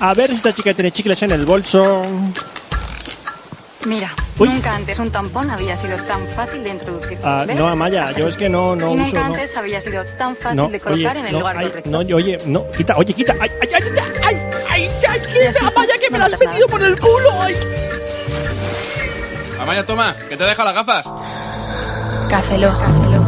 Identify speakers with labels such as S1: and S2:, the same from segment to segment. S1: A ver si esta chica tiene chicles en el bolso.
S2: Mira,
S1: Uy.
S2: nunca antes un tampón había sido tan fácil de introducir.
S1: Ah,
S2: ¿Ves?
S1: no, Amaya,
S2: Hasta
S1: yo
S2: aquí.
S1: es que no, no
S2: y
S1: uso.
S2: nunca
S1: no.
S2: antes había sido tan fácil
S1: No,
S2: de
S1: oye,
S2: colocar en el
S1: no,
S2: lugar
S1: ay,
S2: correcto.
S1: no, oye, no, quita, oye, quita, ay, ay, ay, ay, ay, ay, ay,
S2: así,
S1: quita, vaya que me la
S2: no
S1: has
S2: pasa nada.
S1: metido por el culo, ay.
S3: Amaya, toma, que te deja las gafas.
S4: Café Lock. Café Lock.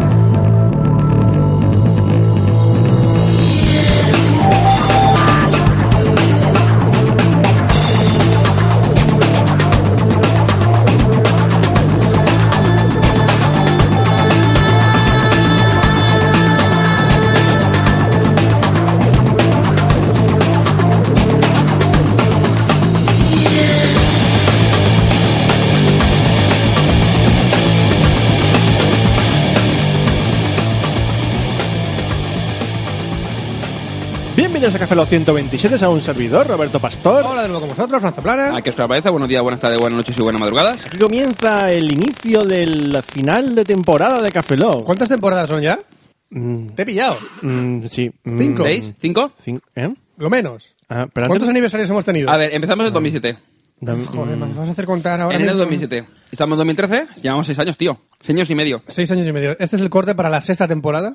S1: Bienvenidos a Café Lock 127, a un servidor, Roberto Pastor.
S5: Hola de nuevo con vosotros, Franza Plana.
S3: Aquí Ah, os aparece, buenos días, buenas tardes, buenas noches y buenas madrugadas.
S1: Aquí comienza el inicio del final de temporada de Café Lock.
S5: ¿Cuántas temporadas son ya?
S1: Mm,
S5: Te he pillado,
S1: mm, sí. mm,
S5: Cinco.
S3: ¿Seis? ¿Cinco?
S1: cin- ¿Eh?
S5: lo menos.
S1: Ah, pero antes...
S5: ¿Cuántos aniversarios hemos tenido?
S3: A ver, empezamos en 2007.
S1: Dame- mm,
S5: Joder, ¿me vas a hacer contar ahora
S3: En enero de
S5: mismo?
S3: 2007. Estamos en 2013, llevamos seis años, tío. Seis años y medio.
S5: Seis años y medio. ¿Este es el corte para la sexta temporada?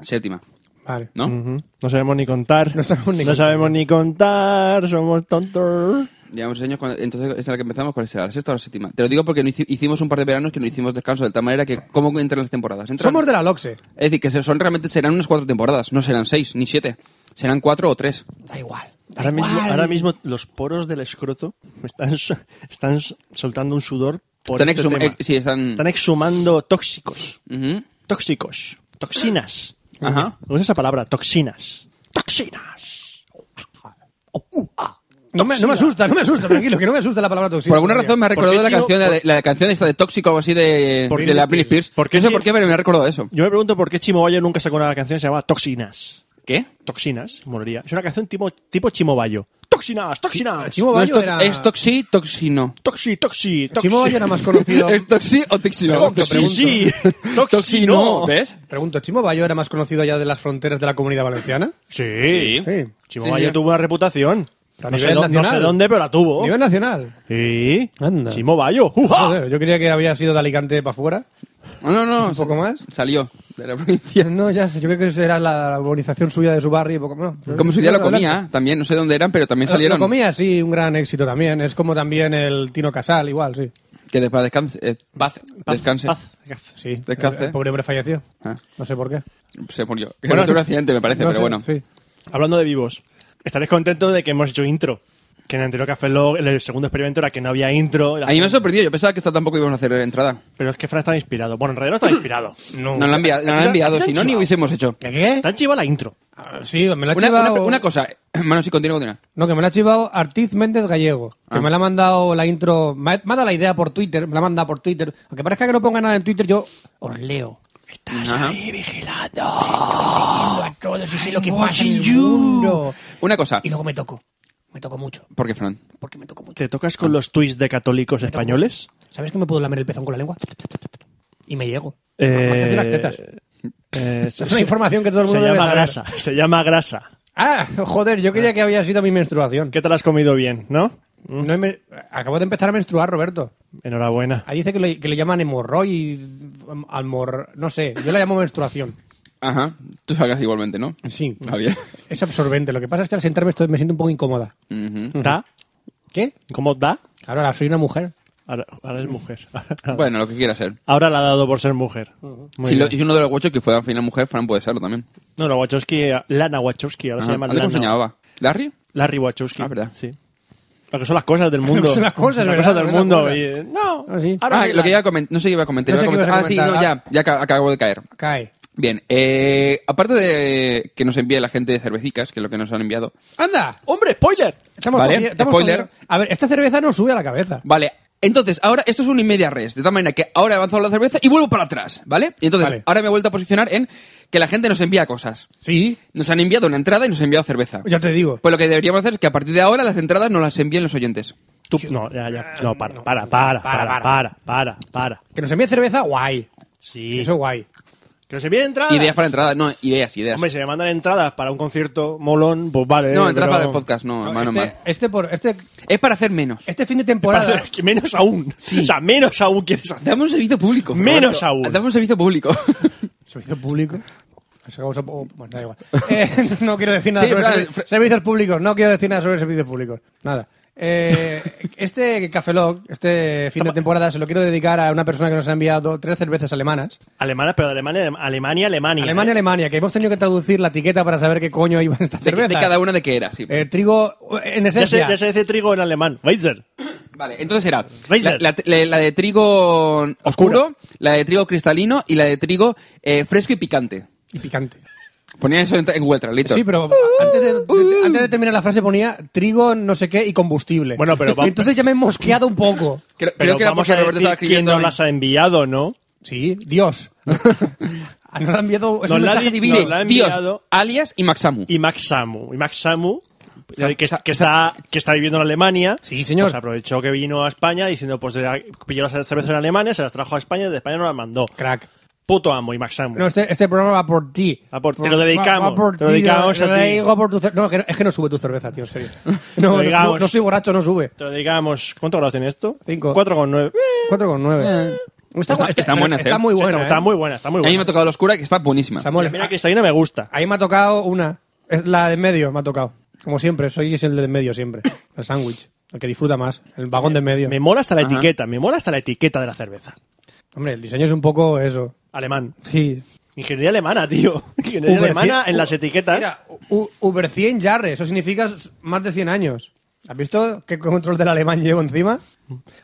S3: Séptima,
S5: Vale.
S3: ¿no?
S1: Ujú. No sabemos ni contar.
S5: No sabemos ni contar.
S1: sabemos ni contar, Somos tontos.
S3: Llevamos seis años, cuando- entonces esa es la que empezamos, ¿cuál será? ¿La sexta o la séptima? Te lo digo porque no hici- hicimos un par de veranos que no hicimos descanso de tal manera que, ¿cómo entran las temporadas? Entran-
S5: Somos de la LOXE.
S3: Es decir, que se- son realmente serán unas cuatro temporadas, no serán seis ni siete, serán cuatro o tres.
S5: Da igual.
S1: Ahora mismo, ahora mismo los poros del escroto me están, so- están s- soltando un sudor por
S3: Están
S1: este
S3: exhum-
S1: tema.
S3: eh, sí, están-
S1: Están exhumando tóxicos.
S3: Ujú.
S1: Tóxicos. Toxinas.
S3: Ajá.
S1: Usa esa palabra, toxinas. Toxinas.
S5: No me, no me asusta, no me asusta, tranquilo, que no me asusta la palabra toxina.
S3: Por alguna razón me ha
S1: ¿Por
S3: recordado
S1: qué
S3: la
S1: chino-
S3: canción, de- la, canción esta de Tóxico o algo así de,
S1: ¿Por
S3: de
S1: qué
S3: la
S1: chino-
S3: Britney Spears.
S1: ¿Por qué
S3: no sé
S1: si-
S3: por qué, pero me ha recordado eso.
S1: Yo me pregunto por qué Chimobayo nunca sacó una canción que se llamaba Toxinas.
S3: ¿Qué?
S1: Toxinas, moriría. Es una canción tipo, tipo Chimobayo. Toxinas, toxinas.
S5: Chimo
S3: No, es,
S5: Bayo
S3: to-
S5: era...
S3: ¿Es Toxi, Toxino?
S1: Toxi, toxi, toxi.
S5: Chimo Bayo era más conocido...
S3: ¿Es Toxi o Toxino?
S5: Toxi, ¿eh?
S1: Toxi, sí. Toxi, no.
S3: Toxino, ¿ves?
S5: Pregunto, ¿Chimo Bayo era más conocido allá de las fronteras de la comunidad valenciana?
S1: Sí.
S5: Sí.
S1: Chimobayo
S3: Sí, sí.
S1: tuvo una reputación.
S5: Pero a
S1: No sé,
S5: nivel
S1: dó- no
S5: nacional.
S1: sé dónde, pero la
S3: Oh.
S1: tuvo.
S5: Nivel nacional.
S1: Sí.
S5: Anda.
S1: Chimobayo. ¡Ujá!
S5: Joder, yo creía que había sido de Alicante para afuera.
S3: No, no, no.
S5: ¿Un poco más?
S3: Salió de la provincia.
S5: No, ya, yo creo que esa era la urbanización suya de su barrio. y poco- no.
S3: Como su día lo
S5: Adelante.
S3: comía, también. No sé dónde eran, pero también
S5: Lo-
S3: salieron.
S5: Lo comía, sí, un gran éxito también. Es como también el Tino Casal, igual, sí.
S3: Que después descanse. eh, paz,
S1: Paz,
S3: descanse.
S1: paz.
S5: Sí,
S3: Descanse.
S5: el- el pobre hombre falleció.
S3: Ah,
S5: No sé por qué.
S3: se murió.
S1: Bueno,
S3: Bueno, tuvo un accidente, me parece,
S5: No
S3: pero
S5: sé,
S3: bueno.
S5: sí.
S1: Hablando de vivos, estaréis contentos de que hemos hecho intro. Que en el anterior Café Log, en el segundo experimento era que no había intro. la
S3: A mí me ha
S1: gente-
S3: sorprendido. Yo pensaba que esta tampoco íbamos a hacer entrada.
S1: Pero es que Fran estaba inspirado. Bueno, en realidad no estaba inspirado. No,
S3: Nos la han enviado,
S1: ¿A ti te- a ti te
S3: si
S1: han
S3: no, ni
S1: chivado?
S3: hubiésemos hecho.
S5: ¿Qué, qué?
S1: Te han chivado la intro.
S5: Ah, Sí, me la ha
S3: Una,
S5: chivado...
S3: una- una cosa. Bueno, sí, continúa, continúa.
S5: No, que me la ha chivado Artiz Méndez Gallego, que
S3: Ah.
S5: me la ha mandado la intro... Me ha, me ha dado la idea por Twitter, me la ha mandado por Twitter. Aunque parezca que no ponga nada en Twitter, yo os leo.
S3: Ajá.
S5: Todos y sé lo que pasa en el mundo.
S3: Una cosa.
S5: luego me toco. Me toco mucho,
S3: ¿Por qué, Fran?
S5: porque me toco mucho.
S1: ¿Te tocas con los tuits de católicos españoles?
S5: ¿Sabes que me puedo lamer el pezón con la lengua? Y me llego.
S1: Eh,
S5: Marcando las tetas.
S1: eh, se-
S5: Es una información que todo el mundo
S1: Se
S5: debe
S1: llama
S5: saber.
S1: grasa. Se llama grasa.
S5: Ah, joder, yo creía que había sido mi menstruación.
S1: ¿Qué te la has comido bien, no?
S5: No he men- Acabo de empezar a menstruar, Roberto.
S1: Enhorabuena.
S5: Ahí dice que le, que le llaman hemorroid, am- almor... No sé, yo la llamo menstruación.
S3: Ajá. Tú salgas igualmente, ¿no?
S5: Sí.
S3: Está Ah, bien.
S5: Es absorbente. Lo que pasa es que al sentarme estoy, me siento un poco incómoda.
S3: Ujú.
S1: ¿Da?
S5: ¿Qué?
S1: ¿Cómo da?
S5: Claro, ahora soy una mujer.
S1: Ahora, ahora es mujer.
S3: Bueno, lo que quiera ser.
S1: Ahora la ha dado por ser mujer. Muy
S3: Si lo-
S1: bien.
S3: si uno de los guachos que fue al final mujer, Fran puede serlo también.
S5: Pues
S1: No, la Wachowski, eh, Lana Wachowski, ahora
S3: Ajá.
S1: se llama
S3: Antes,
S1: Lana.
S3: ¿Cómo se llamaba? ¿Larry?
S1: Larry Wachowski.
S3: Ah, verdad.
S1: Sí. Lo que son las cosas del mundo.
S5: Lo que son las cosas, ¿verdad?
S1: del
S5: Lo que son
S1: mundo.
S5: las cosas.
S1: y, eh, no,
S5: Ah, sí.
S1: ahora
S3: ah,
S1: sí,
S3: lo
S1: la-
S3: que iba a comentar. No sé qué iba a comentar.
S5: No sé
S3: iba a
S5: qué ibas a
S3: comentar- ah, sí, no,
S5: comentar.
S3: ya, ya ca- acabo de caer.
S5: Cae.
S3: Bien, eh, aparte de que nos envíe la gente de cervecicas, que es lo que nos han enviado.
S5: ¡Anda!
S1: ¡Hombre, spoiler!
S5: Estamos
S3: Vale,
S5: cogidos- estamos
S3: spoiler.
S5: cogidos- A ver, esta cerveza no sube a la cabeza.
S3: Vale, entonces, ahora esto es una y media res, de tal manera que ahora he avanzado la cerveza y vuelvo para atrás, ¿vale? Y entonces,
S5: Vale.
S3: ahora me he vuelto a posicionar en que la gente nos envía cosas.
S5: Sí,
S3: Nos han enviado una entrada y nos han enviado cerveza.
S5: ya te digo.
S3: Pues lo que deberíamos hacer es que a partir de ahora las entradas nos las envíen los oyentes.
S1: Tú- no, ya,
S5: Ah,
S1: ya. No, para, para, para, para, para, para, para.
S5: Que nos envíe cerveza, guay.
S1: Sí.
S5: Eso guay.
S1: Que nos envíen entradas.
S3: Ideas para entradas, no, ideas, ideas.
S1: Ah. Hombre, si me mandan entradas para un concierto molón, pues vale.
S3: no,
S1: eh,
S3: entrar
S1: pero-
S3: para el podcast, no, hermano,
S5: este,
S3: mal.
S5: este por, este,
S3: Es para hacer menos.
S5: este fin de temporada.
S1: Que menos aún. O sea, menos aún quieres hacer.
S3: Dame un servicio público.
S1: Menos aún.
S3: Dame un servicio público.
S5: ¿Servicio público? oh, Bueno, da igual. Eh, no quiero decir nada
S3: Sí,
S5: sobre
S3: Fran,
S5: servi-
S3: Fran-
S5: servicios públicos. No quiero decir nada sobre servicios públicos. Nada. Eh, este Café Lock, este fin de temporada, se lo quiero dedicar a una persona que nos ha enviado tres cervezas alemanas.
S1: Alemana, pero de Alemania, Alemania, Alemania. ¿eh?
S5: Alemania, Alemania, que hemos tenido que traducir la etiqueta para saber qué coño iba en esta
S3: De,
S5: cerveza.
S3: de cada una de qué era, sí.
S5: Eh, trigo, en
S1: Ya se,
S5: esencia.
S1: ya se dice trigo en alemán. Weizen.
S3: Vale, entonces era la,
S1: Weiser.
S3: la- la- la de trigo oscuro,
S1: Oscuro.
S3: la de trigo cristalino y la de trigo eh, fresco y picante.
S5: Y picante.
S3: Ponía eso en, en Google Translate.
S5: Sí, pero antes de, de- antes de terminar la frase ponía trigo, no sé qué y combustible.
S1: Bueno, pero va-
S5: Entonces ya me he mosqueado un poco.
S3: Creo, creo
S1: Pero
S3: que era
S1: vamos
S3: porque
S1: a
S3: Roberto
S1: decir
S3: estaba
S1: quién
S3: escribiendo.
S1: nos las ha enviado, ¿no?
S5: Sí, Dios. Ah, Nos ha enviado es
S1: Nos
S5: un
S1: la ha
S5: mensaje
S1: di-
S5: divino.
S1: nos la ha
S3: Dios,
S1: enviado.
S3: alias y Maxamu.
S1: Y Max Samu. Y Max Samu,
S3: Sa-
S1: eh, que,
S3: sa-
S1: que está, que está viviendo en Alemania.
S5: Sí, señor.
S1: Pues aprovechó que vino a España diciendo, pues de- pilló las cervezas en Alemania, se las trajo a España y de España no las mandó.
S5: Crack.
S1: Puto amo y Max Samu.
S5: No, este, este programa va por ti.
S1: Va por ti, lo dedicamos,
S5: Va, va por
S1: lo
S5: ti,
S1: dedicamos
S5: lo
S1: a ti.
S5: dedico por tu cer- no, que no- es que no sube tu cerveza, tío, en serio. No, no,
S1: dedicamos.
S5: no, no estoy borracho, no sube.
S1: Te lo digamos, ¿cuántos grados tiene esto?
S5: Cinco.
S1: 4,9.
S5: 4,9. Está,
S3: Está-
S5: gu-
S3: están buenas,
S5: Está
S3: eh.
S5: muy
S1: Sí,
S5: buena.
S1: está,
S5: eh.
S1: está muy buena, está muy
S3: A
S1: buena.
S3: mí me ha tocado la oscura que está buenísima.
S5: Samuel,
S1: Mira, Cristalina me gusta.
S5: Ahí me ha tocado una. Es la de en medio, me ha tocado. Como siempre, soy es el de en medio siempre. El sándwich. El que disfruta más. El vagón de en medio.
S1: Me mola hasta la
S3: Ajá.
S1: etiqueta, me mola hasta la etiqueta de la cerveza.
S5: Hombre, el diseño es un poco eso.
S1: Alemán.
S5: Sí.
S1: Ingeniería alemana, tío. Ingeniería
S5: Uber
S1: alemana
S5: cien-
S1: en las
S5: u-
S1: etiquetas.
S5: Mira, u- Uber 100 Jarre. Eso significa s- más de 100 años. ¿Has visto qué control del alemán llevo encima?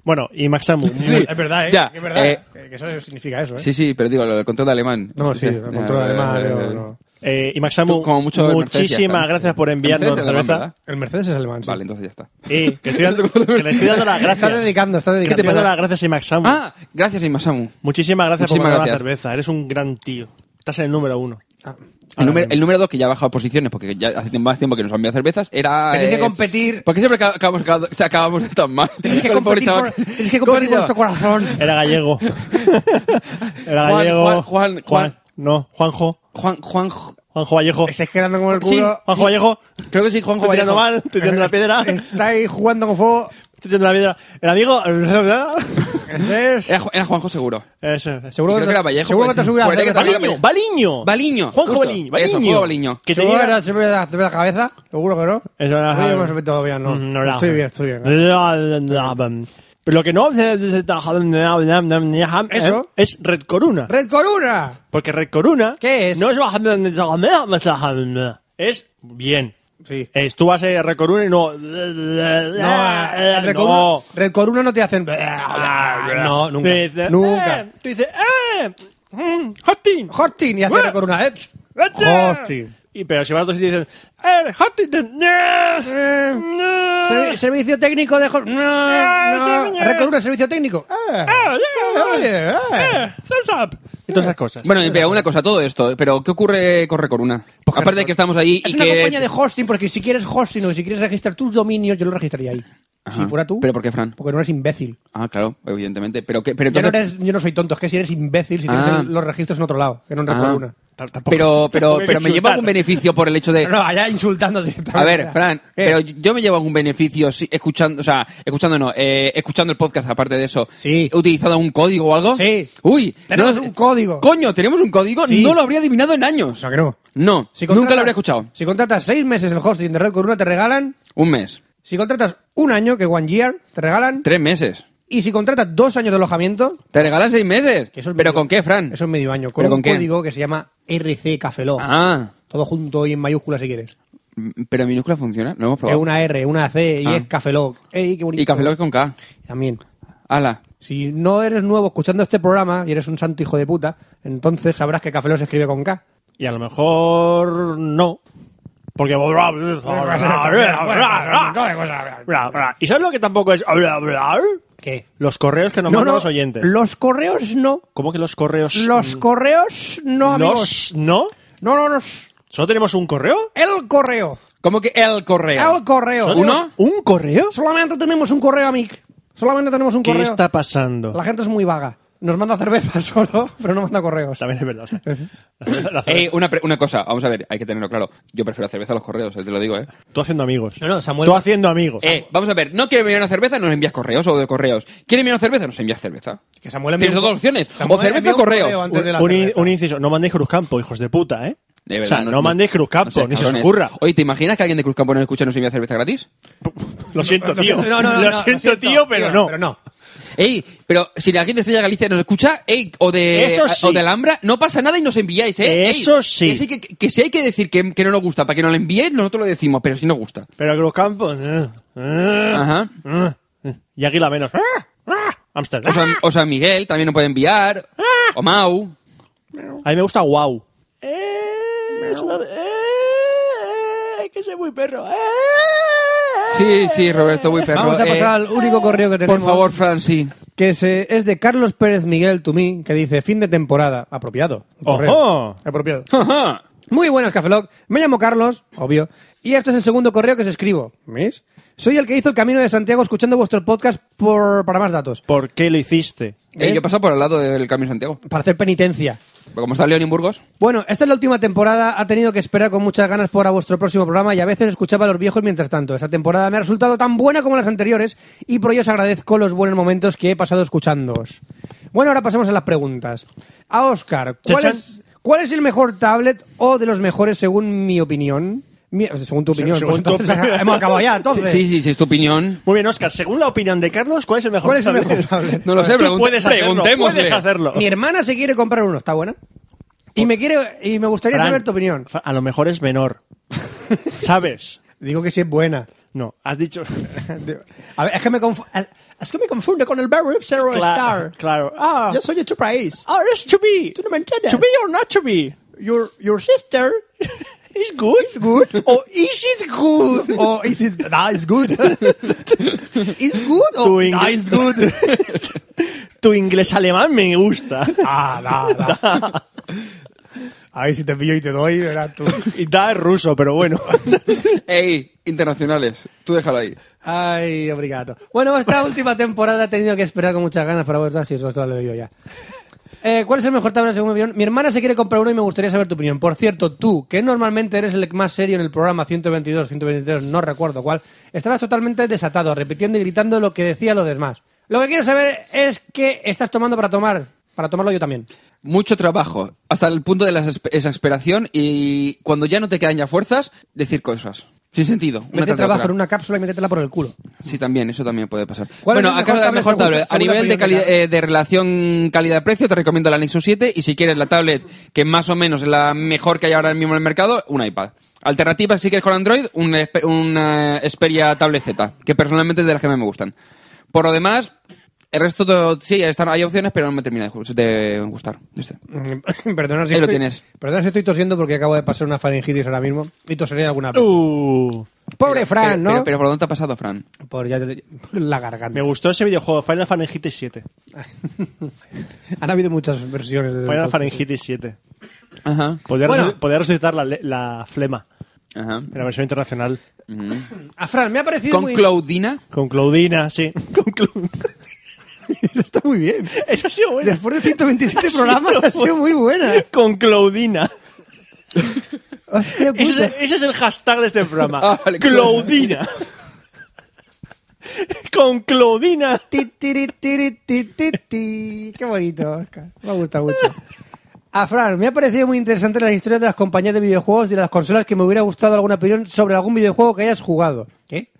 S1: Bueno, y Maxamu.
S3: Sí.
S5: Es verdad, ¿eh?
S3: Ya,
S5: es verdad.
S3: eh.
S5: que- que eso significa eso, ¿eh?
S3: Sí, sí, pero digo, lo del control de alemán.
S5: No, sí,
S3: Ya,
S5: el
S3: ya,
S5: control
S3: ya,
S5: alemán.
S3: ya, ya,
S5: pero
S3: ya.
S5: no.
S1: Eh, y Maxamu,
S3: Tú, como mucho el Mercedes ya
S1: muchísimas
S3: está.
S1: gracias por
S3: Mercedes
S1: enviarnos
S3: es alemán,
S1: cerveza.
S3: ¿verdad?
S5: El Mercedes es alemán. sí.
S3: Vale, entonces ya está.
S1: Eh, que, estoy dando- que le estoy dando las
S5: Está
S1: Ah, gracias.
S5: dedicando, está
S1: Que
S5: dedicando.
S1: estoy dando las gracias y Maxamu.
S3: Ah, gracias y Maxamu.
S1: Muchísimas gracias
S3: Muchísimas
S1: por mandar la
S3: gracias.
S1: cerveza. Eres un gran tío. Estás en el número uno.
S5: Ah.
S3: El número,
S1: mismo.
S3: el número dos, que ya ha bajado posiciones, porque ya hace tiempo- más tiempo que nos han enviado cervezas, era...
S5: Tenéis que
S3: eh,
S5: competir.
S3: ¿Por qué siempre acab- acabamos, acabamos- se acabamos tan mal?
S5: Tenéis que
S3: Con el pobre
S5: competir
S3: chaval.
S5: por- tenéis que
S3: ¿Cómo
S5: competir
S3: se
S5: por
S3: llama?
S5: vuestro corazón.
S1: Era gallego. Era
S3: Juan,
S1: gallego.
S3: Juan, Juan, Juan.
S1: No, Juanjo.
S3: Juan, Juan...
S1: Juanjo Vallejo.
S5: Estáis quedando con el
S3: Sí.
S5: culo.
S1: Juanjo
S3: sí.
S1: Vallejo.
S3: Creo que sí, Juanjo
S1: Estoy tirando
S3: Vallejo.
S1: mal, estoy tirando la piedra. Estoy
S5: Estáis jugando con fuego.
S1: tirando la piedra. El amigo.
S5: Entonces,
S1: Eh,
S3: Era, Ju- era Juanjo seguro.
S1: Eso, eso.
S5: Seguro
S3: creo
S5: que,
S3: que era Vallejo,
S5: Seguro que
S3: puede
S5: te
S3: ser.
S5: subí a
S3: Puede que
S5: hacer-
S1: Baliño,
S3: también-
S1: Baliño.
S3: Baliño,
S1: Juanjo
S3: justo.
S1: Baliño.
S3: Eso,
S1: Baliño.
S3: Juanjo Baliño.
S1: Que
S5: ¿Seguro que
S1: tenía-
S5: era siempre de hacer la cabeza? ¿Seguro que no?
S1: Eso era-
S5: Oye, no me supe todavía, no.
S1: Mm, era.
S5: Estoy bien, estoy bien. ¿eh?
S1: Pero lo que no
S5: Eso.
S1: ¿eh? es Red Corona.
S5: ¡Red Corona!
S1: Porque Red Corona.
S5: ¿Qué es?
S1: No es bajando. Es bien.
S5: Sí.
S1: Es, tú vas a Red Corona y no.
S5: No, eh, Red, Coruna,
S1: Ah, No. Ah,
S5: Red Coruna no te hacen... eh, No, nunca.
S1: Tú dices,
S5: nunca.
S1: "Eh", tú dices, ¡eh! mm, ¡Hosting!
S5: Hosting y hace
S1: Eh.
S5: Red Coruna, ¿eh?
S1: ¡Vete!
S5: Hosting.
S1: Y, pero si vas a otro sitio y dices, ¡eh! ¡Hosting! te- ¡eh! ¡eh!
S5: Servi- servicio técnico de... Hor- No, no.
S1: Eh,
S5: Red Coruna, servicio técnico. Eh.
S1: ¡eh! ¡eh!
S5: Oye, eh.
S1: ¡eh! ¡thumbs up! Y todas esas cosas.
S3: Bueno, pero una cosa, todo esto. Pero, ¿qué ocurre con Recoruna? Aparte de que estamos ahí
S5: Pues Es
S3: y
S5: una
S3: que...
S5: compañía de hosting, porque si quieres hosting o si quieres registrar tus dominios, yo lo registraría ahí.
S3: Ajá.
S5: Si fuera tú.
S3: ¿Pero por qué, Fran?
S5: Porque no eres imbécil.
S3: Ah, claro, evidentemente. Pero, que, pero
S5: Ya no
S3: entonces...
S5: eres- yo no soy tonto, es que si eres imbécil, si tienes
S3: Ah.
S5: el- los registros en otro lado, que no en Red
S3: Ah.
S5: Corona.
S1: T- tampoco-
S3: Pero, pero,
S1: tampoco hay
S3: pero
S1: que
S3: me lleva
S1: insultar.
S3: algún beneficio por el hecho de...
S5: No, allá insultando directamente.
S3: A ver, Fran,
S5: Eh,
S3: pero yo me llevo algún beneficio si- escuchando, o sea, escuchando no, eh, escuchando el podcast aparte de eso.
S5: Sí.
S3: ¿He utilizado un código o algo?
S5: Sí.
S3: Uy,
S5: Tenemos
S3: no lo-
S5: un código.
S3: Coño, tenemos un código,
S5: Sí.
S3: no lo habría adivinado en años.
S5: No, que no.
S3: No,
S5: Si
S3: nunca
S5: contratas-
S3: lo habría escuchado.
S5: Si contratas seis meses el hosting de Red Corona, te regalan.
S3: Un mes,
S5: Si contratas un año, que one year, te regalan.
S3: tres meses.
S5: Y si contratas dos años de alojamiento,
S3: Te regalan seis meses.
S5: que eso es
S3: ¿Pero
S5: medio-
S3: con qué, Fran?
S5: Eso es medio año. Con
S3: ¿Pero con
S5: un
S3: qué?
S5: código que se llama RC Cafeló.
S3: Ah,
S5: Todo junto y en mayúscula si quieres.
S3: m- pero en minúscula funciona, lo hemos
S5: Es
S3: probado.
S5: una R, una C y
S3: Ah.
S5: es Cafeló. ¡Ey, qué bonito!
S3: Y café Lock con K.
S5: También.
S3: Ala.
S5: Si no eres nuevo escuchando este programa y eres un santo hijo de puta, entonces sabrás que Cafeló se escribe con K.
S1: Y a lo mejor no. Porque. ¿Y sabes lo que tampoco es?
S5: ¿Qué?
S1: Los correos que nos
S5: No,
S1: mandan
S5: no,
S1: los oyentes.
S5: Los correos no.
S1: ¿Cómo que los correos?
S5: Los correos no, amigos.
S1: ¿Los? ¿No?
S5: No, no, los.
S1: ¿Solo tenemos un correo?
S5: El correo.
S3: ¿Cómo que el correo?
S5: El correo.
S1: ¿Solo tenemos
S3: ¿Uno?
S1: ¿Un correo?
S5: Solamente tenemos un correo, amic. Solamente tenemos un
S1: ¿Qué
S5: correo.
S1: está pasando?
S5: La gente es muy vaga. nos manda cerveza solo, pero no manda correos.
S1: También es verdad. o sea, la cerveza- la cerveza-
S3: Eh, una, pre- una cosa, vamos a ver, hay que tenerlo claro. Yo prefiero la cerveza a los correos, eh, te lo digo, ¿eh?
S1: Tú haciendo amigos.
S6: No, no, Samuel-
S1: Tú haciendo amigos.
S3: Eh, vamos a ver, ¿no quiere enviar una cerveza? Nos envías correos o de correos. ¿Quiere enviar una cerveza? Nos envías cerveza.
S5: Que Samuel envió
S3: Tienes
S5: un-
S3: dos opciones,
S5: Samuel
S3: o cerveza
S5: envió
S3: o
S5: un
S3: correos.
S5: correo antes de la
S1: un, in-
S5: cerveza.
S1: un inciso, no mandéis Cruzcampo, hijos de puta, ¿eh?
S3: De
S1: o
S3: verdad,
S1: sea, no, mandéis Cruzcampo,
S3: no seas
S1: ni se os
S3: cabrones.
S1: ocurra.
S3: Oye, ¿te imaginas que alguien de Cruzcampo no escucha nos envía cerveza gratis?
S1: Lo siento,
S5: Lo
S1: tío.
S5: siento, no, no, no,
S1: Lo
S5: no,
S1: siento, tío, pero no.
S5: Pero no.
S3: Ey, pero si la gente de Estrella Galicia nos escucha, ey, o de,
S1: Eso sí.
S3: o de Alhambra, no pasa nada y nos enviáis, ¿eh? Ey,
S1: Eso sí.
S3: Que, que, que si hay que decir que, que no nos gusta para que nos lo envíéis, nosotros lo decimos, pero si nos gusta.
S1: Pero Cruzcampo. eh, eh,
S3: Ajá.
S1: eh. Y Águila menos. Ah, ah, Ámster.
S3: O San, o San Miguel también nos puede enviar. O Mau.
S1: A mí me gusta Wow. Es una de- eh, hay que ser muy perro. eh.
S3: Sí, sí, Roberto Wiper.
S5: Vamos a pasar al único correo que tenemos.
S3: Por favor, Fran, sí.
S5: Que se- es de Carlos Pérez Miguel Tumí, que dice fin de temporada. Apropiado. el correo.
S1: Ojo.
S5: Apropiado.
S3: Ajá.
S5: Muy buenas, Cafelog. Me llamo Carlos, obvio. Y este es el segundo correo que os escribo. ¿Veis? Soy el que hizo el camino de Santiago escuchando vuestro podcast por, para más datos.
S1: ¿Por qué lo hiciste?
S3: Eh, yo he pasado por al lado del Camino de Santiago.
S5: Para hacer penitencia.
S3: Como está León y Burgos.
S5: Bueno, esta es la última temporada. Ha tenido que esperar con muchas ganas por a vuestro próximo programa y a veces escuchaba a los viejos mientras tanto. Esta temporada me ha resultado tan buena como las anteriores y por ello os agradezco los buenos momentos que he pasado escuchándoos. Bueno, ahora pasemos a las preguntas. A Oscar, ¿cuál,
S1: Chachán.
S5: es, cuál es el mejor tablet o de los mejores según mi opinión? Mi- según tu opinión.
S1: según
S5: pues
S1: tu
S5: entonces,
S1: opinión.
S5: hemos acabado ya,
S3: Sí,
S5: entonces.
S3: sí, sí, es tu opinión.
S1: Muy bien, Oscar. Según la opinión de Carlos, ¿cuál es el mejor?
S5: ¿Cuál es el
S1: tablet?
S5: mejor tablet?
S3: No lo sé,
S1: Tú
S3: pregun-
S1: puedes hacerlo.
S3: preguntémosle.
S1: Puedes hacerlo.
S5: Mi hermana se quiere comprar uno, ¿está buena? Y me quiere y me gustaría
S1: Fran,
S5: saber tu opinión.
S1: Fra- A lo mejor es menor. ¿Sabes?
S5: Digo que sí es buena.
S1: No, has dicho.
S5: A ver, es que me confundo, es que me confunde con el Barry Zero
S1: Claro.
S5: Star.
S1: claro. Ah,
S5: Yo soy de tu país.
S1: ah, it's to be.
S5: Tú no me entiendes.
S1: To be or not to be.
S5: Your, your sister
S1: It's good.
S5: is good.
S1: O is it good?
S5: Or is it that is good? is good
S1: Tu
S5: or
S1: ingle-
S5: that is good?
S1: Tu inglés alemán me gusta.
S5: Ah, da, da. A ver si te pillo y te doy, verás tú.
S1: Y da es ruso, pero bueno.
S3: Ey, internacionales. Tú déjalo ahí.
S5: Ay, obrigado. Bueno, esta última temporada he tenido que esperar con muchas ganas para vosotros, si os lo he leído ya. Eh, ¿Cuál es el mejor tablet según mi opinión? Mi hermana se quiere comprar uno y me gustaría saber tu opinión. Por cierto, tú, que normalmente eres el más serio en el programa 122, 123, no recuerdo cuál, estabas totalmente desatado, repitiendo y gritando lo que decía los demás. Lo que quiero saber es qué estás tomando para tomar, para tomarlo yo también.
S3: Mucho trabajo. Hasta el punto de la exaspe- exasperación y cuando ya no te quedan ya fuerzas, decir cosas. Sin sentido. Una
S5: Mete
S3: tras de
S5: trabajo
S3: otra.
S5: en una cápsula y métetela por el culo.
S3: Sí, también, eso también puede pasar.
S5: ¿Cuál
S3: Bueno,
S5: es el
S3: acá la
S5: mejor tablet
S3: mejor
S5: según-
S3: tablet. A
S5: según la
S3: nivel de,
S5: opinión de
S3: cali- eh, de relación calidad-precio, te recomiendo el Nexus 7 y si quieres la tablet que más o menos es la mejor que hay ahora mismo en el mercado, un iPad. Alternativa, si quieres con Android, una, Xpe- una Xperia Tablet Z, que personalmente es de las que más me gustan. Por lo demás, el resto, todo- sí, están, hay opciones, pero no me termina de ju- de gustar. Este.
S5: Mm, Perdona si,
S3: Ahí lo
S5: estoy,
S3: tienes.
S5: perdona si estoy tosiendo porque acabo de pasar una faringitis ahora mismo y toseré alguna vez.
S1: Uh,
S5: Pobre Fran,
S3: pero,
S5: ¿no?
S3: Pero, pero ¿por dónde te ha pasado, Fran?
S5: Por ya- por la garganta.
S1: me gustó ese videojuego, Final Fantasy 7.
S5: Han habido muchas versiones. desde
S1: Final
S5: entonces.
S1: Fantasy 7.
S3: Ajá.
S1: Podría,
S5: Bueno.
S1: resuc- podría resucitar la, le- la flema
S3: Ajá.
S1: en la versión internacional.
S3: Ujú.
S5: A Fran, me ha parecido
S3: Con
S5: muy...
S3: Claudina.
S1: Con Claudina, sí. Con Clau-
S5: Eso está muy bien.
S1: Eso ha sido bueno.
S5: Después de 127
S1: Ha sido
S5: programas ha sido
S1: bueno.
S5: muy buena.
S1: Con Claudina.
S5: Hostia puta.
S1: Ese es, ese es el hashtag de este programa.
S3: Ah, vale.
S1: Claudina. Con Claudina.
S5: Ti, tiri, tiri, ti, ti, ti. Qué bonito, Oscar. Me ha gustado mucho. A Fran, me ha parecido muy interesante las historias de las compañías de videojuegos y de las consolas que me hubiera gustado alguna opinión sobre algún videojuego que hayas jugado. ¿Qué?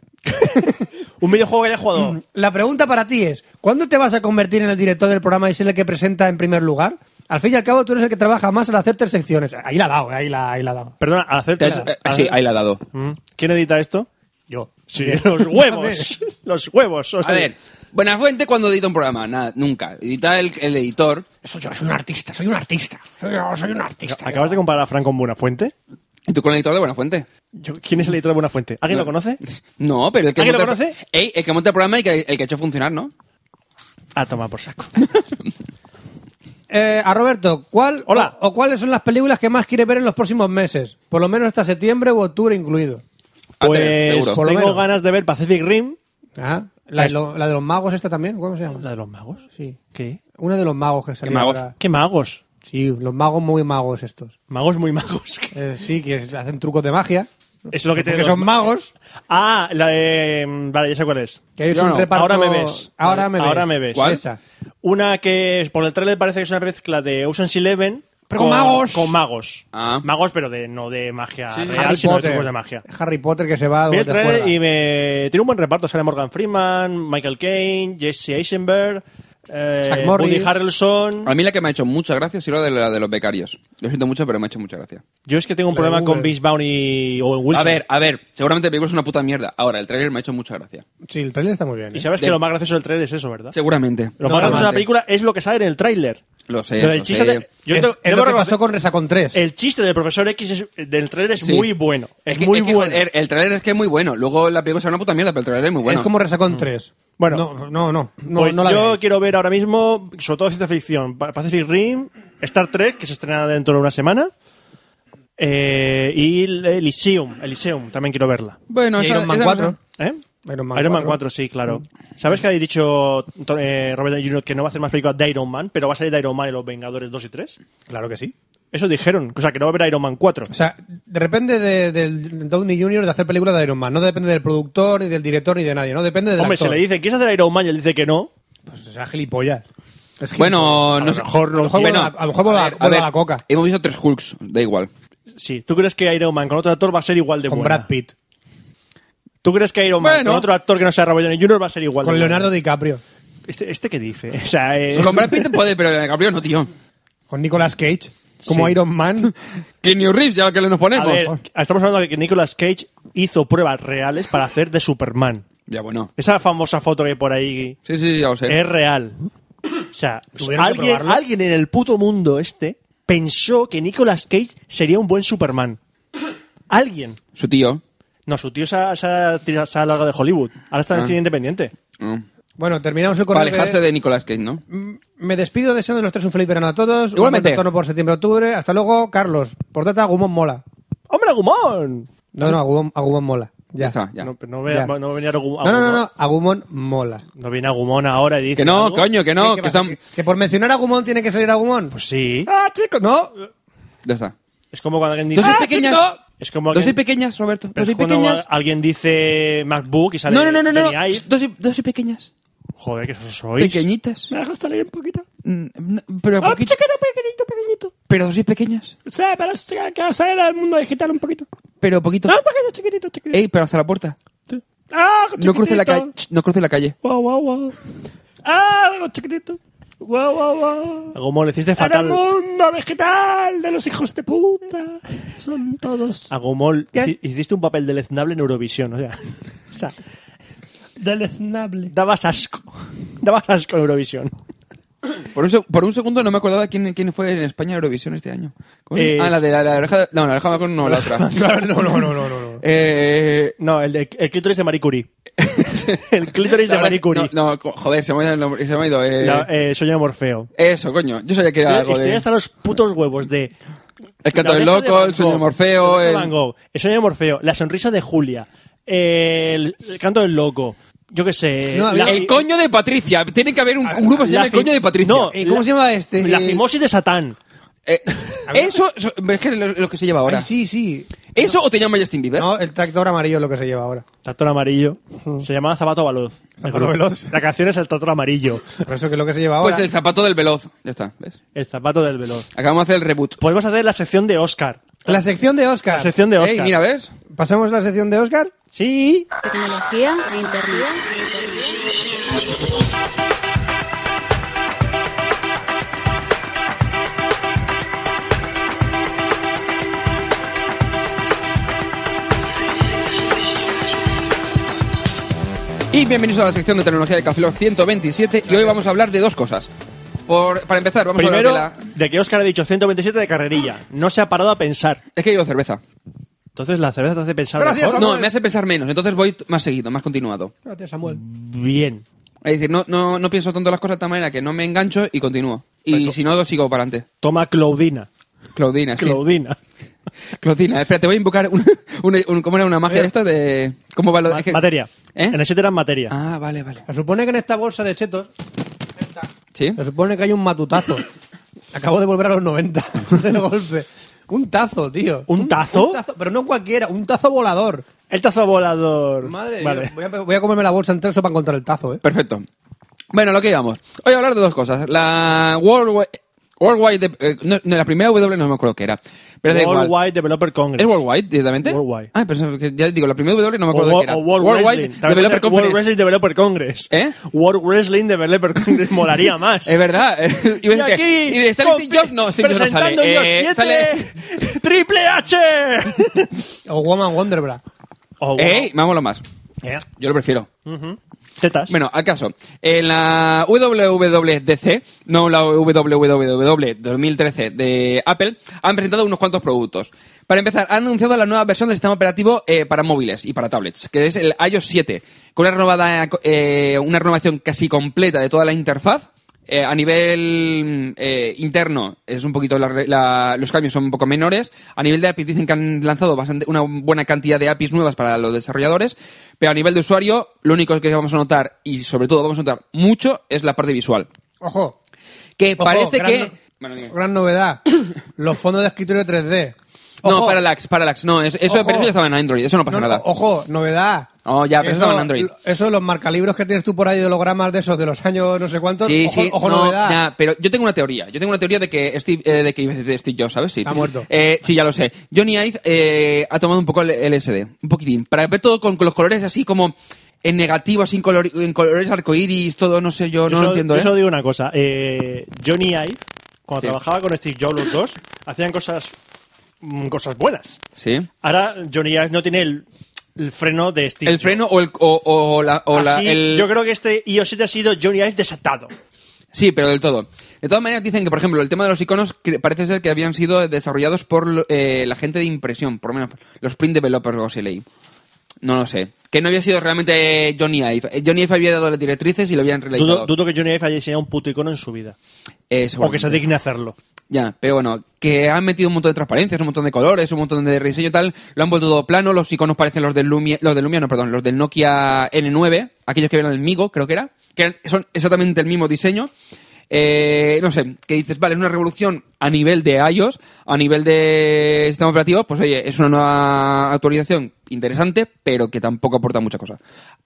S1: Un videojuego que haya
S3: Mm.
S1: jugado.
S5: La pregunta para ti es, ¿cuándo te vas a convertir en el director del programa y ser el que presenta en primer lugar? Al fin y al cabo, tú eres el que trabaja más al hacer tres secciones. Ahí la ha dado, eh, ahí la, ahí la ha dado.
S1: Perdona, al hacer
S3: Te has- eh, sí, ahí la ha dado.
S1: Mm. ¿Quién edita esto?
S5: Yo.
S1: Sí, los huevos. los huevos. o sea-
S3: A ver, Buenafuente cuando edita un programa, nada, nunca. Edita el, el editor.
S5: Eso yo soy un artista, soy un artista. Soy, yo soy un artista.
S1: ¿Acabas de comparar a Fran con Buenafuente?
S3: ¿Y tú con el editor de Buenafuente?
S1: Yo- ¿Quién es el editor de Buenafuente? ¿Alguien lo
S3: No.
S1: conoce?
S3: No, pero el que
S1: ¿Ah, que lo
S3: monta-
S1: conoce?
S3: Ey, el que monta el programa y que- el que ha hecho funcionar, ¿no?
S1: Ah, toma por saco.
S5: Eh, a Roberto, ¿cuál
S1: Hola.
S5: O, o cuáles son las películas que más quieres ver en los próximos meses? Por lo menos hasta septiembre u octubre incluido.
S3: A tener,
S1: Pues
S3: seguro.
S5: por lo
S1: tengo
S5: menos.
S1: ganas de ver Pacific Rim,
S5: Ajá. La, de
S1: Es-
S5: lo- la de los magos esta también, ¿cómo se llama?
S1: ¿La de los magos?
S5: Sí.
S1: ¿Qué?
S5: Una de los magos que salió
S3: magos?
S5: ahora.
S1: ¿Qué magos?
S5: Sí, los magos muy magos estos.
S1: Magos muy magos.
S5: Eh, sí, que es- hacen trucos de magia.
S1: Es lo que te-
S5: Porque son magos.
S1: Ah, la de... Vale, ya sé cuál es.
S5: Que hay
S3: Yo
S5: un
S3: no.
S5: reparto-
S1: Ahora me ves.
S5: Ahora me ves.
S1: Ahora me ves.
S3: ¿Cuál?
S5: Esa.
S1: Una que es- por el trailer parece que es una mezcla de Ocean's Eleven...
S5: Pero con magos.
S1: Con magos.
S3: Ah.
S1: Magos, pero de no de magia
S3: Sí, sí.
S1: real,
S5: Harry
S1: sino de
S5: Potter.
S1: trucos de magia.
S5: Harry Potter que se va a
S1: Vi el
S5: donde
S1: tráiler
S5: juega.
S1: y me... Tiene un buen reparto. Sale Morgan Freeman, Michael Caine, Jesse Eisenberg, eh,
S5: Zach Morris.
S1: Woody Harrelson...
S3: A mí la que me ha hecho mucha gracia ha sido la de, la de los becarios. Lo siento mucho, pero me ha hecho mucha gracia.
S1: Yo es que tengo un
S5: La de
S1: problema con
S5: Google.
S1: Vince Vaughn y Owen Wilson.
S3: A ver, a ver, seguramente el película es una puta mierda. Ahora, el tráiler me ha hecho mucha gracia.
S5: Sí, el trailer está muy bien. ¿eh?
S1: Y sabes
S3: De-
S1: que lo más gracioso del tráiler es eso, ¿verdad?
S3: Seguramente.
S1: Lo
S3: No,
S1: más gracioso de
S3: no
S1: la
S3: sé.
S1: película es lo que sale en el tráiler.
S3: Lo sé,
S1: Pero el
S3: lo
S1: chiste
S3: sé.
S1: de- yo
S5: es,
S1: te-
S5: es
S1: debo
S5: lo que
S1: reconocer-
S5: pasó con Resacon 3.
S1: El chiste del profesor X es- del tráiler es
S3: Sí.
S1: muy bueno. Es,
S3: que-
S1: muy
S3: que,
S1: bueno.
S3: joder, el tráiler es que es muy bueno. Luego la película será una puta mierda, pero el tráiler es muy bueno.
S5: Es como Resacon 3.
S1: Mm. Bueno.
S5: no, no, no. no,
S1: Pues
S5: no la
S1: yo
S5: veáis.
S1: quiero ver ahora mismo, sobre todo ciencia ficción, Pa- Pacific Rim, Star Trek, que se estrena dentro de una semana, eh, y el Elysium, Elysium, también quiero verla.
S3: Bueno,
S5: Y
S3: esa-
S5: Iron Man
S3: esa-
S5: 4.
S1: ¿Eh?
S5: Iron Man 4.
S1: 4, sí, claro. ¿Sabes que habéis dicho to- eh, Robert Downey Jr. que no va a hacer más películas de Iron Man, pero va a salir de Iron Man y los Vengadores 2 y 3?
S5: Claro que sí.
S1: Eso dijeron, o sea, que no va a haber Iron Man 4.
S5: O sea, de repente de- del Downey Jr. de hacer películas de Iron Man. No depende del productor, ni del director, ni de nadie. No depende del
S1: Hombre,
S5: actor.
S1: se le dice, ¿quieres hacer Iron Man? Y él dice que no.
S5: Pues será gilipollas. Es gilipollas.
S3: Bueno, no
S1: lo
S3: sé.
S1: mejor no
S5: A lo mejor
S1: quiere.
S5: vuelve a- a lo mejor vuelve a-
S3: ver,
S5: vuelve a
S3: ver,
S5: la coca.
S3: Hemos visto tres Hulks, da igual.
S1: Sí, ¿tú crees que Iron Man con otro actor va a ser igual de
S5: Con
S1: buena?
S5: Brad Pitt.
S1: ¿Tú crees que Iron Man
S3: Bueno.
S1: con otro actor que no sea Robert Downey Jr. va a ser igual
S5: Con
S1: de
S5: Leonardo
S1: buena?
S5: DiCaprio.
S1: Este, ¿Este qué dice? O sea, eh,
S3: Con Brad Pitt puede, pero el Gabriel no, tío.
S5: Con Nicolas Cage. Como
S1: Sí.
S5: Iron Man.
S3: Que New Reeves, ya lo que le nos
S1: a
S3: ponemos.
S1: ver, estamos hablando de que Nicolas Cage hizo pruebas reales para hacer de Superman.
S3: Ya bueno.
S1: Esa famosa foto que hay por ahí
S3: Sí, sí, ya lo sé.
S1: es real. O sea,
S5: Tuvieron que
S1: alguien,
S5: probarlo.
S1: alguien en el puto mundo este pensó que Nicolas Cage sería un buen Superman. Alguien.
S3: Su tío.
S1: No, su tío se ha, se ha tirado- se ha largado de Hollywood. Ahora está en
S5: Ah.
S1: el cine independiente.
S3: ¿no?
S5: Bueno, terminamos el
S3: Mm. Para
S5: correo.
S3: alejarse de Nicolas Cage, ¿no?
S5: Mm, Me despido deseando los tres un feliz verano a todos. Un
S3: Igualmente.
S5: buen retorno por septiembre-octubre. Hasta luego, Carlos. Por data, Agumon mola.
S1: ¡Hombre, Agumon!
S5: No, no, Agumon, Agumon mola. Ya.
S3: Ya está, ya.
S1: No, pero no, vea-
S5: Ya.
S1: no venía Agumon.
S5: No, no, no, no. Agumon mola.
S1: No viene Agumon ahora y dice.
S3: Que no,
S1: algo.
S3: coño, que no.
S5: ¿Qué- qué
S3: que
S5: pasa?
S3: están-
S5: ¿Que- que por mencionar a Agumon tiene que salir Agumon.
S1: Pues sí.
S5: ah, chicos. No.
S3: Ya está.
S1: Es como cuando alguien dice.
S3: Dos sois
S1: ¡Ah,
S3: pequeñas.
S1: Es como
S3: Dos
S1: alguien-
S3: sois pequeñas, Roberto.
S1: pero
S3: Dos sois
S1: es cuando
S3: pequeñas.
S1: alguien dice MacBook y sale.
S3: No, no, no, no. no.
S1: Johnny Ive.
S3: Dos sois- dos sois pequeñas.
S1: Joder, que eso sois.
S3: Pequeñitas.
S6: Me dejas salir un poquito.
S3: Mm, no, Pero
S6: Ah,
S3: poquito.
S6: chiquito, pequeñito, pequeñito.
S3: Pero dos sois pequeñas.
S6: O sea, para que- que salir al mundo digital un poquito.
S3: Pero poquito.
S6: Ah, pequeño, chiquitito, chiquitito.
S3: Ey, pero hasta la puerta.
S6: Ah, chiquitito.
S3: No cruce la calle. Ch, No cruce la calle.
S6: Wow, wow, wow. Ah, algo chiquitito. Wow, wow, wow.
S1: Agumon, le hiciste
S6: En el
S1: fatal.
S6: mundo digital de los hijos de puta. Son todos
S1: Agumon,
S6: ¿Qué?
S1: hici- hiciste un papel deleznable en Eurovisión. O sea, o sea
S6: deleznables.
S1: dabas asco. Dabas asco en Eurovisión.
S3: Por un, se- por un segundo no me acordaba quién, quién fue en España Eurovisión este año. ¿Cómo se-
S1: Eh,
S3: ah, la de la, la oreja. No, la oreja de Macron no, la otra.
S5: No, no, no, no, no. no.
S3: Eh,
S1: No, el, de- el clítoris de Marie Curie. el clítoris de
S3: la-
S1: Marie Curie.
S3: No, no, co- joder, se me ha ido. el nombre- se me ha ido, eh.
S1: No, eh, soy yo Morfeo.
S3: Eso, coño. Yo sabía que era
S1: Estoy,
S3: algo
S1: estoy
S3: de.
S1: hasta los putos huevos de.
S3: El canto
S1: La
S3: del
S1: oreja de
S3: loco,
S1: Van
S3: el sueño de
S1: Gogh,
S3: Morfeo.
S1: la oreja de
S3: el-
S1: Van Gogh, el sueño de Morfeo, la sonrisa de Julia, el, el canto del loco, yo qué sé.
S5: No,
S1: la-
S3: El coño de Patricia. Tiene que haber un, un grupo que se
S1: la
S3: llama El
S1: fi-
S3: coño de Patricia.
S1: No,
S5: Eh, ¿Cómo
S1: la-
S5: se llama este?
S1: La
S5: Eh,
S1: fimosis de Satán.
S3: Eh, eso, eso- es que lo, lo que se lleva ahora.
S5: Ay, sí, sí.
S3: ¿Eso o te llama Justin Bieber?
S5: No, el tractor amarillo es lo que se lleva ahora.
S1: Tractor amarillo.
S5: Hmm.
S1: Se llamaba Zapato Veloz. el
S5: Zapato
S1: grupo.
S5: Veloz.
S1: La canción es el Tractor Amarillo.
S5: Por eso que es lo que se lleva ahora.
S3: pues el zapato del veloz. Ya está, ¿ves?
S1: El zapato del veloz.
S3: Acabamos de hacer el reboot.
S1: Podemos hacer la sección de Oscar.
S5: La sección de Oscar.
S1: La sección de
S3: Ey,
S1: Oscar.
S3: ¿Eh? mira, ¿ves?
S5: Pasamos la sección de Oscar.
S1: Sí.
S4: Tecnología,
S2: e
S4: internet.
S3: Y bienvenidos a la sección de tecnología de Café Lock 127. Y hoy vamos a hablar de dos cosas. Por, para empezar, vamos
S1: Primero,
S3: a hablar de la...
S1: de que Oscar ha dicho 127 de carrerilla. No se ha parado a pensar.
S3: Es que llevo cerveza.
S1: Entonces la cerveza te hace pensar
S5: Gracias,
S1: mejor.
S3: No, me hace pensar menos. Entonces voy t- más seguido, más continuado.
S5: Gracias, Samuel.
S1: Bien.
S3: Es decir, no, no, no pienso tanto las cosas de tal manera que no me engancho y continúo. Y si no, sigo para adelante.
S1: Toma Claudina.
S3: Claudina, sí.
S1: Claudina.
S3: Clocina, espera, te voy a invocar una, una- un- ¿cómo era una magia esta de cómo va lo
S1: Eh. Ma-
S3: es que-
S1: Materia.
S3: ¿Eh?
S1: En el 7 eran materia.
S3: Ah, vale, vale.
S5: Se supone que en esta bolsa de chetos
S3: Sí.
S5: se supone que hay un matutazo. Acabo de volver a los 90 de golpe. Un tazo, tío.
S1: ¿Un tazo?
S5: Pero no cualquiera, un tazo volador.
S1: El tazo volador.
S5: Madre de
S1: vale.
S5: Dios, voy a, voy a comerme la bolsa entera solo para encontrar el tazo, ¿eh?
S3: Perfecto. Bueno, lo que íbamos. Hoy voy a hablar de dos cosas. La World Wi- World Wide... eh, no, no, la primera W no me acuerdo qué era. Pero da igual.
S1: Worldwide Developer Congress.
S3: ¿Es Worldwide directamente?
S1: Worldwide.
S3: Ah, pero que ya digo, la primera W no me
S1: O,
S3: acuerdo
S1: Wo-
S3: qué era.
S1: o World, Wrestling. También puede
S3: Developer
S1: ser World
S3: Conference.
S1: Wrestling Developer Congress.
S3: ¿Eh?
S1: World Wrestling Developer Congress molaría más.
S3: Es verdad. y,
S1: Y aquí,
S3: y de sale Steve
S1: compi-
S3: Jobs, no, Steve Jobs no sale.
S1: presentando yo
S3: Eh,
S1: siete,
S3: sale-
S1: ¡Triple H!
S5: O Woman Wonderbra.
S1: Oh, wow.
S3: ¡Ey! Me ha molado más.
S1: Eh,
S3: Yo lo prefiero.
S1: Tetas.
S3: Bueno, al caso. En la WWDC, no la WWW 2013 de Apple, han presentado unos cuantos productos. Para empezar, han anunciado la nueva versión del sistema operativo eh, para móviles y para tablets, que es el iOS 7, con una, renovada, eh, una renovación casi completa de toda la interfaz. Eh, a nivel eh, interno es un poquito la re- la- los cambios son un poco menores a nivel de APIs dicen que han lanzado bastante una buena cantidad de APIs nuevas para los desarrolladores pero a nivel de usuario lo único que vamos a notar y sobre todo vamos a notar mucho es la parte visual
S5: Ojo.
S3: que
S5: ojo,
S3: parece
S5: gran
S3: que
S5: no-
S3: Bueno, dime.
S5: gran novedad. Los fondos de escritorio 3D.
S3: no
S5: Ojo.
S3: Parallax Parallax no eso, eso,
S5: Ojo.
S3: pero eso ya estaba en Android eso no pasa
S5: No, no,
S3: nada
S5: Ojo, novedad.
S3: Oh, ya, pero eso estaba en Android.
S5: Eso, los marcalibros que tienes tú por ahí de hologramas de esos de los años no sé cuántos.
S3: Sí,
S5: ojo,
S3: sí,
S5: ojo,
S3: no,
S5: novedad.
S3: ya, pero yo tengo una teoría. Yo tengo una teoría de que Steve, eh, de que iba a decir Steve Jobs, ¿sabes? Sí.
S5: Está muerto.
S3: Eh, sí, ya lo sé. Johnny Ive eh, ha tomado un poco el LSD, un poquitín, para ver todo con, con los colores así como en negativo, así en, color- en colores arcoíris, todo, no sé, yo,
S1: yo
S3: no
S1: solo-
S3: lo entiendo,
S1: yo
S3: ¿eh?
S1: solo digo una cosa. Eh, Johnny Ive, cuando
S3: Sí.
S1: trabajaba con Steve Jobs los dos, hacían cosas, mm, cosas buenas.
S3: Sí.
S1: Ahora Johnny Ive no tiene el, el freno de Steve
S3: El
S1: Jobs.
S3: freno o, el, o, o la... o la-
S1: Así,
S3: el-
S1: Ah, Yo creo que este iOS 7 ha sido Johnny Ive desatado.
S3: Sí, pero del todo. De todas maneras, dicen que, por ejemplo, el tema de los iconos cre- parece ser que habían sido desarrollados por lo- eh, la gente de impresión, por lo menos los print developers, o se leí. No lo sé. Que no había sido realmente Johnny Ive. Eh, Johnny Ive había dado las directrices y lo habían realizado.
S1: Dudo, dudo que Johnny Ive haya diseñado un puto icono en su vida. O que
S3: Eh,
S1: se
S3: seguramente.
S1: digne a hacerlo.
S3: Ya, pero bueno, que han metido un montón de transparencias, un montón de colores, un montón de diseño y tal, lo han vuelto todo plano, los iconos parecen los del Lumia, los del Lumia, no, perdón, los del Nokia N9, aquellos que eran el Migo, creo que era, que eran- son exactamente el mismo diseño. Eh, no sé, que dices, vale, es una revolución a nivel de iOS, a nivel de sistema operativo, pues oye, es una nueva actualización interesante, pero que tampoco aporta mucha cosa.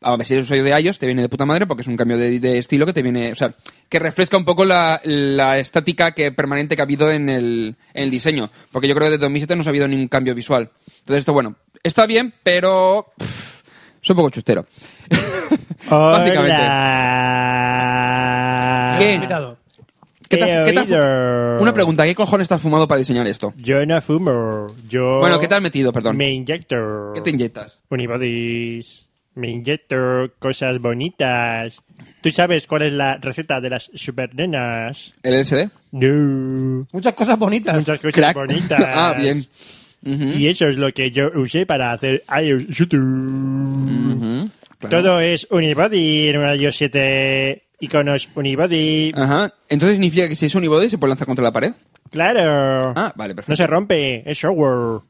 S3: A ver, si eres usuario de iOS, te viene de puta madre porque es un cambio de, de estilo que te viene, o sea, que refresca un poco la, la estática que permanente que ha habido en el, en el diseño, porque yo creo que desde 2007 no se ha habido ningún cambio visual. Entonces esto, bueno, está bien, pero pff, es un poco chustero. Básicamente.
S1: Hola.
S3: ¿Qué?
S5: Invitado.
S3: ¿Qué te ha-
S1: He
S3: qué te ha fu-
S1: oído.
S3: Una pregunta, ¿qué cojones estás fumado para diseñar esto?
S1: Yo no fumo. Yo.
S3: Bueno, ¿qué te has metido, perdón?
S1: Me inyecto.
S3: ¿Qué te inyectas?
S1: Unibodies. Me inyecto cosas bonitas. ¿Tú sabes cuál es la receta de las supernenas?
S3: ¿El LSD?
S1: No.
S5: Muchas cosas bonitas.
S1: Muchas cosas
S3: Crack.
S1: bonitas.
S3: ah, bien.
S1: Pues Y
S3: ¿Mm?
S1: eso es lo que yo usé para hacer iOS 7.
S3: Claro.
S1: Todo es unibody en un iOS 7. Iconos unibody.
S3: Ajá. Entonces significa que si es unibody se puede lanzar contra la pared.
S1: Claro.
S3: Ah, vale, perfecto.
S1: No se rompe. Es software.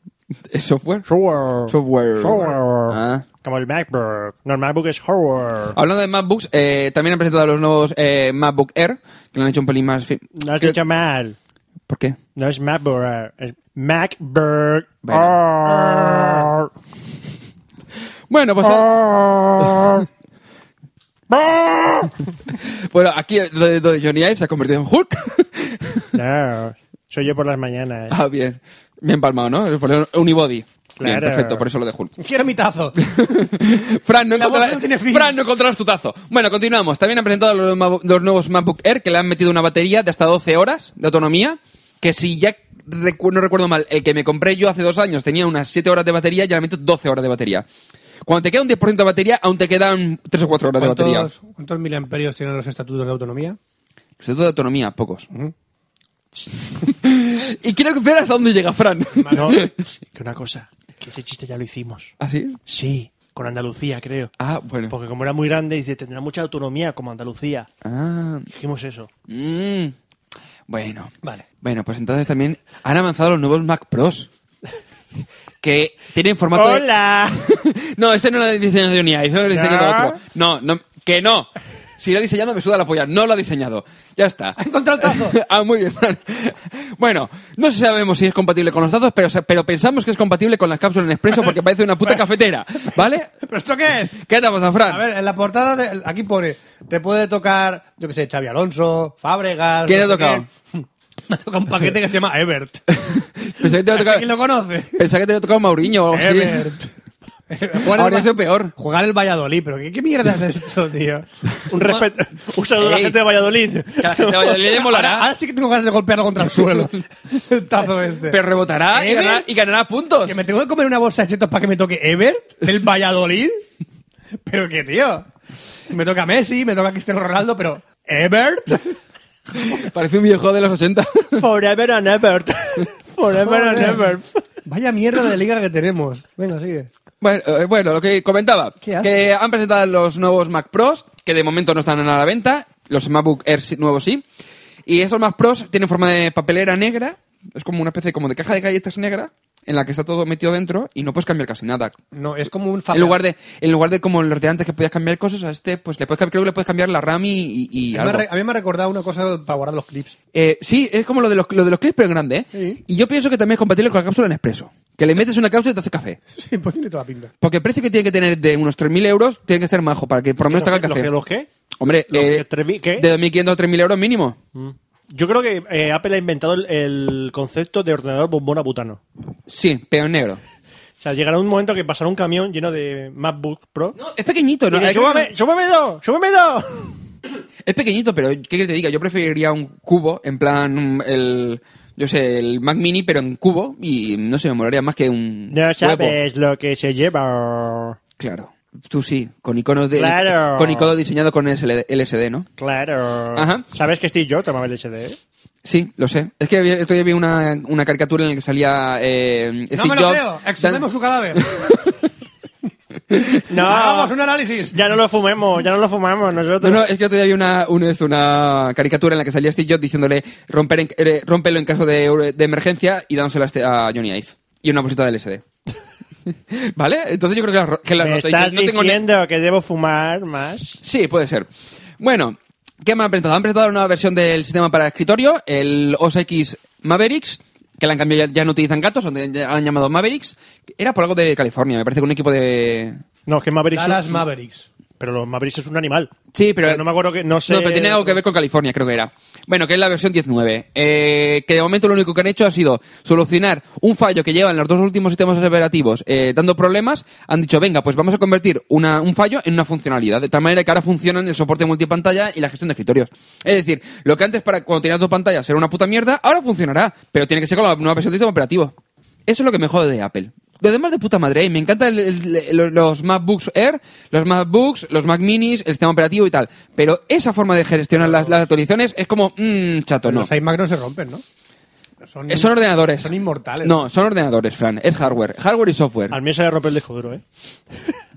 S3: ¿Es software?
S1: Software.
S3: Software.
S1: Software.
S3: Ah.
S1: Como el MacBook. No, el MacBook es hardware.
S3: Hablando de MacBooks, eh, también han presentado los nuevos eh, MacBook Air, que lo han hecho un pelín más... fi-
S1: No has
S3: creo-
S1: dicho mal.
S3: ¿Por qué?
S1: No es MacBook. ah, Es MacBook. Ah.
S3: Bueno.
S1: Arr.
S3: Bueno, pues...
S1: Ah. Arr.
S3: Bueno, aquí eh, lo de, lo de Johnny Ive se ha convertido en Hulk.
S1: No. Soy yo por las mañanas.
S3: ah, bien. Bien palmado, ¿no? Por el Unibody. Bien,
S1: Claro.
S3: perfecto, por eso lo de Hulk.
S5: Quiero mi tazo.
S3: Fran, no,
S5: La
S3: encontrarás,
S5: voz no tiene fin.
S3: Fran, no encontrarás tu tazo. Bueno, continuamos. También han presentado los, ma- los nuevos MacBook Air que le han metido una batería de hasta 12 horas de autonomía. Que si ya recu- no recuerdo mal, el que me compré yo hace dos años tenía unas 7 horas de batería, ya le meto 12 horas de batería. Cuando te queda un 10% de batería, aún te quedan 3 o 4 horas de batería.
S5: ¿Cuántos, ¿Cuántos miliamperios tienen los estatutos de autonomía?
S3: Sobre todo de autonomía, pocos. y quiero ver hasta dónde llega Fran.
S1: No. Que una cosa. Que ese chiste ya lo hicimos.
S3: ¿Ah, sí?
S1: Sí. Con Andalucía, creo.
S3: Ah, bueno.
S1: Porque como era muy grande, dice, tendrá mucha autonomía como Andalucía.
S3: Ah.
S1: Dijimos eso.
S3: Mm. Bueno.
S5: Vale.
S3: Bueno, pues entonces también han avanzado los nuevos Mac Pros. que tiene formato de-
S1: ¡Hola!
S3: no, ese no lo ha diseñado Johnny Ive, eso lo ha diseñado
S1: Ya.
S3: otro. No, no, que no. Si lo ha diseñado, me suda la polla. No lo ha diseñado. Ya está.
S5: ¡Ha encontrado el cazo!
S3: ah, muy bien, Fran. Bueno, no sabemos si es compatible con los datos, pero, pero pensamos que es compatible con las cápsulas en expreso porque parece una puta cafetera, ¿vale?
S5: ¿Pero esto qué es?
S3: ¿Qué te pasa, Fran?
S5: A ver, en la portada de- aquí pone, te puede tocar, yo qué sé, Xavi Alonso, Fábregas...
S3: ¿Quién
S5: no
S3: ha
S5: sé
S3: tocado?
S5: qué. Me ha tocado un paquete que se llama Ebert.
S3: Pensaba que te había
S5: ¿Quién lo
S3: tocado,
S5: conoce?
S3: pensaba que te había tocado Mauriño o algo así.
S5: Ebert. Jugar
S3: Ahora
S5: el-
S3: eso es peor.
S5: Jugar el Valladolid, pero ¿qué, qué mierda es esto, tío?
S1: Un, respeto, un saludo a la
S3: Ey.
S1: gente de Valladolid.
S3: Que a la gente de Valladolid le
S5: Ahora,
S3: molará,
S5: ahora sí que tengo ganas de golpearlo contra el suelo. El tazo este.
S3: pero rebotará y
S5: Ebert.
S3: ganará, y ganará puntos.
S5: ¿Que me tengo que comer una bolsa de chetos para que me toque Ebert del Valladolid? ¿Pero qué, tío? Me toca Messi, me toca Cristiano Ronaldo, pero ¿Ebert?
S3: Parece un videojuego de los 80.
S1: Forever and ever. Forever and
S5: Joder.
S1: ever.
S5: Vaya mierda de liga que tenemos. Venga, sigue.
S3: Bueno, eh, bueno, lo que comentaba,
S5: Qué asco.
S3: que han presentado los nuevos Mac Pros, que de momento no están a la venta, los MacBook Air sí- nuevos sí, y estos Mac Pros tienen forma de papelera negra, es como una especie como de caja de galletas negra, en la que está todo metido dentro y no puedes cambiar casi nada.
S5: No, es como un
S3: En lugar de, en lugar de como los de antes que podías cambiar cosas, a este pues le puedes, cam- creo que le puedes cambiar la RAM y, y- y
S5: A mí, me ha
S3: algo.
S5: re- a mí me ha recordado una cosa para guardar los clips.
S3: Eh, sí, es como lo de los, lo de los clips, pero en grande, ¿eh?
S5: Sí.
S3: Y yo pienso que también es compatible con la cápsula en expreso. Que le metes una cápsula y te hace café.
S5: Sí, pues tiene toda pinta.
S3: Porque el precio que tiene que tener de unos 3.000 euros tiene que ser majo para que por lo menos te haga el
S1: ¿Los
S3: café.
S1: que- los que?
S3: Hombre,
S1: los
S3: eh,
S1: que 3.000, ¿qué?
S3: de 2.500 a 3.000 euros mínimo.
S1: Yo creo que eh, Apple ha inventado el, el concepto de ordenador bombona butano.
S3: Sí, pero en negro.
S1: O sea, llegará un momento que pasará un camión lleno de MacBook Pro.
S3: No, es pequeñito. No,
S1: Y dice,
S3: Es que
S1: ¡Súbame,
S3: no-
S1: súbame dos! ¡Súbame dos!
S3: es pequeñito, pero ¿qué quieres que te diga? Yo preferiría un cubo, en plan un- el... Yo sé, el Mac Mini, pero en cubo. Y no sé, me molaría más que un
S1: No
S3: huevo.
S1: sabes lo que se lleva.
S3: Claro. Tú sí, con iconos de...
S1: Claro.
S3: Con icono diseñado con SL LSD, ¿no?
S1: Claro.
S3: Ajá.
S1: ¿Sabes que Steve Jobs tomaba el eh? SD?
S3: Sí, lo sé. Es que había- todavía vi una, una caricatura en la que salía eh, Steve
S5: ¡No me lo
S3: Jobs
S5: creo!
S3: dan-
S5: ¡Exhumemos su cadáver! ¡Hagamos un
S1: ¡No!
S5: análisis!
S1: Ya no lo fumemos, ya no lo fumamos nosotros.
S3: No, no, es que todavía había una, una, es una caricatura en la que salía Steve Jobs diciéndole romper en- eh, rómpelo en caso de, de emergencia y dándosela a este- a Johnny Ive. Y una bolsita del SD. ¿Vale? Entonces yo creo que la, ro- que la has
S1: ¿Me
S3: roto.
S1: estás
S3: Dices, no tengo ni-
S1: diciendo que debo fumar más?
S3: Sí, puede ser. Bueno, ¿qué me han presentado? Han presentado una nueva versión del sistema para escritorio, el OS X Mavericks, que la han cambiado, ya, ya no utilizan gatos, son de- ya la han llamado Mavericks. Era por algo de California, me parece que un equipo de...
S1: No, es que Mavericks...
S5: Dallas
S1: son-
S5: Mavericks.
S1: Pero los Mavericks es un animal.
S3: Sí, pero,
S1: Pero no me acuerdo que- no sé-
S3: pero tiene algo que ver con California, creo que era. Bueno, que es la versión 19. eh, que de momento lo único que han hecho ha sido solucionar un fallo que llevan los dos últimos sistemas operativos eh, dando problemas. Han dicho, venga, pues vamos a convertir una- un fallo en una funcionalidad. De tal manera que ahora funcionan el soporte multipantalla y la gestión de escritorios. Es decir, lo que antes para cuando tenías dos pantallas era una puta mierda, ahora funcionará. Pero tiene que ser con la nueva versión del sistema operativo. Eso es lo que me jode de Apple. Lo demás de puta madre, ¿eh? me encantan los MacBooks Air, los MacBooks, los Mac Minis, el sistema operativo y tal. Pero esa forma de gestionar las, las actualizaciones es como, mmm, chato, no.
S5: Los iMac no se rompen, ¿no? Son,
S3: Eh, Son ordenadores.
S5: son inmortales.
S3: No, son ordenadores, Fran. Es hardware. Hardware y software.
S1: Al mío se le rompe el disco duro, ¿eh?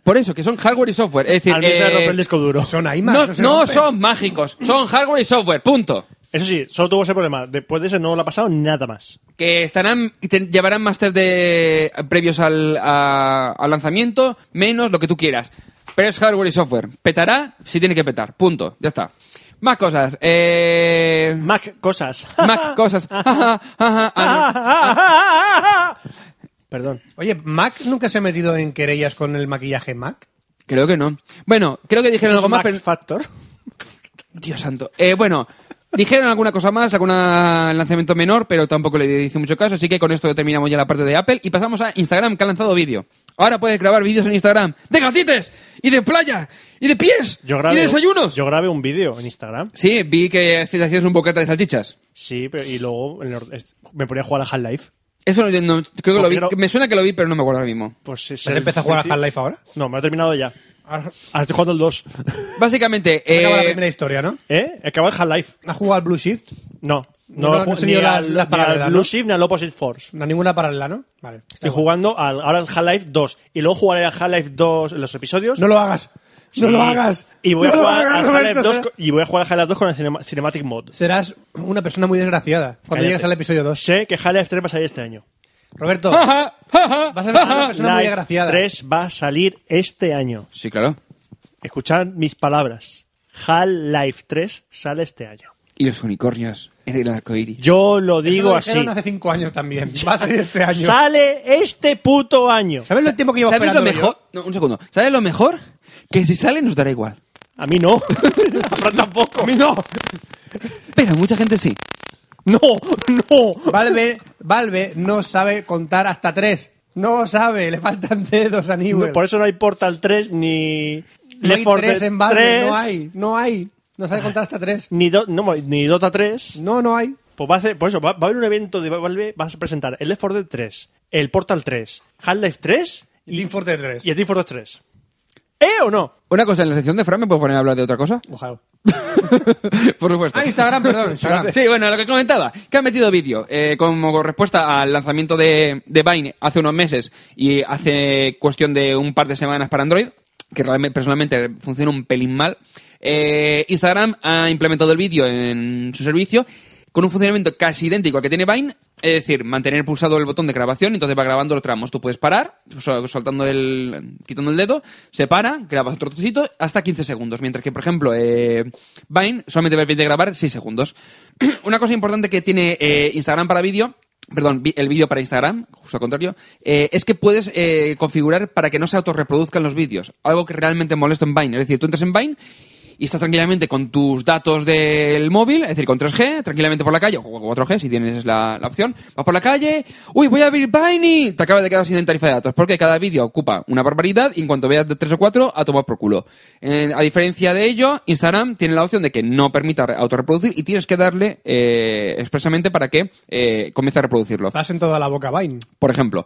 S3: Por eso, que son hardware y software. Es decir,
S1: Al mío se
S3: eh,
S1: le rompe el disco duro.
S5: Son iMac.
S3: no,
S5: se
S3: no
S5: rompen.
S3: son mágicos. Son hardware y software. Punto.
S1: Eso sí, solo tuvo ese problema. Después de ese no lo ha pasado nada más.
S3: que estarán te- llevarán máster de eh, previos al, a- al lanzamiento menos lo que tú quieras pero es hardware y software petará si tiene que petar punto ya está más cosas eh,
S1: Mac cosas.
S3: Mac cosas Ajá, ajá, ah, no. Ah,
S1: Perdón.
S5: Oye, ¿Mac nunca se ha metido en querellas con el maquillaje Mac?
S3: creo que no bueno creo que dijeron
S1: ¿Eso es
S3: algo más
S1: Mac
S3: pero-
S1: Factor?
S3: Dios santo. Eh, bueno, dijeron alguna cosa más, algún lanzamiento menor, pero tampoco le hice mucho caso, así que con esto terminamos ya la parte de Apple y pasamos a Instagram, que ha lanzado vídeo. Ahora puedes grabar vídeos en Instagram de gatites y de playa y de pies
S1: Yo
S3: y
S1: grabé,
S3: de desayunos.
S1: Yo grabé un vídeo en Instagram.
S3: Sí, vi que hacías hacías un bocata de salchichas.
S1: Sí, pero, y luego en el or- es- me ponía a jugar a Half-Life.
S3: Eso no- no- creo que lo vi.
S1: Porque no-
S3: Me suena que lo vi, pero no me acuerdo ahora mismo.
S1: Pues sí,
S5: ¿Has empezado a jugar a Half-Life ahora?
S1: No, me ha terminado ya.
S5: Ahora
S1: Ahora estoy jugando el 2.
S3: Básicamente,
S5: se acaba la
S3: eh,
S5: primera historia, ¿no?
S1: ¿Eh? Acaba el Half-Life.
S5: ¿Has jugado al Blue Shift?
S1: No. No,
S5: No, no
S1: he
S5: he
S1: jugado
S5: seguido
S1: ni
S5: las-
S1: al,
S5: las
S1: ni al
S5: paralelas,
S1: Blue
S5: ¿no?
S1: Shift ni al Opposite Force.
S5: No, ninguna paralela, ¿no? Vale. está
S1: Estoy
S5: guay.
S1: jugando al, ahora al Half-Life 2. Y luego jugaré al Half-Life 2 en los episodios.
S5: No lo hagas.
S1: Sí.
S5: No lo hagas.
S1: Y voy a
S5: No lo
S1: jugar
S5: hagas,
S1: al
S5: Roberto, ¿eh?
S1: Half-Life 2
S5: será-
S1: con- y voy a jugar al Half-Life 2 con el cinema- Cinematic Mod.
S5: Serás una persona muy desgraciada cuando
S1: Cállate.
S5: llegues al episodio 2.
S1: Sé que Half-Life 3 va a salir este año.
S5: Roberto,
S3: Ajá, ajá.
S5: vas a ser una persona muy
S1: Life
S5: agraciada.
S1: 3 va a salir este año.
S3: Sí, claro.
S1: Escuchad mis palabras. Half-Life 3 sale este año.
S3: Y los unicornios en el arco iris.
S1: Yo lo
S5: Eso
S1: digo
S5: lo
S1: así.
S5: dijeron hace cinco años también. Va a salir este año.
S1: Sale este puto año.
S5: ¿Sabes lo tiempo que llevo
S3: ¿Sabes
S5: esperando
S3: lo mejor? No, un segundo. ¿Sabes lo mejor? Que si sale nos dará igual.
S1: A mí no. A Fran tampoco.
S3: no! Pero mucha gente sí.
S1: No, no.
S5: yo? Valve, Valve no sabe contar hasta tres. No sabe, le faltan dedos a Newell.
S1: Por eso no hay Portal 3 ni
S5: No
S1: Left
S5: hay
S1: 4
S5: tres
S1: Dead
S5: en Valve,
S1: 3,
S5: no hay, no hay. No sabe contar hasta tres.
S1: Ni, Do- no, ni Dota 3.
S5: No, no hay.
S1: Pues va a hacer, por eso, va, va a haber un evento de Valve, vas a presentar el Left 4 Dead 3, el Portal 3, Half-Life 3
S5: Y Team
S1: y,
S5: Fortress 3.
S1: y el Team Fortress 3. ¿Eh o no?
S3: Una cosa, en la sección de Fran, ¿me puedo poner a hablar de otra cosa?
S5: Ojalá.
S3: Por supuesto.
S5: Ah, Instagram, perdón. Instagram.
S3: Sí, bueno, lo que comentaba, que han metido vídeo eh, como respuesta al lanzamiento de, de Vine hace unos meses y hace cuestión de un par de semanas para Android, que realmente, personalmente funciona un pelín mal. Eh, Instagram ha implementado el vídeo en su servicio con un funcionamiento casi idéntico al que tiene Vine, es decir, mantener pulsado el botón de grabación, entonces va grabando los tramos. Tú puedes parar, sol- soltando el, quitando el dedo, se para, grabas otro trocito hasta 15 segundos. Mientras que, por ejemplo, eh, Vine solamente permite grabar 6 segundos. Una cosa importante que tiene eh, Instagram para vídeo, perdón, vi- el vídeo para Instagram, justo al contrario, eh, es que puedes eh, configurar para que no se autorreproduzcan los vídeos. Algo que realmente molesta en Vine. Es decir, tú entras en Vine y estás tranquilamente con tus datos del móvil, es decir, con 3G, tranquilamente por la calle, o con 4G si tienes la, la opción, vas por la calle, uy, voy a abrir Vine y te acabas de quedar sin tarifa de datos, porque cada vídeo ocupa una barbaridad y en cuanto veas de 3 o 4, a tomar por culo. Eh, a diferencia de ello, Instagram tiene la opción de que no permita re- autorreproducir y tienes que darle eh, expresamente para que eh, comience a reproducirlo
S5: Estás en toda la boca, Vine.
S3: por ejemplo.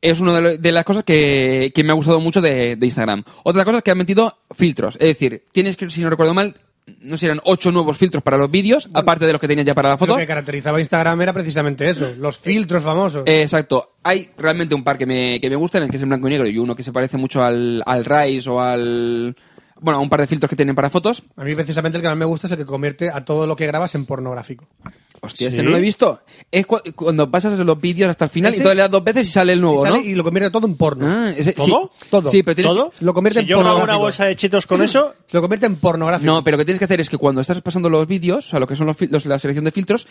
S3: Es una de, lo- de las cosas que, que me ha gustado mucho de, de Instagram. Otra cosa es que han metido filtros. Es decir, tienes que, si no recuerdo mal, no sé, eran ocho nuevos filtros para los vídeos, aparte de los que tenías ya para la foto.
S5: Lo que caracterizaba a Instagram era precisamente eso, los filtros famosos.
S3: Eh, exacto. Hay realmente un par que me, que me gustan, el que es en blanco y negro, y uno que se parece mucho al, al Rise o al... Bueno, a un par de filtros que tienen para fotos.
S5: a mí precisamente el que más me gusta es el que convierte a todo lo que grabas en pornográfico.
S3: Hostia,
S1: ¿Sí?
S3: ese no lo he visto. Es cu- cuando pasas los vídeos hasta el final
S5: Ese-
S3: y todo le das dos veces y sale el nuevo,
S5: y, sale
S3: ¿no?
S5: y lo convierte todo en porno.
S3: Ah, ese-
S5: ¿Todo?
S3: Sí,
S5: Todo.
S3: Sí, pero tienes
S1: ¿Todo?
S5: Lo convierte
S1: si
S5: en
S1: yo hago una
S5: pornográfico.
S1: bolsa de chetos con eso,
S5: Lo convierte en pornográfico.
S3: No, pero lo que tienes que hacer es que cuando estás pasando los vídeos, a lo que son los, fil- los- la selección de filtros,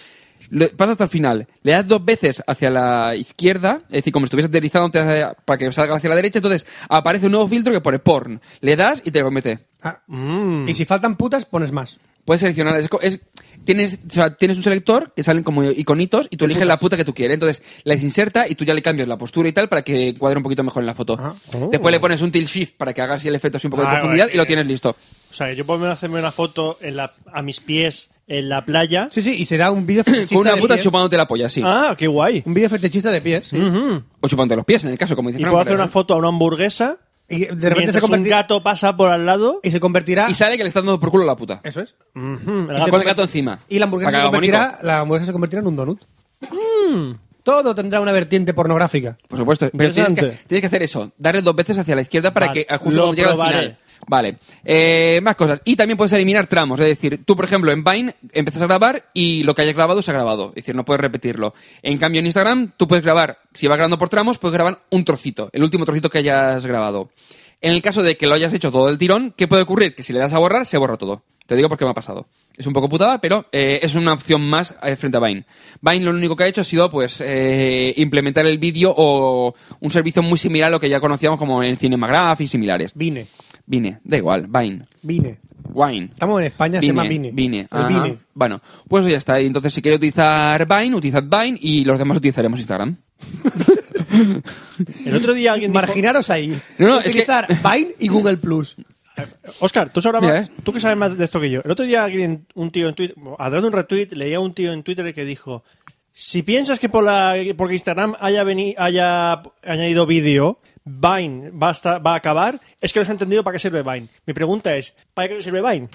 S3: lo- pasas hasta el final. Le das dos veces hacia la izquierda, es decir, como si estuvieses deslizando para que salga hacia la derecha, entonces aparece un nuevo filtro que pone porn. Le das y te lo convierte.
S5: Ah,
S3: Mm.
S5: Y si faltan putas, pones más.
S3: Puedes seleccionar. es co- es- tienes, o sea, tienes un selector que salen como iconitos y tú eliges la puta que tú quieres. Entonces las inserta y tú ya le cambias la postura y tal para que cuadre un poquito mejor en la foto. Después le pones un tilt shift para que hagas el efecto así un poco de
S1: oh. Ah,
S3: profundidad
S1: vale.
S3: y lo tienes listo.
S1: o sea, yo puedo hacerme una foto en la, a mis pies en la playa.
S5: Sí, sí, y será un vídeo
S3: Con
S5: fetichista
S3: una
S5: de
S3: puta
S5: pies.
S3: chupándote la polla, sí.
S1: Ah, qué guay.
S5: Un vídeo fetichista de pies. sí.
S3: O chupándote los pies, en el caso, como dice
S1: Y
S3: Fran,
S1: puedo
S3: por
S1: hacer una
S3: ejemplo.
S1: foto a una hamburguesa.
S5: Y de repente
S1: mientras
S5: se Eh,
S1: un
S5: convertirá...
S1: gato pasa por al lado.
S5: Y se convertirá...
S3: Y sale que le está dando por culo a la puta.
S1: Eh,
S5: Eso es.
S1: Ujú, el
S3: Y se
S1: gato-
S3: pone el gato encima.
S5: Y la hamburguesa,
S3: Para
S5: se
S3: que haga
S5: convertirá,
S3: bonito.
S5: la hamburguesa se convertirá en un donut. Todo tendrá una vertiente pornográfica.
S3: Por supuesto. Pero tienes que,
S1: Interesante.
S3: tienes que hacer eso. Darle dos veces hacia la izquierda para
S1: Vale,
S3: que ah, justo
S1: lo
S3: cuando llegue al
S1: probaré.
S3: final. Vale. Eh, más cosas. Y también puedes eliminar tramos. Es decir, tú, por ejemplo, en Vine empiezas a grabar y lo que hayas grabado se ha grabado. Es decir, no puedes repetirlo. En cambio, en Instagram, tú puedes grabar, si vas grabando por tramos, puedes grabar un trocito. El último trocito que hayas grabado. En el caso de que lo hayas hecho todo el tirón, ¿qué puede ocurrir? Que si le das a borrar, se borra todo. Te digo porque me ha pasado. Es un poco putada, pero eh, es una opción más eh, frente a Vine. Vine lo único que ha hecho ha sido pues eh, implementar el vídeo o un servicio muy similar a lo que ya conocíamos como en Cinemagraph y similares.
S5: Vine.
S3: Vine, da igual, Vine.
S5: Vine.
S3: Wine.
S5: Estamos en España, se llama Vine.
S3: Vine.
S5: El
S3: ajá.
S5: Vine.
S3: Bueno, pues ya está. Y Entonces, si queréis utilizar Vine, utilizad Vine y los demás utilizaremos Instagram.
S1: El otro día alguien dijo,
S5: Marginaros ahí.
S3: No, no, es que-
S5: Utilizar Vine y Google Plus.
S1: Oscar, tú, sabrás
S3: Mira,
S1: más- tú que sabes más de esto que yo. El otro día alguien, un tío en Twitter, a través de un retweet, leía a un tío en Twitter que dijo, si piensas que por la, porque Instagram haya, veni- haya añadido vídeo, Vine va a, estar- va a acabar, es que no se ha entendido para qué sirve Vine. Mi pregunta es, ¿para qué sirve Vine?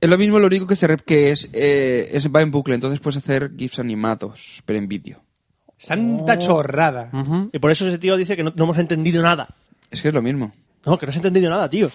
S3: Es lo mismo, lo único que, se rep- que es, eh, es va en bucle. Entonces puedes hacer GIFs animados, pero en vídeo.
S5: Santa chorrada.
S1: Y por eso ese tío dice que no, no hemos entendido nada.
S3: Es que es lo mismo.
S1: No, que no has entendido nada, tío.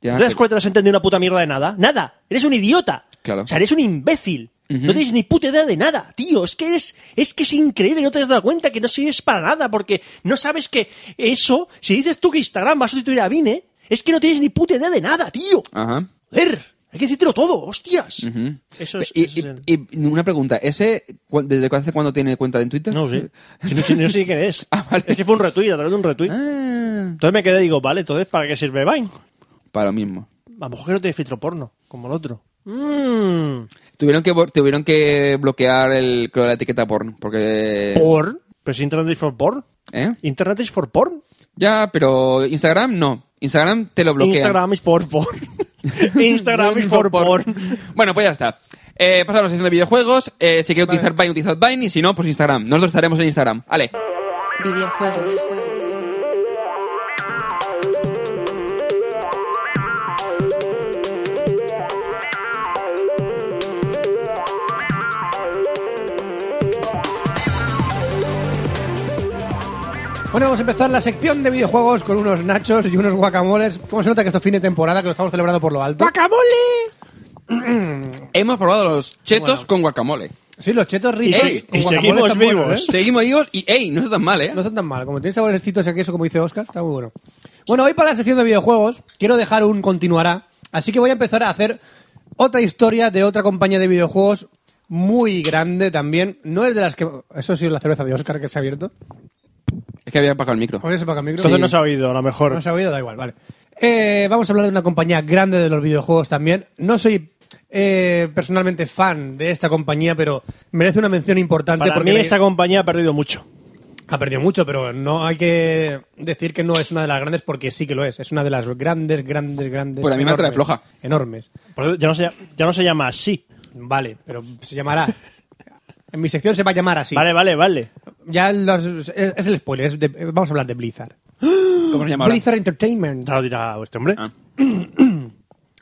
S3: Ya,
S1: ¿No te das
S3: que-
S1: cuenta que no has entendido una puta mierda de nada? ¡Nada! ¡Eres un idiota!
S3: Claro.
S1: O sea, eres un imbécil. No tienes ni puta idea de nada, tío. Es que es, es que es increíble, no te has dado cuenta que no sirves para nada, porque no sabes que eso, si dices tú que Instagram va a sustituir a Vine, es que no tienes ni puta idea de nada, tío.
S3: Ajá.
S1: Joder, hay que decírtelo todo, hostias.
S3: Ah. Ujú.
S1: Eso es.
S3: Y,
S1: eso es el-
S3: y- y una pregunta, ¿ese cu- desde hace cuándo tiene cuenta en Twitter?
S1: No sé. No sé, no sé quién es.
S3: Ah, vale.
S1: Es que fue un retweet, a través de un retweet.
S3: Ah,
S1: Entonces me quedé y digo, vale, entonces, ¿para qué sirve Vine?
S3: para lo mismo.
S1: A lo mejor que no tiene filtro porno, como el otro. Mm,
S3: Tuvieron que bo- tuvieron que bloquear el creo, la etiqueta porno porque
S1: ¿Por? Pues Internet is for porn.
S3: ¿eh?
S1: Internet is for porn.
S3: Ya, pero Instagram no. Instagram te lo bloquea.
S1: Instagram is for porn. Instagram is for porn.
S3: Bueno, pues ya está. Eh, pasamos a la sección de videojuegos. Eh, si quieres utilizar Vine, utilizad Vine. Y si no, pues Instagram. Nosotros estaremos en Instagram. Vale.
S4: videojuegos,
S5: Bueno, vamos a empezar la sección de videojuegos con unos nachos y unos guacamoles. ¿Cómo se nota que esto es fin de temporada, que lo estamos celebrando por lo alto?
S3: Hemos probado los chetos con guacamole.
S5: Sí, los chetos
S1: Y,
S5: ricos.
S1: se-
S5: con
S1: y
S5: guacamole
S1: seguimos
S5: están buenos,
S1: vivos.
S5: ¿eh?
S3: Seguimos vivos y, ey, no está tan mal, ¿eh?
S5: No están tan mal. Como tienen saborecitos a queso, como dice Oscar, está muy bueno. Bueno, hoy para la sección de videojuegos quiero dejar un continuará. Así que voy a empezar a hacer otra historia de otra compañía de videojuegos muy grande también. No es de las que... Eso sí es la cerveza de Oscar que se ha abierto.
S3: Es que había apagado el micro.
S5: Oye, se apaga el micro.
S1: Entonces
S3: Sí.
S1: no se ha oído, a lo mejor.
S5: No se ha oído, da igual, vale. Eh, vamos a hablar de una compañía grande de los videojuegos también. No soy eh, personalmente fan de esta compañía, pero merece una mención importante
S1: Para
S5: porque
S1: mí
S5: le-
S1: esa compañía ha perdido mucho.
S5: ha perdido mucho, pero no hay que decir que no es una de las grandes porque sí que lo es. Es una de las grandes, grandes, grandes.
S3: Pues a mí me atrae
S5: enormes,
S3: floja.
S5: Enormes.
S1: Por eso ya, no se, ya no se llama así.
S5: Vale, pero se llamará. en mi sección se va a llamar así.
S1: Vale, vale, vale.
S5: Ya los- es, es el spoiler. es de- vamos a hablar de Blizzard.
S3: ¿Cómo se llama ahora?
S5: Blizzard Entertainment.
S1: Ya lo dirá este hombre.
S3: Ah.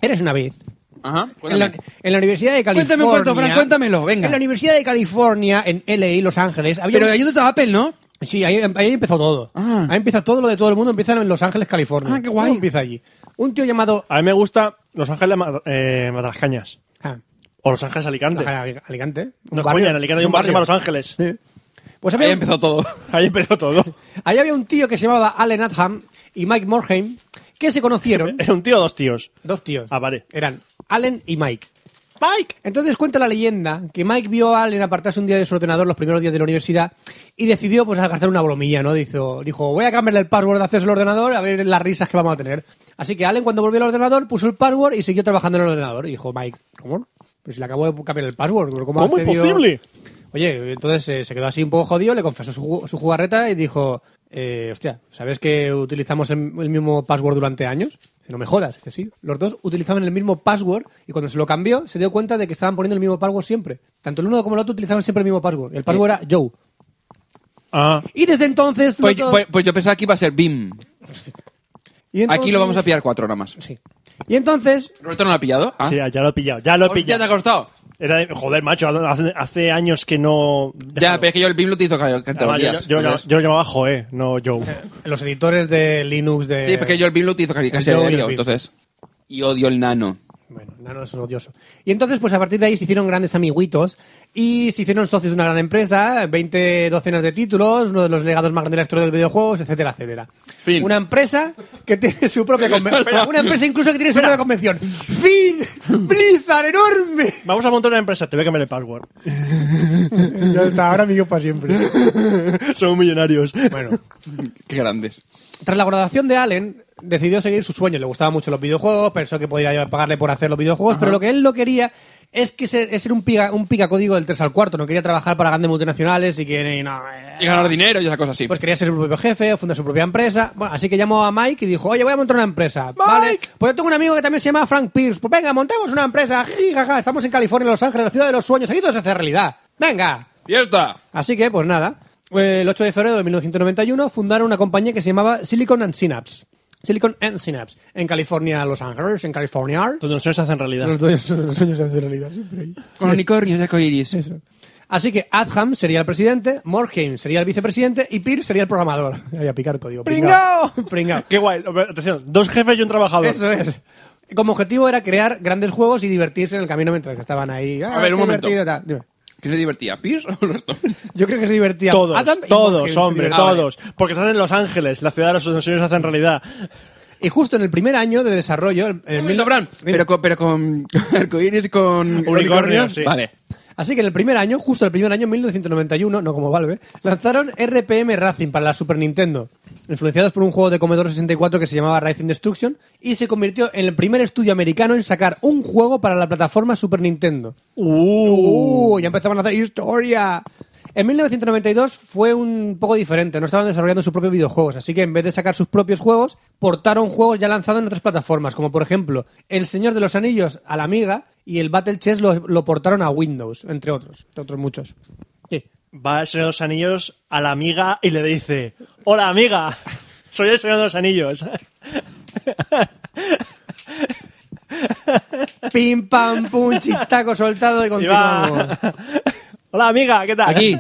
S5: Eres una vez.
S3: Ajá.
S5: En la,
S3: cuéntame.
S5: en la Universidad de California.
S3: Cuéntame un cuento, Fran, cuéntamelo, venga.
S5: En la Universidad de California, en LA, Los Ángeles, había.
S3: Pero
S5: un-
S3: ayúdate a Apple, ¿no?
S5: Sí, ahí, ahí empezó todo.
S3: Ah.
S5: Ahí empieza todo lo de todo el mundo, empieza en Los Ángeles, California.
S3: Ah, qué guay.
S5: Todo empieza allí. Un tío llamado.
S1: A mí me gusta Los Ángeles Ma- eh, Matrascañas.
S5: ah,
S1: O Los Ángeles Alicante.
S5: Alicante.
S1: No es coña, en Alicante hay un barrio llamado Los Ángeles.
S5: Sí. Pues había
S3: Ahí
S5: un-
S3: empezó todo.
S1: Ahí empezó todo.
S5: ahí había un tío que se llamaba Allen Adham y Mike Morhaime que se conocieron.
S1: Era un tío o dos tíos.
S5: dos tíos.
S1: Ah, vale.
S5: Eran Allen y Mike.
S1: ¡Mike!
S5: Entonces cuenta la leyenda que Mike vio a Allen apartarse un día de su ordenador los primeros días de la universidad y decidió pues a gastar una bromilla, ¿no? Dijo, dijo, voy a cambiarle el password de acceso al ordenador a ver las risas que vamos a tener. Así que Allen cuando volvió al ordenador puso el password y siguió trabajando en el ordenador. Y dijo, Mike, ¿cómo? Pues si le acabo de cambiar el password. ¿Cómo, ha
S1: ¿Cómo es
S5: accedido?".
S1: posible?
S5: Oye, entonces eh, se quedó así un poco jodido, le confesó su, ju- su jugarreta y dijo, eh, hostia, ¿sabes que utilizamos el, el mismo password durante años? Dice, no me jodas, dice, sí. Los dos utilizaban el mismo password y cuando se lo cambió se dio cuenta de que estaban poniendo el mismo password siempre. Tanto el uno como el otro utilizaban siempre el mismo password. El password era Joe.
S1: Ah,
S5: Y desde entonces...
S3: Pues,
S5: los dos-
S3: pues- pues yo pensaba que iba a ser BIM.
S5: y entonces-
S3: Aquí lo vamos a pillar cuatro nada más.
S5: Sí. Y entonces...
S3: ¿Roberto no lo ha pillado? Ah.
S1: sí, ya lo he pillado. Ya lo he
S3: Hostia, te ha
S1: pillado.
S3: costado.
S1: Era de- joder, macho, hace, hace años que no.
S3: Ya, pero es que yo el BIM lo utilizo cada cada
S1: Además,
S3: dos
S1: Ah, yo, yo-
S3: días.
S1: yo-
S3: entonces-
S1: yo lo llamaba Joe, no Joe.
S5: Los editores de Linux de...
S3: Sí, porque yo el BIM lo utilizo casi casi a
S5: Joe y el
S3: diario,
S5: Bim.
S3: entonces. Y odio el nano.
S5: Bueno, Nano es un odioso. Y entonces, pues a partir de ahí se hicieron grandes amiguitos y se hicieron socios de una gran empresa, 20 docenas de títulos, uno de los legados más grandes de la historia de los videojuegos, etcétera, etcétera.
S3: Fin.
S5: Una empresa que tiene su propia convención. una empresa incluso que tiene su propia convención. ¡Fin! ¡Blizzard enorme!
S1: Vamos a montar una empresa, te voy a cambiar el password.
S5: ya está, ahora amigos para siempre.
S1: Somos millonarios.
S5: Bueno.
S3: Qué grandes.
S5: Tras la graduación de Allen, decidió seguir su sueño. Le gustaban mucho los videojuegos, pensó que podía pagarle por hacer los videojuegos, pero lo que él lo quería es que ser, es ser un pica, un pica código del 3 al 4. No quería trabajar para grandes multinacionales y que y no, eh,
S3: Y ganar dinero y esas cosas así.
S5: pues quería ser su propio jefe o fundar su propia empresa. Bueno, así que llamó a Mike y dijo, oye, voy a montar una empresa. Vale, pues yo tengo un amigo que también se llama Frank Pierce. Pues venga, montemos una empresa. Jiji, jaja, Estamos en California, Los Ángeles, la ciudad de los sueños. Aquí todo se hace realidad. Venga.
S3: ¡Fiesta!
S5: Así que, pues nada, eh, el 8 de febrero de 1991 fundaron una compañía que se llamaba Silicon and Synapse. Silicon and Synapse, en California, Los Ángeles, en California.
S1: Donde no se hace en realidad.
S5: Los dueños- los sueños se hacen realidad, siempre ahí.
S3: Con unicornios de arcoiris.
S5: Eso. Así que Adham sería el presidente, Morheim sería el vicepresidente y Peer sería el programador. Voy a picar código.
S1: ¡Pringao!
S5: Pringao.
S1: Qué guay. Atención, dos jefes y un trabajador.
S5: Eso es. como objetivo era crear grandes juegos y divertirse en el camino mientras que estaban ahí. Ah,
S3: A ver, un
S5: qué
S3: momento.
S5: divertido, tal. Dime.
S3: ¿Qué le divertía? ¿Pierce o Alberto?
S5: Yo creo que se divertía.
S1: Todos,
S5: Adam y Morgan Ah,
S1: todos,
S5: se
S1: hombre,
S5: divertían.
S1: todos. Porque están en Los Ángeles, la ciudad de los sueños se hacen realidad.
S5: Y justo en el primer año de desarrollo, en el
S3: Un
S5: mil-
S3: momento, Fran. Pero con, pero con arcoíris, con
S1: Unicornio,
S3: unicornios.
S1: sí.
S3: Vale.
S5: Así que en el primer año, justo el primer año, 1991, no como Valve, lanzaron RPM Racing para la Super Nintendo, influenciados por un juego de Commodore 64 que se llamaba Racing Destruction, y se convirtió en el primer estudio americano en sacar un juego para la plataforma Super Nintendo. ¡Uh! ya empezaban a hacer historia. En 1992 fue un poco diferente, no estaban desarrollando sus propios videojuegos, así que en vez de sacar sus propios juegos, portaron juegos ya lanzados en otras plataformas, como por ejemplo El Señor de los Anillos a la Amiga y el Battle Chess lo, lo portaron a Windows, entre otros, entre otros muchos. Sí.
S1: Va el Señor de los Anillos a la amiga y le dice: Hola, amiga, soy el Señor de los Anillos.
S5: Pim, pam, pum, chistaco soltado y
S1: Y va.
S5: continuamos.
S1: Hola, amiga, ¿qué tal?
S3: Aquí.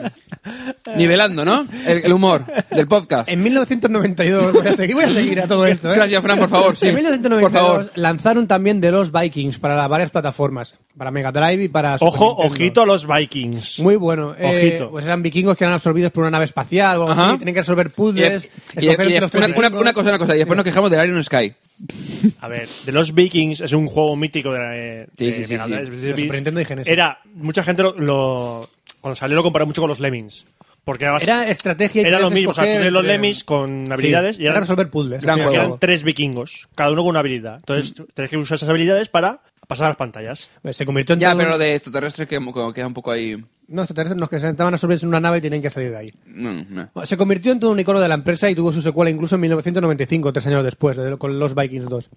S3: Nivelando, ¿no? El, el humor del podcast.
S5: En 1992, voy a seguir, voy a, seguir a todo esto. ¿eh?
S3: Gracias, Fran, por favor. Sí.
S5: En
S3: Por
S5: 1992
S3: favor.
S5: lanzaron también The Lost Vikings para las varias plataformas, para Mega Drive y para Super
S1: Ojo,
S5: Nintendo.
S1: ojito a los Vikings.
S5: Muy bueno. Eh,
S1: Ojito.
S5: Pues eran vikingos que eran absorbidos por una nave espacial o algo
S3: Ajá.
S5: así. Tienen que resolver
S3: Y- y-
S5: puzzles.
S3: y-
S5: escoger
S3: y-
S5: entre los tres
S3: una, una-
S5: vikingos.
S3: una cosa, una cosa. Y después nos quejamos del Iron Sky.
S1: A ver, The Lost Vikings es un juego mítico de, la- de
S3: Sí, sí, sí,
S1: Mega
S3: sí.
S1: Drive. Es decir,
S5: De Super Nintendo y Genesis.
S1: Era, mucha gente lo, lo- cuando salió lo comparó mucho con los Lemmings. Porque era,
S5: Era estrategia y
S1: era lo
S5: tenías que
S1: mismo, o sea,
S5: escoger
S1: tú tenías los
S5: entre-
S1: Lemmings con
S5: Sí,
S1: habilidades y
S5: era
S1: eran,
S5: resolver puzzles.
S3: Gran
S5: al fin y al
S1: eran
S3: juego.
S1: tres vikingos, cada uno con una habilidad. Entonces tú tenías que usar esas habilidades para pasar a las pantallas.
S5: cabo. Se convirtió en
S3: Ya,
S5: todo
S3: pero
S5: un-
S3: lo de extraterrestres que como queda un poco ahí.
S5: No, extraterrestres los que se estaban absorbidos en una nave y tenían que salir de ahí.
S3: No, no.
S5: Bueno, Se convirtió en todo un icono de la empresa y tuvo su secuela incluso en 1995, tres años después, de- con Los Vikings 2.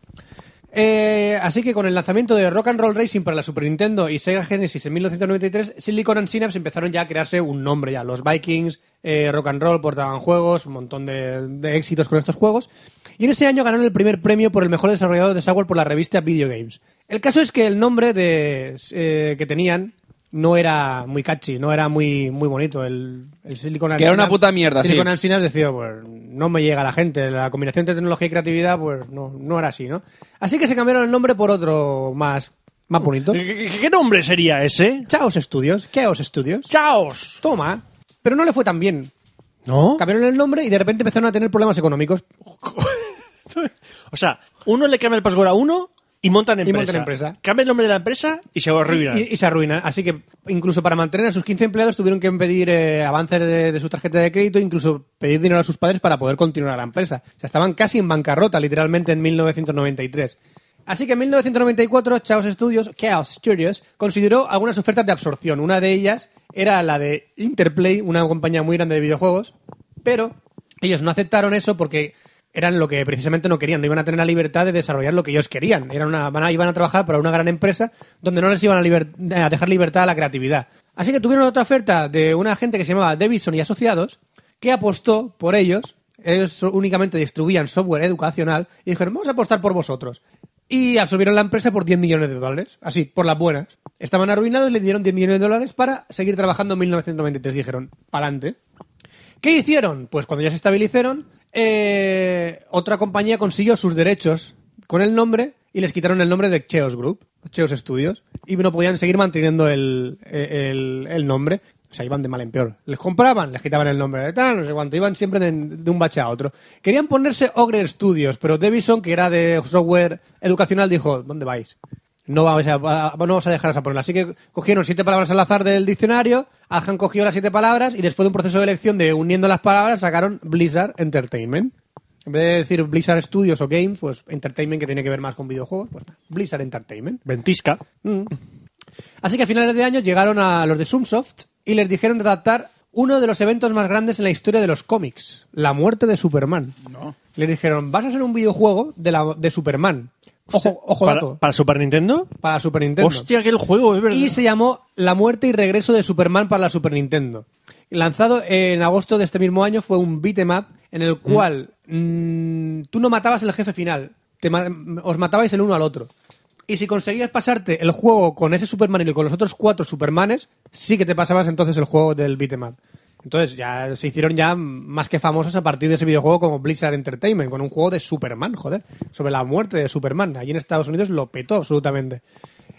S5: Eh, así que con el lanzamiento de Rock and Roll Racing para la Super Nintendo y Sega Genesis en 1993, Silicon and Synapse empezaron ya a crearse un nombre ya. Los Vikings, eh, Rock and Roll portaban juegos, un montón de, de éxitos con estos juegos. Y en ese año ganaron el primer premio por el mejor desarrollador de software por la revista Video Games. El caso es que el nombre de, eh, que tenían no era muy catchy, no era muy, muy bonito. El, el Silicon and
S3: Que era una
S5: Synapse-
S3: puta mierda, sí.
S5: Silicon and Synapse decía, pues no me llega la gente. La combinación entre tecnología y creatividad, pues no, no era así, ¿no? Así que se cambiaron el nombre por otro más, más bonito.
S1: ¿Qué, qué- qué nombre sería ese?
S5: Chaos Studios. Chaos Studios.
S1: ¡Chaos!
S5: Toma. Pero no le fue tan bien.
S1: ¿No?
S5: Cambiaron el nombre y de repente empezaron a tener problemas económicos.
S1: O sea, uno le cambia el password a uno y montan empresa.
S5: montan empresa.
S1: Cambia el nombre de la empresa y se arruinan.
S5: Y, y se arruinan. Así que incluso para mantener a sus 15 empleados tuvieron que pedir eh, avances de, de su tarjeta de crédito, incluso pedir dinero a sus padres para poder continuar la empresa. O sea, estaban casi en bancarrota, literalmente, en 1993. Así que en 1994, Chaos Studios, Chaos Studios consideró algunas ofertas de absorción. Una de ellas era la de Interplay, una compañía muy grande de videojuegos, pero ellos no aceptaron eso porque eran lo que precisamente no querían, no iban a tener la libertad de desarrollar lo que ellos querían. Eran una, van a- iban a trabajar para una gran empresa donde no les iban a, liber- a dejar libertad a la creatividad. Así que tuvieron otra oferta de una gente que se llamaba Davidson y Asociados, que apostó por ellos. Ellos so- únicamente distribuían software educacional y dijeron, vamos a apostar por vosotros. Y absorbieron la empresa por 10 millones de dólares, así, por las buenas. Estaban arruinados, le dieron 10 millones de dólares para seguir trabajando en 1993. Dijeron, pa'lante. ¿Qué hicieron? Pues cuando ya se estabilizaron, eh, otra compañía consiguió sus derechos con el nombre y les quitaron el nombre de Cheos Group, Cheos Studios, y no podían seguir manteniendo el, el- el nombre. O sea, iban de mal en peor. Les compraban, les quitaban el nombre de tal, no sé cuánto. Iban siempre de, de un bache a otro. Querían ponerse Ogre Studios, pero Davison, que era de software educacional, dijo, ¿dónde vais? No vamos a, va- no vamos a dejaros a ponerla. Así que cogieron siete palabras al azar del diccionario, Ajan cogió las siete palabras y después de un proceso de elección de uniendo las palabras sacaron Blizzard Entertainment. En vez de decir Blizzard Studios o Games, pues Entertainment que tiene que ver más con videojuegos, pues nada, Blizzard Entertainment. Mm.
S1: Ventisca.
S5: Así que a finales de año llegaron a los de Sumsoft y les dijeron de adaptar uno de los eventos más grandes en la historia de los cómics, la muerte de Superman. Les dijeron, vas a hacer un videojuego de, la, de Superman. Ojo, ojo
S1: ¿Para,
S5: dato.
S1: para Super Nintendo?
S5: Para Super Nintendo.
S1: Hostia, aquel juego, es verdad.
S5: Y se llamó La muerte y regreso de Superman para la Super Nintendo. Lanzado en agosto de este mismo año fue un beat'em up en el cual mm, tú no matabas el jefe final, te ma- os matabais el uno al otro. Y si conseguías pasarte el juego con ese Superman y con los otros cuatro Supermanes, sí que te pasabas entonces el juego del beat'em up. Entonces ya se hicieron ya más que famosos a partir de ese videojuego como Blizzard Entertainment, con un juego de Superman, joder, sobre la muerte de Superman. Allí en Estados Unidos lo petó absolutamente.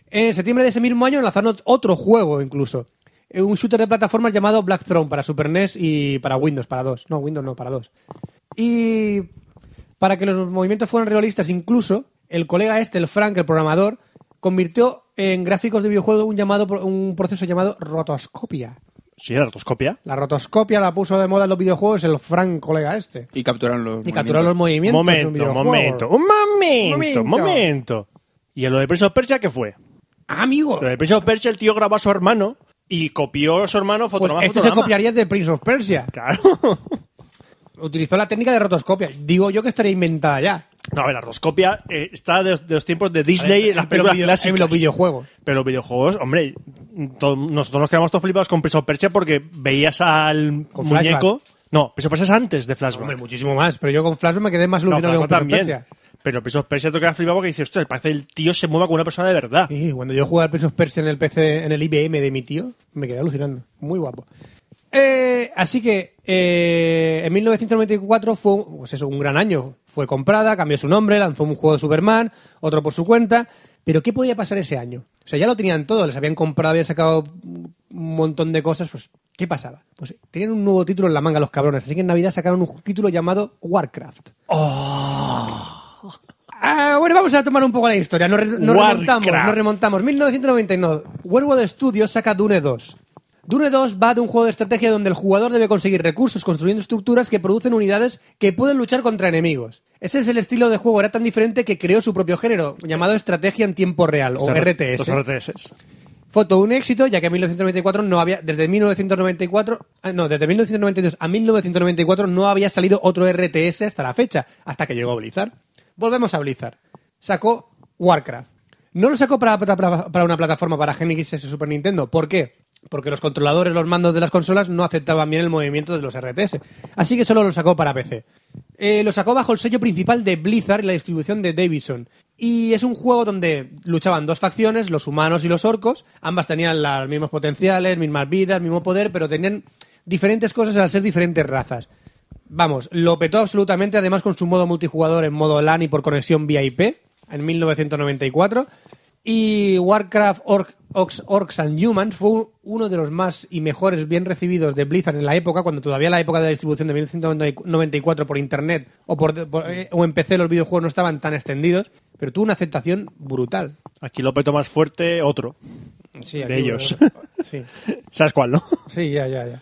S5: En septiembre de ese mismo año lanzaron otro juego incluso. Eh, Un shooter de plataformas llamado Black Throne para Super NES y para Windows, para dos. No, Windows no, para dos. Y para que los movimientos fueran realistas incluso, el colega este, el Frank, el programador, convirtió en gráficos de videojuego un, llamado, un proceso llamado rotoscopia.
S1: Sí, la rotoscopia.
S5: La rotoscopia la puso de moda en los videojuegos el Frank colega este.
S3: Y capturaron los
S5: Y capturó los
S1: Un
S5: movimientos de un
S1: momento, un
S5: videojuego.
S1: momento, un momento,
S5: Momento.
S1: un momento. ¿Y en lo de Prince of Persia qué fue?
S5: ¡Ah, amigo!
S1: Lo de Prince of Persia el tío grabó a su hermano y copió a su hermano
S5: Pues
S1: fotograma
S5: este se
S1: fotograma.
S5: copiaría de Prince of Persia.
S1: Claro.
S5: Utilizó la técnica de rotoscopia. Digo yo que estaría inventada ya.
S1: No, a ver, la roscopia eh, está de, de los tiempos de Disney
S5: ver,
S1: en las
S5: pero
S1: películas
S5: video-
S1: clásicas.
S5: en los videojuegos.
S1: Pero los videojuegos, hombre, to- nosotros nos quedamos todos flipados con Prince of Persia porque veías al
S5: Con flashback.
S1: muñeco. No, Prince of Persia es antes de Flashback.
S5: Hombre, muchísimo más. Pero yo con Flash me quedé más
S1: no,
S5: alucinado que con
S1: Flashback
S5: Prince of
S1: también.
S5: Persia.
S1: Pero Prince of Persia te quedas flipado porque dices, hostia, parece que el tío se mueva como una persona de verdad.
S5: Sí, cuando yo jugaba al Prince of Persia en el PC, en el IBM de mi tío, me quedé alucinando. Muy guapo. Eh, así que eh, en 1994 fue un- pues eso, un gran año. Fue comprada, cambió su nombre, lanzó un juego de Superman, otro por su cuenta. Pero ¿qué podía pasar ese año? O sea, ya lo tenían todo, les habían comprado, habían sacado un montón de cosas. Pues, ¿qué pasaba? Pues tenían un nuevo título en la manga los cabrones. Así que en Navidad sacaron un título llamado Warcraft. Ah, bueno, vamos a tomar un poco la historia. Nos, re- nos
S1: Warcraft.
S5: remontamos, nos remontamos. 1999. Westwood Studios saca Dune 2. Dune 2 va de un juego de estrategia donde el jugador debe conseguir recursos construyendo estructuras que producen unidades que pueden luchar contra enemigos. Ese es el estilo de juego, era tan diferente que creó su propio género, llamado estrategia en tiempo real, o
S1: sea,
S5: RTS.
S1: Los RTS.
S5: Fue todo un éxito, ya que en 1994 no había, desde 1994, ah, no, desde 1992 a 1994 no había salido otro RTS hasta la fecha, hasta que llegó Blizzard. Volvemos a Blizzard. Sacó Warcraft. No lo sacó para, para- para una plataforma para Genesis y Super Nintendo. ¿Por qué? Porque los controladores, los mandos de las consolas no aceptaban bien el movimiento de los RTS. Así que solo lo sacó para PC. Eh, lo sacó bajo el sello principal de Blizzard y la distribución de Davison. Y es un juego donde luchaban dos facciones, los humanos y los orcos. Ambas tenían los mismos potenciales, mismas vidas, mismo poder, pero tenían diferentes cosas al ser diferentes razas. Vamos, lo petó absolutamente, además con su modo multijugador en modo LAN y por conexión VIP en 1994. Y Warcraft Orc- Orcs, Orcs and Humans fue un- uno de los más y mejores bien recibidos de Blizzard en la época, cuando todavía la época de la distribución de 1994 por internet o, por, por- eh, o en PC los videojuegos no estaban tan extendidos, pero tuvo una aceptación brutal.
S1: Aquí lo peto más fuerte, otro.
S5: Sí,
S1: De
S5: aquí-
S1: ellos.
S5: Sí.
S1: ¿Sabes cuál, no?
S5: Sí, ya, ya, ya.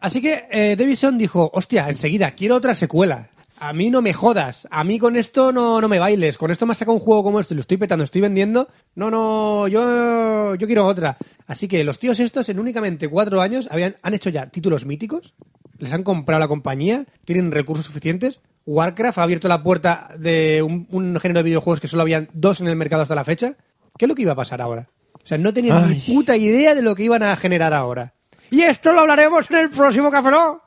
S5: Así que eh, Davison dijo, hostia, enseguida, quiero otra secuela. A mí no me jodas, a mí con esto no, no me bailes, con esto me has sacado un juego como esto y lo estoy petando, estoy vendiendo. No, no, yo, yo quiero otra. Así que los tíos estos en únicamente cuatro años habían, han hecho ya títulos míticos, les han comprado la compañía, tienen recursos suficientes. Warcraft ha abierto la puerta de un, un género de videojuegos que solo habían dos en el mercado hasta la fecha. ¿Qué es lo que iba a pasar ahora? O sea, no tenían ni
S1: Ay.
S5: puta idea de lo que iban a generar ahora. Y esto lo hablaremos en el próximo Café Lock.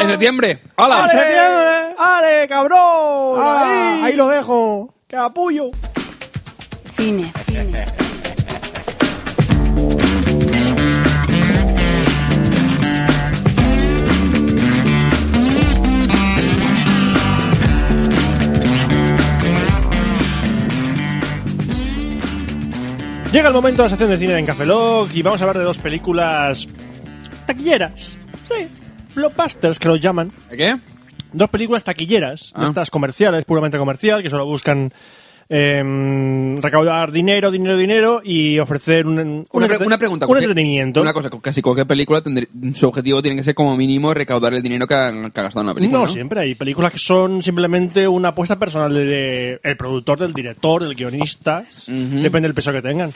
S3: En septiembre. ¡Hala!
S5: ¡Ale! septiembre!
S1: ¡Ale, cabrón!
S5: Ah, ahí lo dejo.
S1: ¡Capullo!
S4: Cine.
S1: Llega el momento de la sección de cine en Café Lock y vamos a hablar de dos películas taquilleras. Sí, blockbusters que los llaman.
S3: ¿Qué?
S1: Dos películas taquilleras, de
S3: Ah.
S1: estas comerciales, puramente comercial, que solo buscan em, recaudar dinero, dinero, dinero y ofrecer un, un
S3: Una, pre-
S1: entrete-
S3: una pregunta.
S1: un
S3: cualquier-
S1: entretenimiento.
S3: Una cosa, casi cualquier película, tendré- su objetivo tiene que ser como mínimo recaudar el dinero que ha, que ha gastado en la película.
S1: no,
S3: No,
S1: siempre hay películas que son simplemente una apuesta personal del productor, del director, del guionista,
S3: Ujú.
S1: depende del peso que tengan.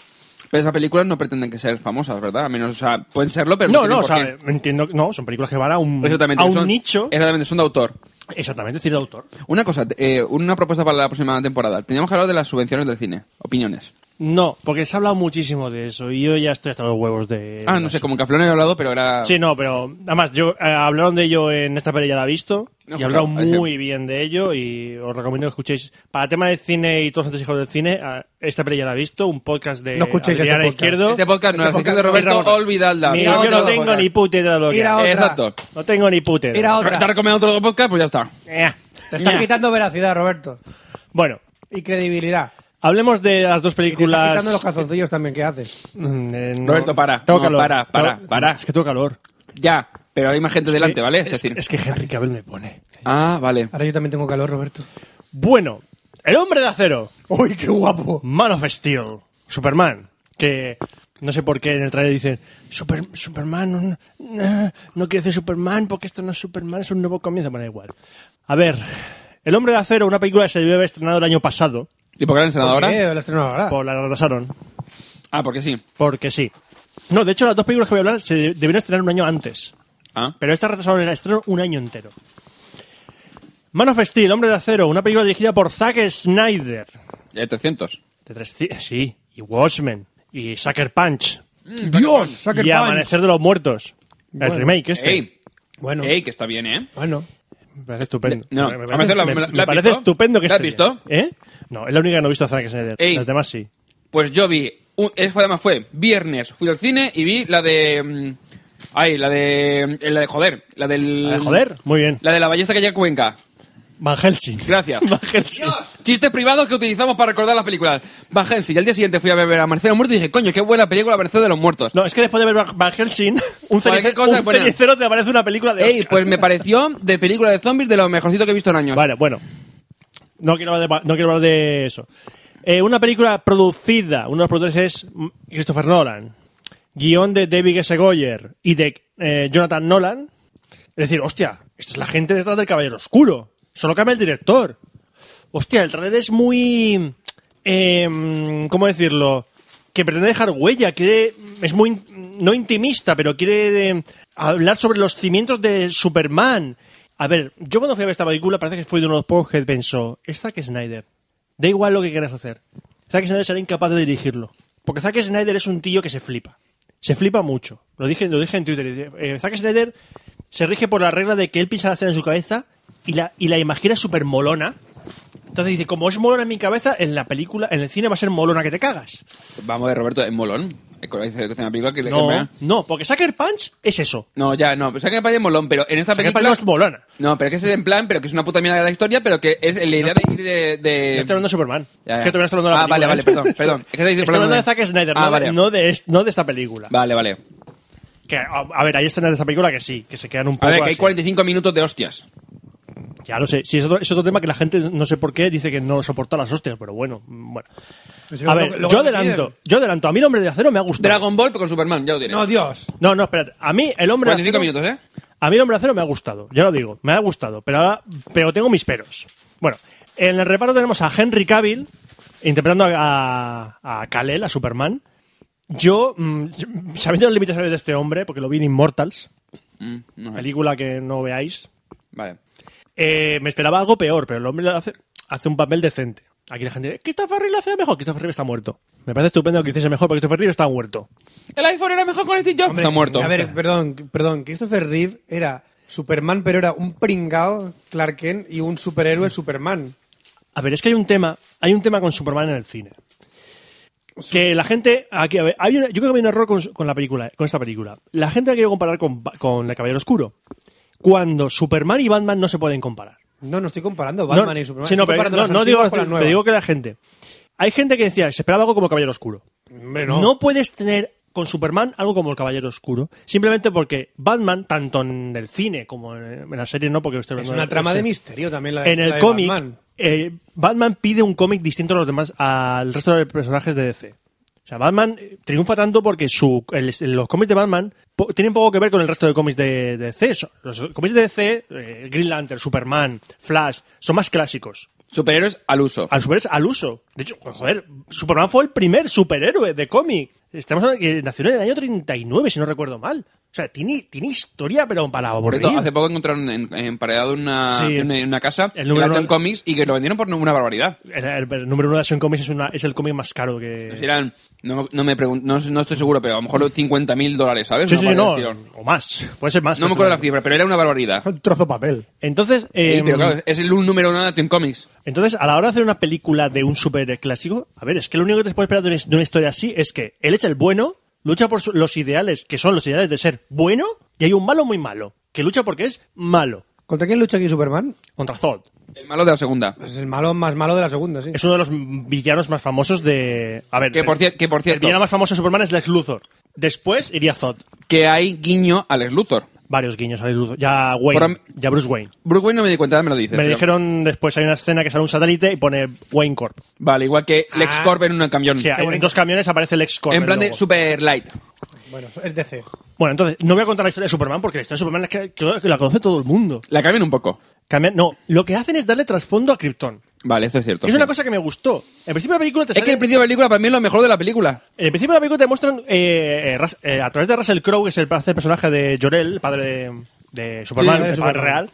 S3: Pero esas películas no pretenden que sean famosas, ¿verdad? A menos, o sea, pueden serlo, pero no,
S1: No, no, o sea,
S3: tienen por
S1: entiendo, que- no, son películas que van a un,
S3: qué. Exactamente,
S1: a un
S3: son-
S1: nicho,
S3: Exactamente, son de autor.
S1: exactamente, cine de autor.
S3: Una cosa, eh, una propuesta para la próxima temporada. Teníamos que hablar de las subvenciones del cine. Opiniones.
S1: No, porque se ha hablado muchísimo de eso y yo ya estoy hasta los huevos de...
S3: Ah, no sé, como en Caflón he hablado, pero era...
S1: Sí, no, pero además yo eh, hablaron de ello en esta pelea ya la he visto
S3: No, pues,
S1: y hablaron
S3: claro, ahí sí.
S1: muy bien de ello y os recomiendo que escuchéis para tema de cine y todos los hijos del cine ah, esta pelea ya la he visto un podcast de
S5: No escuchéis este
S1: Adriana
S5: podcast.
S1: Izquierdo
S3: Este podcast no,
S5: Este
S3: la sección
S5: podcast-
S3: de Roberto,
S1: Roberto.
S3: olvidadla.
S1: Mira,
S5: Mira
S1: yo
S5: otro
S1: no tengo
S3: podcast.
S1: ni puta idea de lo que
S5: Mira
S1: es.
S5: otro.
S3: Exacto.
S1: no tengo ni puta idea.
S5: Mira
S3: Te ha
S5: otra.
S3: recomendado otro podcast, pues ya está.
S1: Eh,
S5: Te están
S1: ña.
S5: quitando veracidad, Roberto.
S1: bueno
S5: Y credibilidad.
S1: hablemos de las dos
S5: Y te están quitando los
S1: películas
S5: calzoncillos también que haces.
S1: Mm, eh, no.
S3: Roberto, para.
S1: Tengo
S3: No,
S1: calor.
S3: para, para,
S1: Tengo-
S3: para.
S1: es que tengo calor
S3: Ya, pero hay más gente
S1: Es
S3: delante,
S1: que-
S3: ¿vale? Es
S1: es,
S3: decir-
S1: es que Henry Cavill me pone
S3: Ah, vale.
S5: Ahora yo también tengo calor, Roberto.
S1: bueno el hombre de acero
S5: ¡Uy, qué guapo!
S1: Man of Steel, Superman, que no sé por qué en el trailer dicen "Super- Superman, no, no, no quiere decir Superman porque esto no es Superman, es un nuevo comienzo, bueno, da igual. A ver, El Hombre de Acero, una película que se debió haber estrenado el año pasado,
S3: ¿Y por qué la han cenado ahora?
S5: Eh, lo estreno ahora.
S1: por la retrasaron,
S3: Ah, porque sí.
S1: porque sí. No, de hecho las dos películas que voy a hablar se de- debieron estrenar un año antes,
S3: Ah.
S1: pero esta retrasaron el estreno un año entero. Man of Steel, Hombre de Acero, una película dirigida por Zack Snyder,
S3: Ya hay 300.
S1: de 300 sí, y Watchmen, y Sucker Punch,
S5: ¡Dios! Sucker
S1: Mm. y
S5: Punch.
S1: Amanecer de los Muertos. El remake este.
S3: Ey,
S5: Bueno,
S3: ey, que está bien, ¿eh?
S5: bueno.
S1: Me parece estupendo.
S3: No,
S1: me
S3: Amanecer
S1: parece,
S3: la-
S1: me-
S3: me la-
S1: me
S3: ¿la has
S1: parece
S3: visto?
S1: estupendo que
S3: ¿La has
S1: esté
S3: visto?
S1: bien. ¿Eh? No, es la única que no he visto a Zack Snyder.
S3: Ey.
S1: Las demás sí.
S3: Pues yo vi. un- eh, fue, además fue viernes, fui al cine y vi la de. mm, Ay, la de. eh, La de joder. La del.
S1: La de joder, muy bien.
S3: La de la ballesta que llega a Cuenca.
S1: Van Helsing.
S3: Gracias.
S1: Van Helsing.
S3: Chistes privados que utilizamos para recordar las películas. Van Helsing. Y al día siguiente fui a beber a Amanecer de los Muertos y dije, coño, qué buena película Amanecer de los Muertos.
S1: No, es que después de ver Van- Van Helsing, un
S3: Cualquier
S1: cenicero,
S3: cosa
S1: un
S3: buena.
S1: cenicero te aparece una película de
S3: Ey,
S1: Oscar.
S3: pues me pareció de película de zombies de lo mejorcito que he visto en años.
S1: Vale, bueno. No quiero hablar de, Van- no quiero hablar de eso. Eh, una película producida, uno de los productores es mm, Christopher Nolan. Guión de David S. Goyer y de eh, Jonathan Nolan. Es decir, hostia, esta es la gente detrás del Caballero Oscuro. Solo cambia el director. Hostia, el trailer es muy... em, ¿Cómo decirlo? Que pretende dejar huella, quiere... Es muy... in- No intimista, pero quiere em, hablar sobre los cimientos de Superman. A ver, yo cuando fui a ver esta película parece que fui de uno de los pocos que pensó, es Zack Snyder. Da igual lo que quieras hacer. Zack Snyder será incapaz de dirigirlo. Porque Zack Snyder es un tío que se flipa. Se flipa mucho. Lo dije, lo dije en Twitter. Dice, eh, Zack Snyder se rige por la regla de que él piensa la escena en su cabeza y la, y la imagina súper molona. Entonces dice, como es molona en mi cabeza, en la película, en el cine va a ser molona que te cagas.
S3: Vamos a ver, Roberto, es molón. Es co- es una película que... que
S1: No,
S3: me-
S1: no, porque Sucker Punch es eso.
S3: No, ya, no. Pero que me es molón, pero en esta
S1: Sucker Punch
S3: película...
S1: no es molona.
S3: No, pero que es en plan, pero que es una puta mierda de la historia, pero que es la idea de ir de... de-
S1: No estoy hablando de Superman.
S3: Eh, Ya, ya.
S1: Es que todavía no estoy hablando de la
S3: Ah, vale,
S1: película. ¿eh?
S3: vale, perdón, perdón. Es que estoy
S1: Estoy
S3: hablando
S1: hablando de
S3: de-
S1: Zack Snyder,
S3: Ah,
S1: no, de-
S3: vale.
S1: no de, est- no de esta película.
S3: Vale, vale.
S1: Que, a, a ver, hay escenas de esta película que sí, que se quedan un poco
S3: A ver, que hay
S1: así.
S3: 45 minutos de hostias.
S1: Ya lo sé. Sí, es otro, es otro tema que la gente, no sé por qué, dice que no soporta las hostias, pero bueno. mm, bueno. A ver, yo adelanto. Yo adelanto. A mí el hombre de acero me ha gustado.
S3: Dragon Ball con Superman, ya lo diré.
S5: No, Dios.
S1: No, no, espérate. A mí el hombre de
S3: 45
S1: acero...
S3: minutos, ¿eh?
S1: A mí el hombre de acero me ha gustado. Ya lo digo. Me ha gustado. Pero ahora... Pero tengo mis peros. Bueno. En el reparo tenemos a Henry Cavill interpretando a, a, a Kal-El, a Superman. Yo, mm, sabiendo los límites de este hombre, porque lo vi en Immortals,
S3: Mm, no sé.
S1: película que no veáis,
S3: Vale.
S1: Eh, me esperaba algo peor, pero el hombre lo hace, hace un papel decente. Aquí la gente dice, Christopher Reeve lo hace mejor, Christopher Reeve está muerto. Me parece estupendo que hiciese mejor, porque Christopher Reeve está muerto.
S3: El iPhone era mejor con Steve Jobs. Está muerto.
S5: A ver, perdón, perdón. Christopher Reeve era Superman, pero era un pringao Clark Kent y un superhéroe Superman.
S1: A ver, es que hay un tema, hay un tema con Superman en el cine. Que la gente, aquí, a ver, hay una- yo creo que hay un error con, con la película, con esta película. La gente la quiere comparar con, Ba- con El Caballero Oscuro. Cuando Superman y Batman no se pueden comparar.
S5: No, no estoy comparando Batman
S1: No,
S5: y Superman.
S1: sí, no,
S5: Estoy
S1: pero-
S5: comparando
S1: no,
S5: las
S1: no digo,
S5: antiguas con las
S1: te
S5: nuevas.
S1: digo que la gente. Hay gente que decía, se esperaba algo como Caballero Oscuro.
S5: Hombre,
S1: no.
S5: no.
S1: puedes tener con Superman algo como el Caballero Oscuro, simplemente porque Batman, tanto en el cine como en, en la serie, no, porque estoy
S5: Es
S1: hablando
S5: una
S1: de-
S5: trama de
S1: sí.
S5: misterio también la de
S1: En
S5: la
S1: el
S5: de
S1: cómic, eh,
S5: Batman.
S1: Batman. pide un cómic distinto a los demás, al resto de personajes de DC. O sea, Batman eh, triunfa tanto porque su, el- los cómics de Batman po- tienen poco que ver con el resto de cómics de, de DC. So- Los cómics de DC, eh, Green Lantern, Superman, Flash, son más clásicos
S3: Superhéroes al uso.
S1: al superhéroes al uso. De hecho, joder, Superman fue el primer superhéroe de cómic. Estamos hablando que nació en el año 39, si no recuerdo mal. O sea, tiene, tiene historia, pero para aburrir.
S3: Correcto, Hace poco encontraron en, emparedado una,
S1: Sí.
S3: una, una casa
S1: El
S3: en
S1: número
S3: Atom
S1: uno-
S3: Comics y que lo vendieron por una barbaridad.
S1: El, el- el número uno de Action Comics es, una, es el cómic más caro que...
S3: Pues eran- no, no me pregun- no, no estoy seguro, pero a lo mejor 50.000 dólares, ¿sabes?
S1: Sí,
S3: Una
S1: sí, sí, no,
S3: barbaridad del tirón.
S1: o más. Puede ser más.
S3: No me acuerdo la cifra, pero era una barbaridad.
S7: Un trozo de papel.
S1: Entonces,
S3: Sí,
S1: eh,
S3: pero claro, es el un número uno de Atom Comics.
S1: Entonces, a la hora de hacer una película de un super clásico, a ver, es que lo único que te puedes esperar de una, de una historia así es que él es el bueno, lucha por su- los ideales, que son los ideales de ser bueno, y hay un malo muy malo, que lucha porque es malo,
S5: ¿Contra quién lucha aquí Superman?
S1: contra Zod.
S3: El malo de la segunda.
S5: Es el malo más malo de la segunda, sí.
S1: Es uno de los villanos más famosos de... A ver,
S3: Que por, cier- que por
S1: el
S3: cierto,
S1: villano más famoso de Superman es Lex Luthor. Después iría Zod.
S3: que hay guiño al ex Luthor.
S1: Varios guiños a Lex Luthor. Ya Wayne,
S3: Por-
S1: ya Bruce Wayne.
S3: Bruce Wayne no me di cuenta, me lo dices.
S1: Me
S3: pero-
S1: dijeron después, hay una escena que sale un satélite y pone Wayne Corp.
S3: Vale, igual que
S1: "Ah,
S3: Lex Corp en un camión.
S1: O sea, en dos camiones aparece Lex Corp.
S3: en plan
S1: el
S3: de
S1: logo.
S3: super light.
S5: Bueno, es DC.
S1: Bueno, entonces, no voy a contar la historia de Superman porque la historia de Superman es que, creo que la conoce todo el mundo.
S3: La cambian un poco.
S1: Cambian- no, lo que hacen es darle trasfondo a Krypton.
S3: Vale, eso es cierto.
S1: Es una
S3: sí.
S1: cosa que me gustó. En principio de la película te
S3: Es que
S1: sale-
S3: el principio de la película para mí es lo mejor de la película.
S1: en el principio de la película te muestran eh, eh, Ras- eh, a través de Russell Crowe, que es el, hace el personaje de Jorel, el padre de, de Superman,
S3: Sí,
S1: el
S3: de
S1: padre
S3: Superman.
S1: real,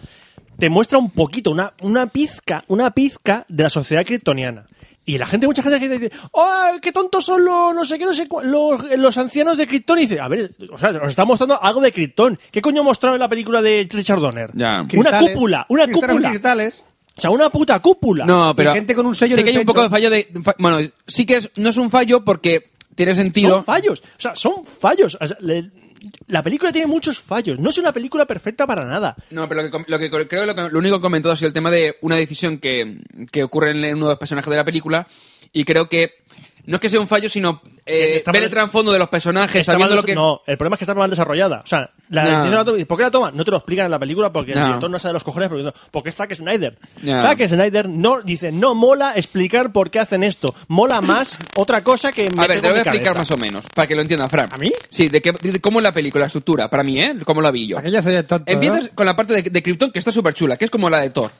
S1: te muestra un poquito, una, una pizca, una pizca de la sociedad kryptoniana. Y la gente, mucha gente que dice, ¡oh, qué tontos son los, no sé qué, no sé cua- los, eh, los ancianos de Krypton! Y dice, a ver, o sea, os está mostrando algo de Krypton. ¿Qué coño mostraron en la película de Richard Donner?
S3: Ya.
S1: Una
S5: Cristales.
S1: cúpula, una
S5: Cristales,
S1: cúpula.
S5: cristales.
S1: O sea, una puta cúpula.
S3: No, pero.
S5: gente con un sello
S3: Sí
S5: en
S3: que
S5: el
S3: hay un poco
S5: pecho.
S3: de fallo de. fa- bueno, sí que es- no es un fallo porque tiene sentido.
S1: Son fallos. O sea, son fallos. O sea, le- la película tiene muchos fallos. No es una película perfecta para nada.
S3: No, pero lo que, com- lo que co- creo que lo, que- lo único que he comentado ha sido el tema de una decisión que, que ocurre en uno de los personajes de la película. Y creo que no es que sea un fallo, sino eh,
S1: Está
S3: ver
S1: mal-
S3: el trasfondo de los personajes,
S1: Está
S3: sabiendo
S1: mal
S3: lo
S1: des-
S3: que.
S1: No, el problema es que está mal desarrollada. O sea, la
S3: No.
S1: decisión la toma- ¿por qué la toma? No te lo explican en la película porque el
S3: No.
S1: director no sabe los cojones. Porque, no- porque es Zack Snyder.
S3: Ya.
S1: Zack Snyder no, dice, no mola explicar por qué hacen esto. Mola más otra cosa que
S3: A ver,
S1: meter
S3: te lo voy a
S1: en mi
S3: explicar
S1: cabeza.
S3: más o menos, para que lo entienda, Fran.
S1: ¿A mí?
S3: Sí, de, qué- de cómo es la película, la estructura, para mí, ¿eh? Cómo la vi yo.
S5: Aquella sería tonto, ¿no?
S3: Empiezas con la parte de, de Krypton, que está súper chula, que es como la de Thor.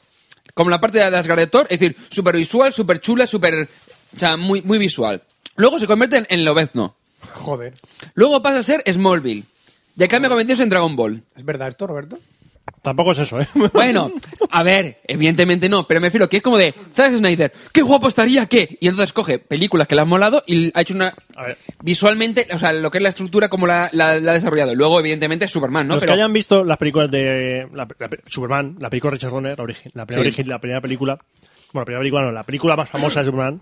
S3: Como la parte de Asgard de Thor, es decir, súper visual, súper chula, súper... O sea, muy, muy visual. Luego se convierte en, en Lobezno.
S5: Joder. Joder.
S3: Luego pasa a ser Smallville. Y acá me convertirse en Dragon Ball.
S5: ¿Es verdad esto, Roberto?
S1: Tampoco es eso, ¿eh?
S3: Bueno, a ver, evidentemente no, pero me refiero que es como de Zack Snyder, qué guapo estaría que. Y entonces coge películas que le han molado y ha hecho una.
S1: A ver.
S3: Visualmente, o sea, lo que es la estructura, como la, la- la ha desarrollado. Luego, evidentemente, es Superman, ¿no?
S1: Los que
S3: Pero-
S1: hayan visto las películas de la- la- Superman, la película de Richard Donner, la, origi- la primera,
S3: Sí.
S1: origi- la primera película, bueno, la primera película no, la película más famosa de Superman,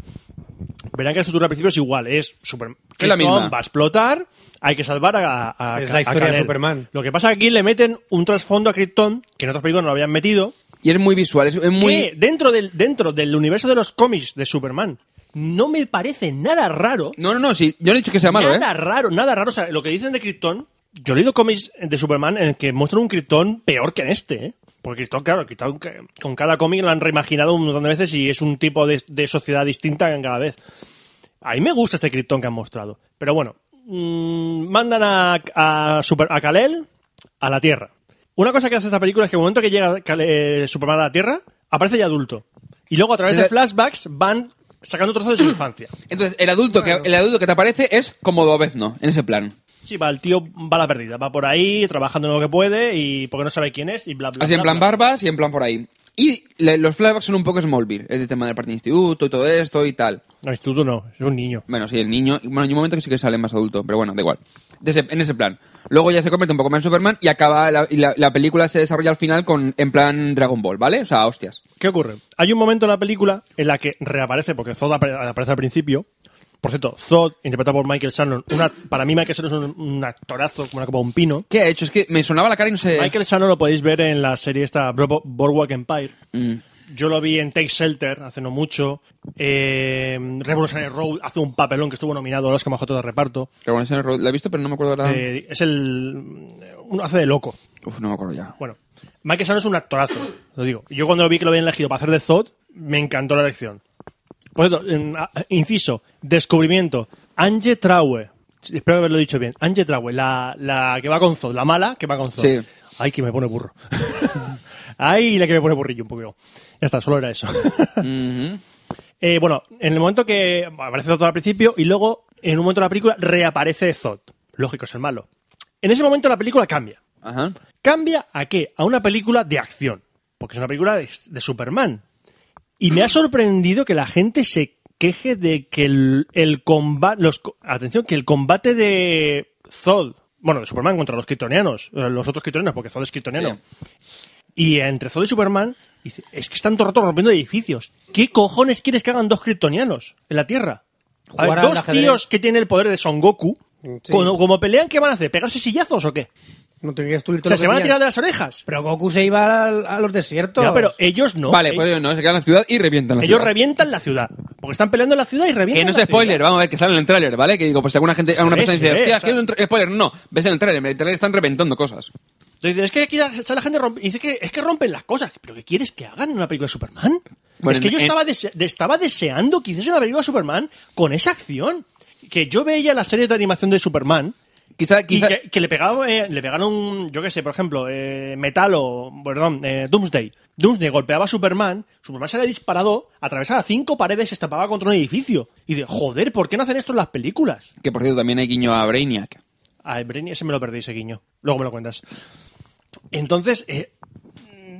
S1: verán que la estructura al principio es igual, es Superman.
S3: Es la misma.
S1: Va a explotar, hay que salvar a, a- a-
S5: Es la historia
S1: a Kal-El.
S5: de Superman.
S1: Lo que pasa es que aquí le meten un trasfondo a Krypton, que en otras películas no lo habían metido,
S3: Y es muy visual, es, es
S1: que
S3: muy.
S1: dentro del, dentro del universo de los cómics de Superman no me parece nada raro
S3: No, no, no, sí, yo no he dicho que sea malo,
S1: nada
S3: ¿eh?
S1: raro, nada raro. O sea, lo que dicen de Krypton, yo he leído cómics de Superman en el que muestran un Krypton peor que en este, ¿eh? Porque Krypton, claro, Krypton, que- con cada cómic lo han reimaginado un montón de veces y es un tipo de, de sociedad distinta en cada vez. A mí me gusta este Krypton que han mostrado. Pero bueno, mm, mandan a, a, Super- a Kal-El a la Tierra. Una cosa que hace esta película es que en el momento que llega Kal- eh, Superman a la Tierra, aparece ya adulto. Y luego a través de
S3: Sí, la-
S1: flashbacks van sacando trozos de su infancia.
S3: Entonces, el adulto, que, el adulto que te aparece es como Dobezno, en ese plan.
S1: Sí, va, el tío va a la pérdida. Va por ahí trabajando en lo que puede y porque no sabe quién es y bla, bla,
S3: Así en
S1: bla,
S3: plan
S1: bla.
S3: barbas y en plan por ahí. Y le- los flashbacks son un poco Smallville, es el tema del parte de instituto y todo esto y tal.
S1: No, instituto no, es un niño.
S3: Bueno, sí, el niño. Bueno, hay un momento que sí que sale más adulto, pero bueno, da igual. De ese- en ese plan. Luego ya se convierte un poco más en Superman y acaba la, y la, la película se desarrolla al final con en plan Dragon Ball, ¿vale? O sea, hostias.
S1: ¿Qué ocurre? Hay un momento en la película en la que reaparece, porque Zod apare- aparece al principio. Por cierto, Zod, interpretado por Michael Shannon, una, para mí Michael Shannon es un, un actorazo, como una copa de un pino.
S3: ¿Qué ha hecho? Es que me sonaba la cara y no sé.
S1: Michael Shannon lo podéis ver en la serie esta, Bro- Boardwalk Empire.
S3: Mm.
S1: Yo lo vi en Take Shelter hace no mucho. Eh, Revolutionary Road hace un papelón que estuvo nominado a los que mejor de reparto.
S3: Revolution Road, la he visto, pero no me acuerdo ahora.
S1: Eh, es el. mm, uno hace de loco.
S3: Uf, no me acuerdo ya.
S1: Bueno, Michael Shannon es un actorazo, lo digo. Yo cuando lo vi que lo habían elegido para hacer de Zod, me encantó la elección. Por cierto, en- a- inciso, descubrimiento. Ange Traue, espero haberlo dicho bien. Ange Traue, la, la que va con Zod, la mala que va con Zod.
S3: Sí.
S1: Ay, que me pone burro. Ay, la que me pone burrillo un poquito. Ya está, solo era eso.
S3: Ujú.
S1: Eh, bueno, en el momento que aparece todo al principio y luego en un momento de la película reaparece Zod. Lógico, es el malo. En ese momento la película cambia.
S3: Ajá.
S1: ¿Cambia a qué? A una película de acción. Porque es una película de, de Superman. Y me ha sorprendido que la gente se queje de que el, combate. Los, co- atención, que el combate de Zod. Bueno, de Superman contra los kryptonianos. eh, Los otros kryptonianos, porque Zod es kryptoniano. Y entre Zod y Superman, dice, es que están todo el rato rompiendo edificios. ¿Qué cojones quieres que hagan dos kryptonianos en la Tierra? A ver,
S5: Jugar al
S1: dos
S5: ajedrez.
S1: tíos que tienen el poder de Son Goku. Como, como pelean, ¿qué van a hacer? ¿Pegarse sillazos o qué?
S5: No tenía que destruir
S1: O
S5: todo
S1: sea,
S5: lo
S1: se
S5: que
S1: van a
S5: tenían.
S1: tirar de las orejas.
S5: Pero Goku se iba al- a, los desiertos.
S1: Ya, pero ellos no.
S3: Vale,
S1: Eh,
S3: pues no, se quedan en la ciudad y revientan la
S1: ellos
S3: ciudad.
S1: revientan la ciudad. Porque están peleando en la ciudad y revientan.
S3: Que no es
S1: la
S3: spoiler,
S1: ciudad.
S3: vamos a ver, que sale en el tráiler, ¿vale? Que digo, pues si alguna gente, alguna
S1: ve,
S3: persona
S1: se
S3: dice,
S1: ve,
S3: hostia,
S1: o
S3: es que es
S1: sea-
S3: un tra- spoiler, no, ves en el tráiler, en el tráiler están reventando cosas.
S1: Entonces, es que aquí la, sale la gente rompe- y dice que es que rompen las cosas. ¿Pero qué quieres que hagan en una película de Superman?
S3: Bueno,
S1: es que
S3: en-
S1: yo
S3: en-
S1: estaba, dese- de- estaba deseando que hiciesen una película de Superman con esa acción. Que yo veía las series de animación de Superman
S3: Quizá, quizá,
S1: y que, que le, pegaba, eh, le pegaron, un- yo qué sé, por ejemplo, eh, Metal o, perdón, eh, Doomsday. Doomsday golpeaba a Superman, Superman se le disparado, atravesaba cinco paredes, se estampaba contra un edificio. Y de joder, ¿por qué no hacen esto en las películas?
S3: que por cierto también hay guiño a Brainiac.
S1: Ay, Brenny, ese me lo perdí, ese guiño. Luego me lo cuentas. Entonces, eh,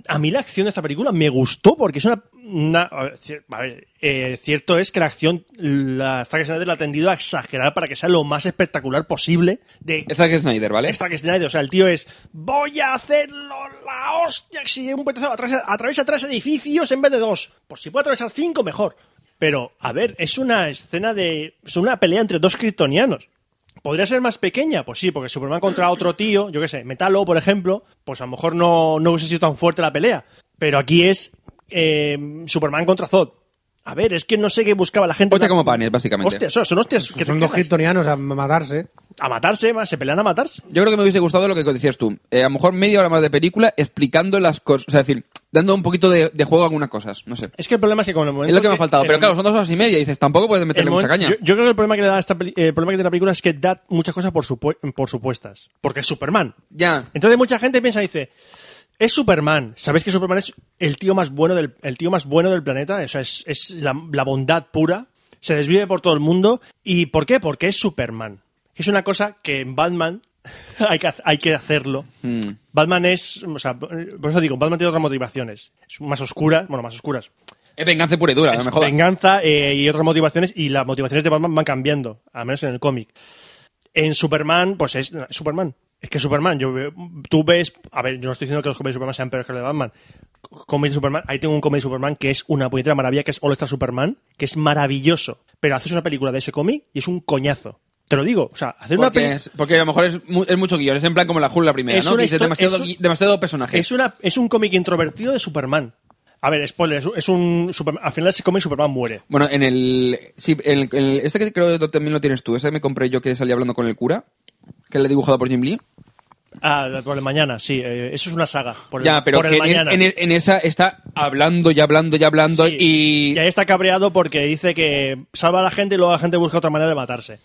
S1: a mí la acción de esta película me gustó porque es una. una- a ver, cier- a ver, eh, cierto es que la acción, la Zack Snyder la ha tendido a exagerar para que sea lo más espectacular posible. De
S3: Esa que es Snyder, ¿vale?
S1: esta que Snyder, o sea, el tío es voy a hacerlo la hostia que si un petazo atraviesa, atraviesa tres edificios en vez de dos. Pues si puede atravesar cinco, mejor. Pero, a ver, es una escena de. Es una pelea entre dos kryptonianos. ¿Podría ser más pequeña? Pues sí, porque Superman contra otro tío, yo qué sé, Metalo, por ejemplo, pues a lo mejor no, no hubiese sido tan fuerte la pelea. Pero aquí es eh, Superman contra Zod. A ver, es que no sé qué buscaba la gente.
S3: Hostia como panes, básicamente.
S1: Hostias, son, son hostias que te
S5: son dos
S1: quedas.
S5: kryptonianos a matarse.
S1: A matarse, más, se pelean a matarse.
S3: Yo creo que me hubiese gustado lo que decías tú. Eh, a lo mejor media hora más de película explicando las cosas, o sea, es decir, dando un poquito de, de juego a algunas cosas, no sé.
S1: Es que el problema es que con el momento
S3: Es lo que me ha
S1: que-
S3: faltado.
S1: en
S3: Pero
S1: el-
S3: claro, son dos horas y media. Y dices, tampoco puedes meterle
S1: El
S3: mucha
S1: momento-
S3: caña.
S1: Yo, yo creo que el problema que le da esta peli- eh, el problema que tiene la película es que da muchas cosas por, supue- por supuestas. Porque es Superman.
S3: Ya.
S1: Entonces mucha gente piensa y dice, es Superman. ¿Sabéis que Superman es el tío más bueno del, el tío más bueno del planeta? O sea, es, es la, la bondad pura. Se desvive por todo el mundo. ¿Y por qué? Porque es Superman. Es una cosa que en Batman hay, que, ha- hay que hacerlo.
S3: Mm.
S1: Batman es, o sea, por eso digo, Batman tiene otras motivaciones. Es más oscuras, bueno, más oscuras
S3: Es venganza pura y dura, no me
S1: es
S3: jodas.
S1: venganza eh, y otras motivaciones y las motivaciones de Batman van cambiando, al menos en el cómic. En Superman, pues es es Superman. Es que Superman, yo veo- tú ves, a ver, yo no estoy diciendo que los cómics de Superman sean peores que los de Batman. Cómics de Superman, ahí tengo un cómic de Superman que es una puñetera maravilla, que es All Star Superman, que es maravilloso, pero haces una película de ese cómic y es un coñazo. Te lo digo, o sea, hacer una
S3: Porque,
S1: película
S3: es- porque a lo mejor es, mu- es mucho guión. Es en plan como la Hulk la primera,
S1: Es
S3: ¿no?
S1: una
S3: Que dices,
S1: histo-
S3: demasiado,
S1: es un-
S3: gui- demasiado personaje.
S1: Es, una, es un cómic introvertido de Superman. A ver, spoiler, es un, es un Superman- al final ese cómic Superman muere.
S3: Bueno, en el... Sí, en el, en el- este que creo que también lo tienes tú. Este que me compré yo que salí hablando con el cura. Que le he dibujado por Jim Lee.
S1: Ah, por el mañana, sí. eh, eso es una saga. Por el,
S3: ya, pero
S1: por el
S3: que en,
S1: mañana.
S3: en el- en esa está hablando y hablando y hablando
S1: Sí,
S3: y...
S1: ahí está cabreado porque dice que salva a la gente y luego la gente busca otra manera de matarse.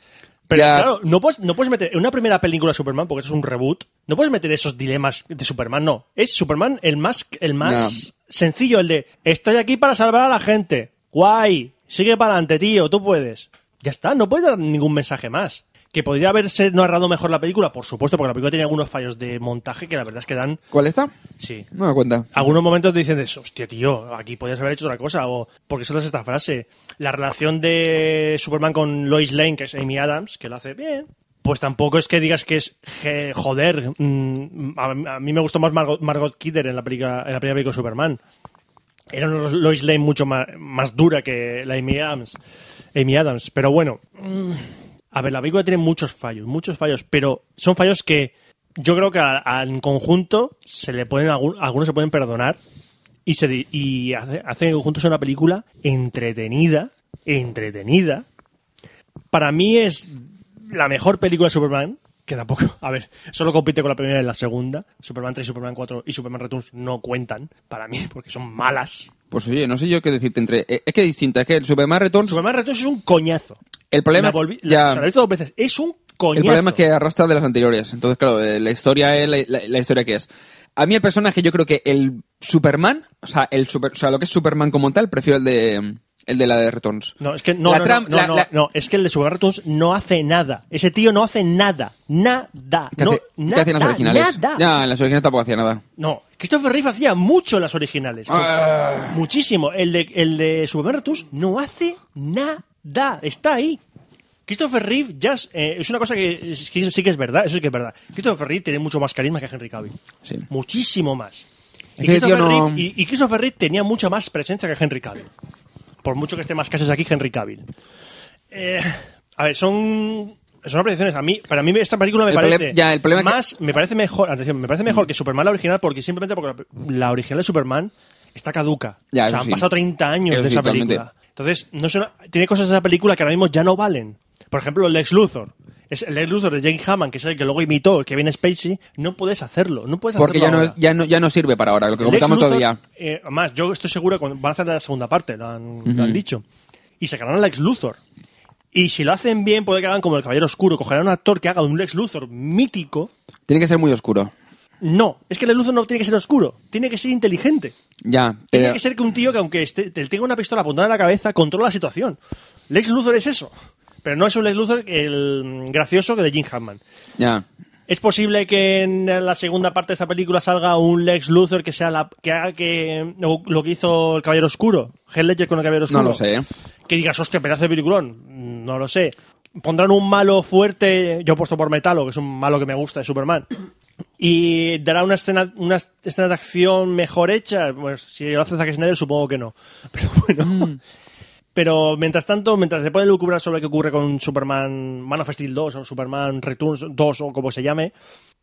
S1: Pero
S3: Ya.
S1: claro, no puedes, no puedes meter en una primera película de Superman, porque eso es un reboot, no puedes meter esos dilemas de Superman, no. Es Superman el más, el más sencillo, el de estoy aquí para salvar a la gente. Guay, sigue para adelante, tío, tú puedes. Ya está, no puedes dar ningún mensaje más. Que podría haberse narrado mejor la película, por supuesto, porque la película tiene algunos fallos de montaje que la verdad es que dan.
S3: ¿Cuál está?
S1: Sí,
S3: No me da cuenta.
S1: algunos momentos te dicen, de, hostia, tío, aquí podías haber hecho otra cosa, o porque solo es esta frase. La relación de Superman con Lois Lane, que es Amy Adams, que lo hace bien, pues tampoco es que digas que es je- joder. mm, a, a mí me gustó más Margot, Margot Kidder en la, película, en la primera película de Superman. Era una Lois Lane mucho ma- más, dura que la Amy Adams. Amy Adams, pero bueno. mm, A ver, la película tiene muchos fallos, muchos fallos, pero son fallos que yo creo que a- a- en conjunto se le pueden algún- algunos se pueden perdonar y se di- y hace- hacen en conjunto sea una película entretenida, entretenida. Para mí es la mejor película de Superman, que tampoco, a ver, solo compite con la primera y la segunda. Superman 3, Superman 4 y Superman Returns no cuentan para mí porque son malas.
S3: Pues oye, no sé yo qué decirte entre... eh, Es que es distinta. Es que el Superman Returns...
S1: Superman Returns es un coñazo.
S3: El problema...
S1: La
S3: es que-
S1: volví-
S3: ya.
S1: la- o sea, la he visto dos veces. Es un coñazo.
S3: El problema es que arrastra de las anteriores. Entonces, claro, eh, la historia es la, la- la historia que es. A mí el personaje, yo creo que el Superman, o sea, el super- o sea, lo que es Superman como tal, prefiero el de, El de la de Returns.
S1: No, es que no,
S3: La
S1: no,
S3: tram-
S1: no,
S3: la-
S1: no,
S3: la-
S1: no, es que el de Sugar Returns no hace nada. Ese tío no hace nada. Nada.
S3: ¿Qué,
S1: no,
S3: hace- qué
S1: nada,
S3: hacían las originales?
S1: Nada.
S3: Ya, en las originales tampoco hacía nada.
S1: No, Christopher Reeve hacía mucho en las originales.
S3: Ah.
S1: Muchísimo. El de, el de Superman Returns no hace nada. Está ahí. Christopher Reeve ya es, eh, es una cosa que, es- que sí que es verdad. Eso sí que es verdad. Christopher Reeve tiene mucho más carisma que Henry Cavill.
S3: Sí.
S1: Muchísimo más.
S3: Es
S1: Y
S3: que el tío
S1: Christopher,
S3: no-
S1: Reeve, y- y Christopher Reeve tenía mucha más presencia que Henry Cavill. Por mucho que esté más casas aquí, Henry Cavill. Eh, a ver, son. Son apreciaciones. A mí, para mí esta película me
S3: El
S1: parece
S3: problema- ya, el problema es que-
S1: más, me parece mejor, atención, me parece mejor que Superman la original porque simplemente porque la, la original de Superman está caduca. o sea,
S3: Ya, eso
S1: han
S3: sí.
S1: pasado 30 años
S3: Eso
S1: de
S3: sí,
S1: esa
S3: totalmente.
S1: película. Entonces, no es una- tiene cosas de esa película que ahora mismo ya no valen. Por ejemplo, el Lex Luthor. Es el Lex Luthor de Jake Hammond, que es el que luego imitó, que viene Spacey, no puedes hacerlo, no puedes
S3: Porque ya
S1: hacerlo
S3: no,
S1: ahora.
S3: es- ya, no, ya no sirve para ahora, lo que
S1: El Lex
S3: comentamos
S1: Luthor,
S3: todavía.
S1: eh, además, yo estoy seguro que van a hacer la segunda parte, lo han, lo han dicho. Y sacarán al Lex Luthor. Y si lo hacen bien, puede que hagan como el Caballero Oscuro, cogerán a un actor que haga un Lex Luthor mítico.
S3: Tiene que ser muy oscuro.
S1: No, es que el Lex Luthor no tiene que ser oscuro, tiene que ser inteligente.
S3: Ya,
S1: Tiene
S3: pero-
S1: que ser que un tío que aunque esté- te tenga una pistola apuntada en la cabeza, controla la situación. Lex Luthor es eso. Pero no es un Lex Luthor el mm, gracioso que de Jim Hammond.
S3: ya.
S1: ¿Es posible que en la segunda parte de esta película salga un Lex Luthor que sea la, que haga que lo, lo que hizo el Caballero Oscuro? Heath Ledger con el Caballero Oscuro.
S3: No lo sé.
S1: Que digas, hostia, pedazo de peliculón. No lo sé. Pondrán un malo fuerte, yo he puesto por Metalo, que es un malo que me gusta de Superman. Y dará una escena, una escena de acción mejor hecha. Pues si lo hace Zack Snyder, supongo que no. Pero bueno. Pero mientras tanto, mientras se puede lucubrar sobre qué ocurre con Superman Man of Steel 2 o Superman Returns 2 o como se llame,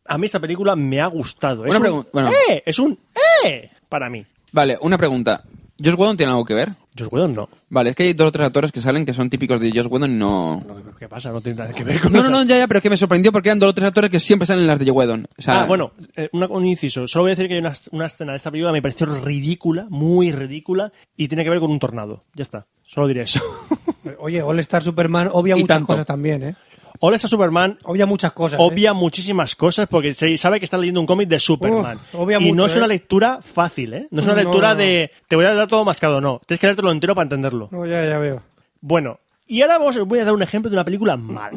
S1: a mí esta película me ha gustado. Es
S3: Una
S1: un
S3: pregun- bueno.
S1: ¡Eh! Es un ¡Eh! Para mí.
S3: Vale, una pregunta. ¿Josh Whedon tiene algo que ver?
S1: Josh Whedon no.
S3: Vale, es que hay dos o tres actores que salen que son típicos de Josh Whedon y no...
S1: No, ¿Qué pasa? No tiene nada que ver con
S3: No, no,
S1: eso.
S3: no, ya, ya, pero es que me sorprendió porque eran dos o tres actores que siempre salen en las de Josh Whedon. O sea,
S1: Ah, bueno, eh, una- un inciso. Solo voy a decir que hay una, una escena de esta película que me pareció ridícula, muy ridícula, y tiene que ver con un tornado. Ya está. Solo diré eso.
S5: Oye, All Star Superman obvia
S3: Y
S5: muchas
S3: tanto.
S5: cosas también, ¿eh?
S1: Hola, está Superman.
S5: Obvia muchas cosas. ¿eh?
S1: obvia muchísimas cosas porque se sabe que está leyendo un cómic de Superman.
S5: Uf, obvia
S1: y no
S5: mucho,
S1: es una
S5: ¿eh?
S1: lectura fácil, ¿eh? No es una
S5: No,
S1: lectura
S5: no, no.
S1: de te voy a dar todo mascado, no. Tienes que leértelo entero para entenderlo.
S5: ¿eh? No, ya, ya veo.
S1: Bueno, y ahora vamos, os voy a dar un ejemplo de una película mala.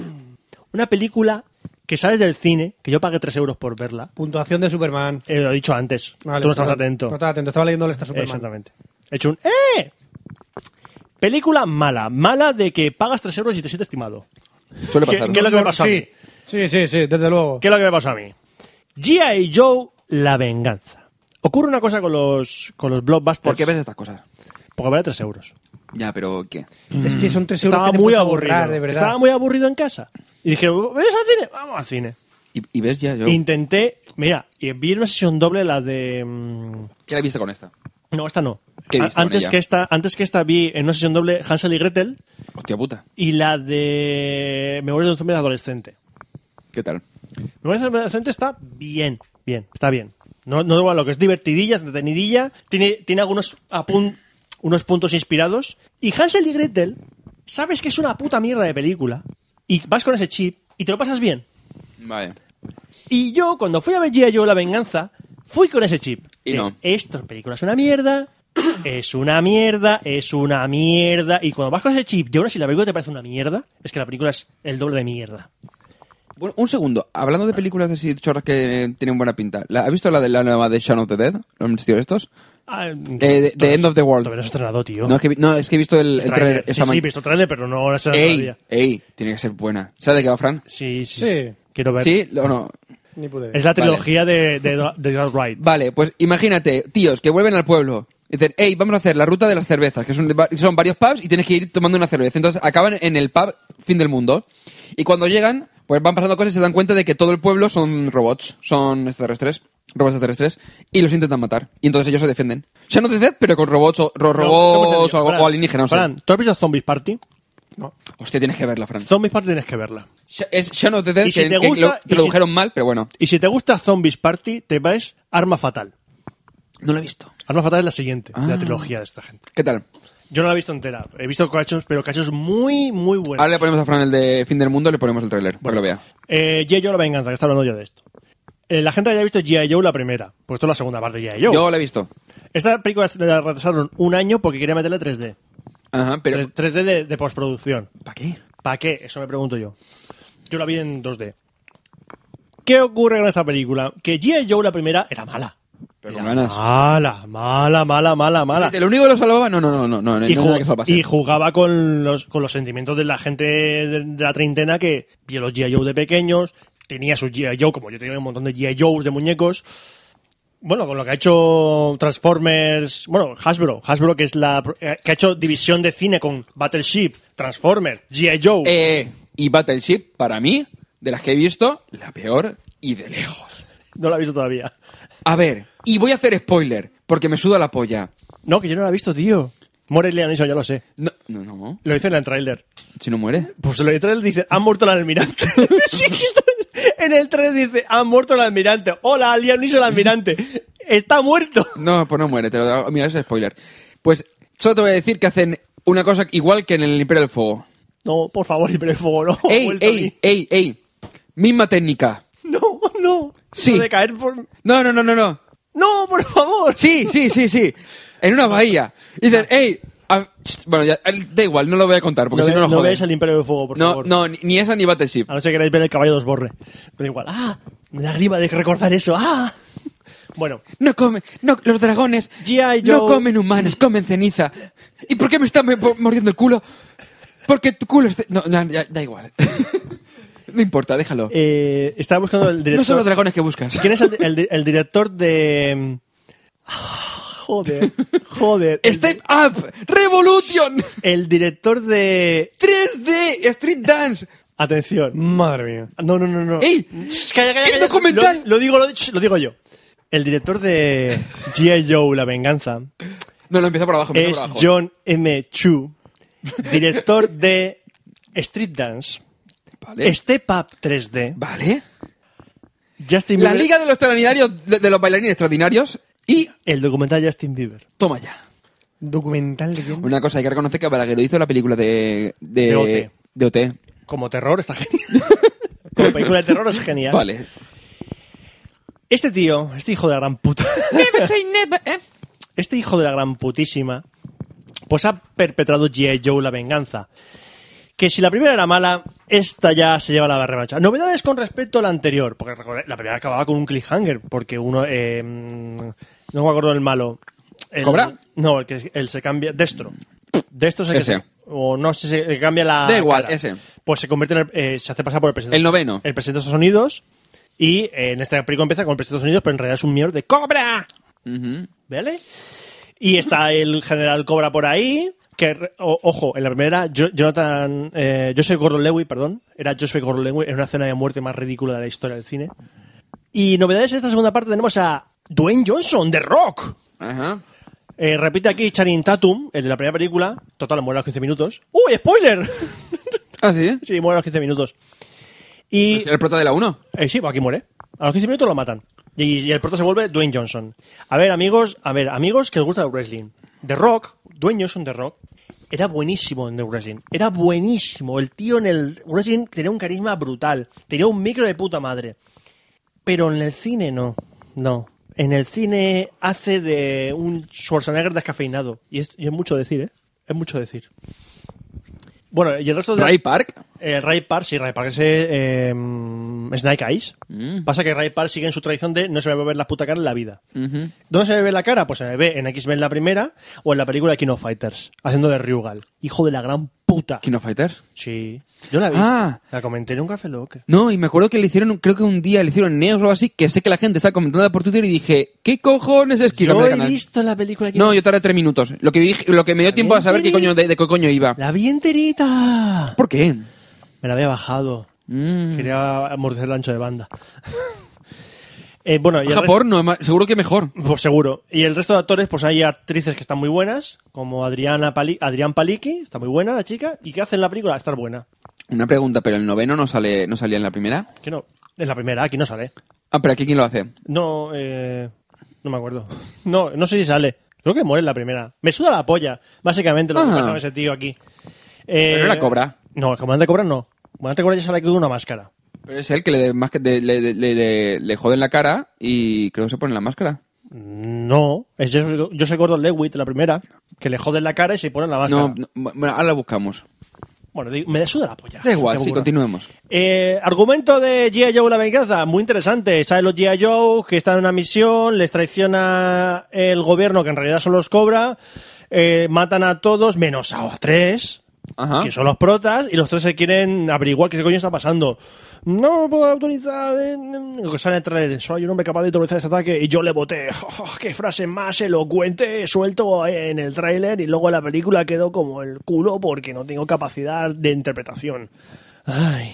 S1: Una película que sales del cine, que yo pagué 3 euros por verla.
S5: Puntuación de Superman.
S1: Eh, lo he dicho antes.
S5: Vale,
S1: Tú no estabas
S5: perdón.
S1: atento.
S5: No estaba atento, estaba leyendo All Star Superman.
S1: Exactamente. He hecho un ¡Eh! Película mala. Mala de que pagas 3 euros y te sientes estimado.
S3: suele
S1: ¿Qué-
S3: pasar.
S1: qué es lo que me pasó a mí?
S5: Sí, sí, sí, sí, desde luego.
S1: ¿Qué es lo que me pasó a mí? G.I. Joe, la venganza. Ocurre una cosa con los, con los blockbusters.
S3: ¿Por qué ves estas cosas?
S1: Porque vale 3 euros.
S3: Ya, pero ¿qué?
S5: Es que son tres euros
S1: Estaba
S5: que te
S1: muy
S5: puedes
S1: aburrido.
S5: ahorrar, de verdad.
S1: Estaba muy aburrido en casa. Y dije, ¿ves al cine? Vamos al cine.
S3: ¿Y, y ves ya yo?
S1: Intenté, mira, y vi una sesión doble, la de... mm,
S3: ¿Qué la viste con esta?
S1: No, esta no.
S3: ¿Qué
S1: A-
S3: viste con
S1: antes,
S3: ella?
S1: que esta, antes que esta vi en una sesión doble Hansel y Gretel
S3: Hostia puta.
S1: y la de Memorias de un zombie adolescente.
S3: ¿Qué tal?
S1: Memorias de un zombie adolescente está bien, bien, está bien. No, no digo lo que es divertidilla, es entretenidilla, tiene, tiene algunos apun- unos puntos inspirados. Y Hansel y Gretel, sabes que es una puta mierda de película y vas con ese chip y te lo pasas bien.
S3: Vale.
S1: Y yo, cuando fui a ver G.I. Joe La Venganza, fui con ese chip.
S3: Y
S1: De,
S3: no.
S1: Esta película es una mierda, es una mierda, es una mierda. Y cuando vas con ese chip, y ahora si la película te parece una mierda, es que la película es el doble de mierda.
S3: Bueno, un segundo. Hablando de películas de así chorras que eh, tienen buena pinta. ¿La, ¿Has visto la de la nueva de Shaun of the Dead? ¿Los tíos estos? Eh, de- de End of the World.
S1: Todavía no se ha estrenado, tío.
S3: No es, que, vi- no, es que he visto el, el
S1: Tráiler.
S3: trailer
S1: Sí,
S3: esta
S1: sí, he
S3: mañana.
S1: visto trailer, pero no se ha estrenado
S3: ey,
S1: todavía.
S3: ey, tiene que ser buena. ¿Sabes de qué va, Fran?
S1: Sí, sí,
S5: Sí.
S1: sí. Quiero ver.
S3: ¿Sí o no?
S5: Ni pude.
S1: Es la trilogía de, de, de Edgar Wright.
S3: Vale, pues imagínate, tíos que vuelven al pueblo. y Dicen, hey, vamos a hacer la ruta de las cervezas, que son, de va- son varios pubs y tienes que ir tomando una cerveza. Entonces acaban en el pub fin del mundo. Y cuando llegan, pues van pasando cosas y se dan cuenta de que todo el pueblo son robots, son extraterrestres, robots extraterrestres, y los intentan matar. Y entonces ellos se defienden. Ya no de Zed, pero con robots o, ro-
S1: No,
S3: robots
S1: estamos en lío.
S3: o, algo-
S1: Fran,
S3: o alienígenas. no sé.
S1: Fran, ¿tú has visto Zombies Party?
S3: Hostia, tienes que verla, Fran.
S1: Zombies Party tienes que verla.
S3: Sh- Es Shaun of the Dead,
S1: Y si
S3: que,
S1: te
S3: que
S1: gusta-
S3: lo
S1: y si-
S3: tradujeron mal, pero bueno.
S1: Y si te gusta Zombies Party, te ves Arma Fatal.
S3: No lo he visto.
S1: Arma Fatal es la siguiente de
S3: Ah.
S1: la trilogía de esta gente.
S3: ¿Qué tal?
S1: Yo no la he visto entera. He visto cachos, pero cachos muy, muy buenos.
S3: Ahora le ponemos a Fran el de Fin del Mundo, le ponemos el tráiler, para que lo vea.
S1: Eh, G.I. Joe la venganza, que está hablando yo de esto. Eh, la gente que haya visto G.I. Joe la primera. Pues esto es la segunda parte de G.I. Joe.
S3: Yo lo he visto.
S1: Esta película la retrasaron un año porque quería meterle 3D.
S3: Ajá, pero...
S1: 3, d de, de postproducción.
S3: ¿Para qué?
S1: ¿Para qué? Eso me pregunto yo. Yo la vi en 2D. ¿Qué ocurre con esta película? Que G.I. Joe, la primera, era mala.
S3: Pero con ganas.
S1: Ah, Mala, mala, mala, mala, mala.
S3: Lo único que lo salvaba... No, no, no, no. no, no hay
S1: Y, ju-
S3: nada que salvase.
S1: y jugaba con los, con los sentimientos de la gente de, de la treintena que vio los G.I. Joe de pequeños, tenía sus G.I. Joe, como yo tenía un montón de G.I. Joes de muñecos. Bueno, con lo que ha hecho Transformers, bueno, Hasbro, Hasbro que es la eh, que ha hecho división de cine con Battleship, Transformers, G.I. Joe.
S3: Eh, y Battleship, para mí, de las que he visto, la peor y de lejos.
S1: No la he visto todavía.
S3: A ver, y voy a hacer spoiler, porque me suda la polla.
S1: No, que yo no la he visto, tío. Muere Liam Neeson, ya lo sé.
S3: No, no, no.
S1: Lo dice en el tráiler.
S3: Si no muere.
S1: Pues en el tráiler dice, han muerto el almirante. Sí, que esto- en el tráiler dice, han muerto el almirante. Hola, Liam Neeson, el almirante. Está muerto.
S3: No, pues no muere, te lo digo. Mira, ese es spoiler. Pues solo te voy a decir que hacen una cosa igual que en el Imperio del Fuego.
S1: No, por favor, Libre Fuego, no. Ha
S3: ¡Ey,
S1: vuelto a mí.
S3: ey, ey, ey! Misma técnica.
S1: No, no.
S3: Sí.
S1: Lo de caer por...
S3: No, no, no, no, no.
S1: No, por favor.
S3: Sí, sí, sí, sí. En una bahía. Y dicen, ¡ey! ah, sh- Bueno, ya, el- da igual, no lo voy a contar, porque
S1: no
S3: si no
S1: ve-
S3: lo
S1: no
S3: joden.
S1: veáis el Imperio del Fuego, por
S3: no,
S1: favor.
S3: no, ni- ni esa ni Battleship.
S1: A no ser que queráis ver el caballo dos borre. Pero igual, ah, me da grima de recordar eso. Ah. Bueno,
S3: No comen, no, los dragones
S1: G.I.
S3: no
S1: Joe.
S3: comen humanos, comen ceniza. ¿Y por qué me está me- por- mordiendo el culo? Porque tu culo es... ce- No, no, ya- da igual. no importa, déjalo.
S1: eh, estaba buscando el director...
S3: no son los dragones que buscas.
S1: ¿Quién es el, el di- el director de. mm, ah, Joder, joder. El,
S3: Step Up, Revolution,
S1: el director de.
S3: 3D, Street Dance.
S1: Atención.
S5: Madre mía.
S1: No, no, no, no.
S3: ¡Ey!
S1: Shh, calla, calla,
S3: ¡El
S1: calla.
S3: documental!
S1: Lo, lo digo, lo, shh, lo digo yo. El director de G.I. Joe, La Venganza,
S3: No, no, empieza por abajo, empieza
S1: es
S3: por abajo.
S1: John M. Chu, director de Street Dance,
S3: Vale.
S1: Step Up 3D,
S3: Vale.
S1: Justin
S3: La
S1: Bieber,
S3: Liga de los Extraordinarios, de, de los Bailarines Extraordinarios y...
S1: el documental Justin Bieber.
S3: Toma ya.
S5: ¿Documental de quién?
S3: Una cosa, hay que reconocer que Balagueró hizo la película de... De,
S1: De OT.
S3: de OT.
S1: Como terror está genial. Como película de terror es genial.
S3: Vale.
S1: Este tío, este hijo de la gran puta.
S3: eh.
S1: Este hijo de la gran putísima, pues ha perpetrado G.I. Joe la venganza. Que si la primera era mala, esta ya se lleva la revancha. Novedades con respecto a la anterior, porque recordad, la primera acababa con un cliffhanger, porque uno. eh, mm, no me acuerdo del malo. El-
S3: ¿Cobra?
S1: No, el que el se cambia. Destro. Destro es el que
S3: Ese.
S1: se- O no sé, se cambia la.
S3: Da igual,
S1: cara.
S3: ese.
S1: Pues se convierte en el- eh, se hace pasar por el presidente.
S3: El noveno.
S1: El presidente de Estados Unidos. Y eh, en esta película empieza con el presidente de Estados Unidos, pero en realidad es un miembro de ¡Cobra!
S3: Ujú.
S1: ¿Vale? Y está el general Cobra por ahí. Que, re- o- ojo, en la primera, Jo- Jonathan. Eh, Joseph Gordon Lewy, perdón. Era Joseph Gordon Lewy en una escena de muerte más ridícula de la historia del cine. Y novedades en esta segunda parte tenemos a Dwayne Johnson, de Rock.
S3: Ajá.
S1: Eh, repite aquí Charin Tatum, el de la primera película. Total, muere a los 15 minutos. ¡Uy, spoiler!
S3: Ah, sí.
S1: sí, muere a los 15 minutos. Y.
S3: ¿Es el prota de la 1?
S1: Eh, sí, aquí muere. A los 15 minutos lo matan. Y, y el prota se vuelve Dwayne Johnson. A ver, amigos, a ver, amigos que les gusta el wrestling. The Rock, Dwayne Johnson The Rock, era buenísimo en el wrestling. Era buenísimo. El tío en el wrestling tenía un carisma brutal. Tenía un micro de puta madre. Pero en el cine no. No. En el cine hace de un Schwarzenegger descafeinado. Y es, y es mucho decir, ¿eh? Es mucho decir. Bueno, y el resto de...
S3: Ray Park.
S1: Eh, Ray Park, sí, Ray Park es eh, mm, Snake Eyes.
S3: Mm.
S1: Pasa que Ray Park sigue en su tradición de no se me va a ver la puta cara en la vida. ¿Dónde se me ve la cara? Pues se me ve en X-Men la primera o en la película de King of Fighters, haciendo de Ryugal. Hijo de la gran puta.
S3: King of Fighters.
S1: Sí. Yo la vi.
S3: Ah.
S1: La comenté en un café locker.
S3: No, y me acuerdo que le hicieron, creo que un día le hicieron Neos o algo así, que sé que la gente estaba comentando por Twitter y dije, ¿qué cojones es King
S1: Pues Yo
S3: of
S1: he
S3: Fighters?
S1: visto la película de King
S3: No, yo tardé tres minutos. Lo que, dije, lo que me dio tiempo a saber qué coño, de, de qué coño iba.
S1: La vi enterita.
S3: ¿Por qué?
S1: Me la había bajado.
S3: Mm.
S1: Quería morder el ancho de banda. Eh, bueno, y el
S3: Baja
S1: resto-
S3: porno, ma- seguro que mejor.
S1: Pues seguro. Y el resto de actores, pues hay actrices que están muy buenas, como Adriana Pali Adrián Paliki, está muy buena la chica, y que hace en la película estar buena.
S3: Una pregunta, pero el noveno no sale, no salía en la primera.
S1: Que no, es la primera, aquí no sale.
S3: Ah, pero aquí quién lo hace.
S1: No, eh, no me acuerdo. No, no sé si sale. Creo que muere en la primera. Me suda la polla, básicamente, lo que
S3: Ah.
S1: pasa con ese tío aquí. Eh,
S3: Pero era Cobra.
S1: No, el comandante Cobra no. El comandante Cobra ya sale aquí con una máscara.
S3: Pero es él que le, de- más que de- le, le- le- le- le joden la cara y creo que se pone la máscara.
S1: No, es Joseph- Joseph Gordon Lewitt, la primera, que le joden la cara y se ponen la máscara.
S3: No, no, bueno, ahora la buscamos.
S1: Bueno, di- me suda la polla.
S3: Da igual,
S1: Qué
S3: sí,
S1: burro.
S3: continuemos.
S1: Eh, argumento de G.I. Joe la venganza, muy interesante. Salen los G.I. Joe que están en una misión, les traiciona el gobierno que en realidad son los Cobra, eh, matan a todos menos a los tres,
S3: Ajá.
S1: que son los protas, y los tres se quieren averiguar qué coño está pasando. No puedo autorizar, eh, eh, lo que sale en el trailer, soy un hombre capaz de autorizar este ataque y yo le voté. qué frase más elocuente suelto eh, en el tráiler y luego en la película quedó como el culo porque no tengo capacidad de interpretación. Ay,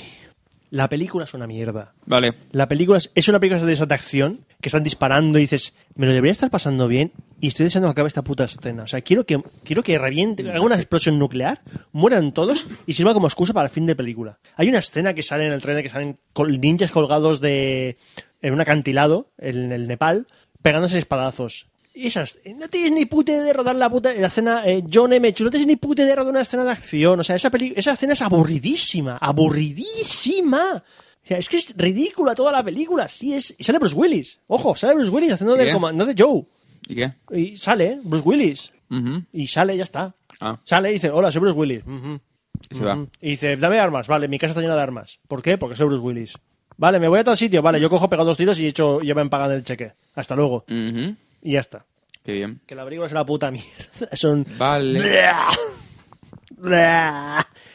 S1: la película es una mierda.
S3: Vale.
S1: La película es, es una película de esa de acción que están disparando y dices, me lo debería estar pasando bien y estoy deseando que acabe esta puta escena. O sea, quiero que, quiero que reviente, haga una explosión nuclear, mueran todos y sirva como excusa para el fin de película. Hay una escena que sale en el tren que salen col- ninjas colgados de en un acantilado en el Nepal pegándose espadazos. Y esas, no tienes ni puta idea de rodar la puta la escena eh, John M. Chu, no tienes ni puta idea de rodar una escena de acción. O sea, esa, peli- esa escena es aburridísima, aburridísima. O sea, es que es ridícula toda la película. Sí, es. Y sale Bruce Willis. Ojo, sale Bruce Willis haciendo del
S3: Bien.
S1: comandante Joe.
S3: ¿Y qué?
S1: Y sale ¿eh? Bruce Willis.
S3: Ujú.
S1: Y sale, ya está.
S3: Ah.
S1: Sale y dice, hola, soy Bruce Willis. Ujú.
S3: Y Se va.
S1: Ujú. Y dice, dame armas. Vale, mi casa está llena de armas. ¿Por qué? Porque soy Bruce Willis. Vale, me voy a tal sitio. Vale, yo cojo, pego dos tiros y, hecho, ya me pagan el cheque. Hasta luego.
S3: Ujú.
S1: Y ya está.
S3: Qué bien.
S1: Que la película es la puta mierda. Son...
S3: Vale.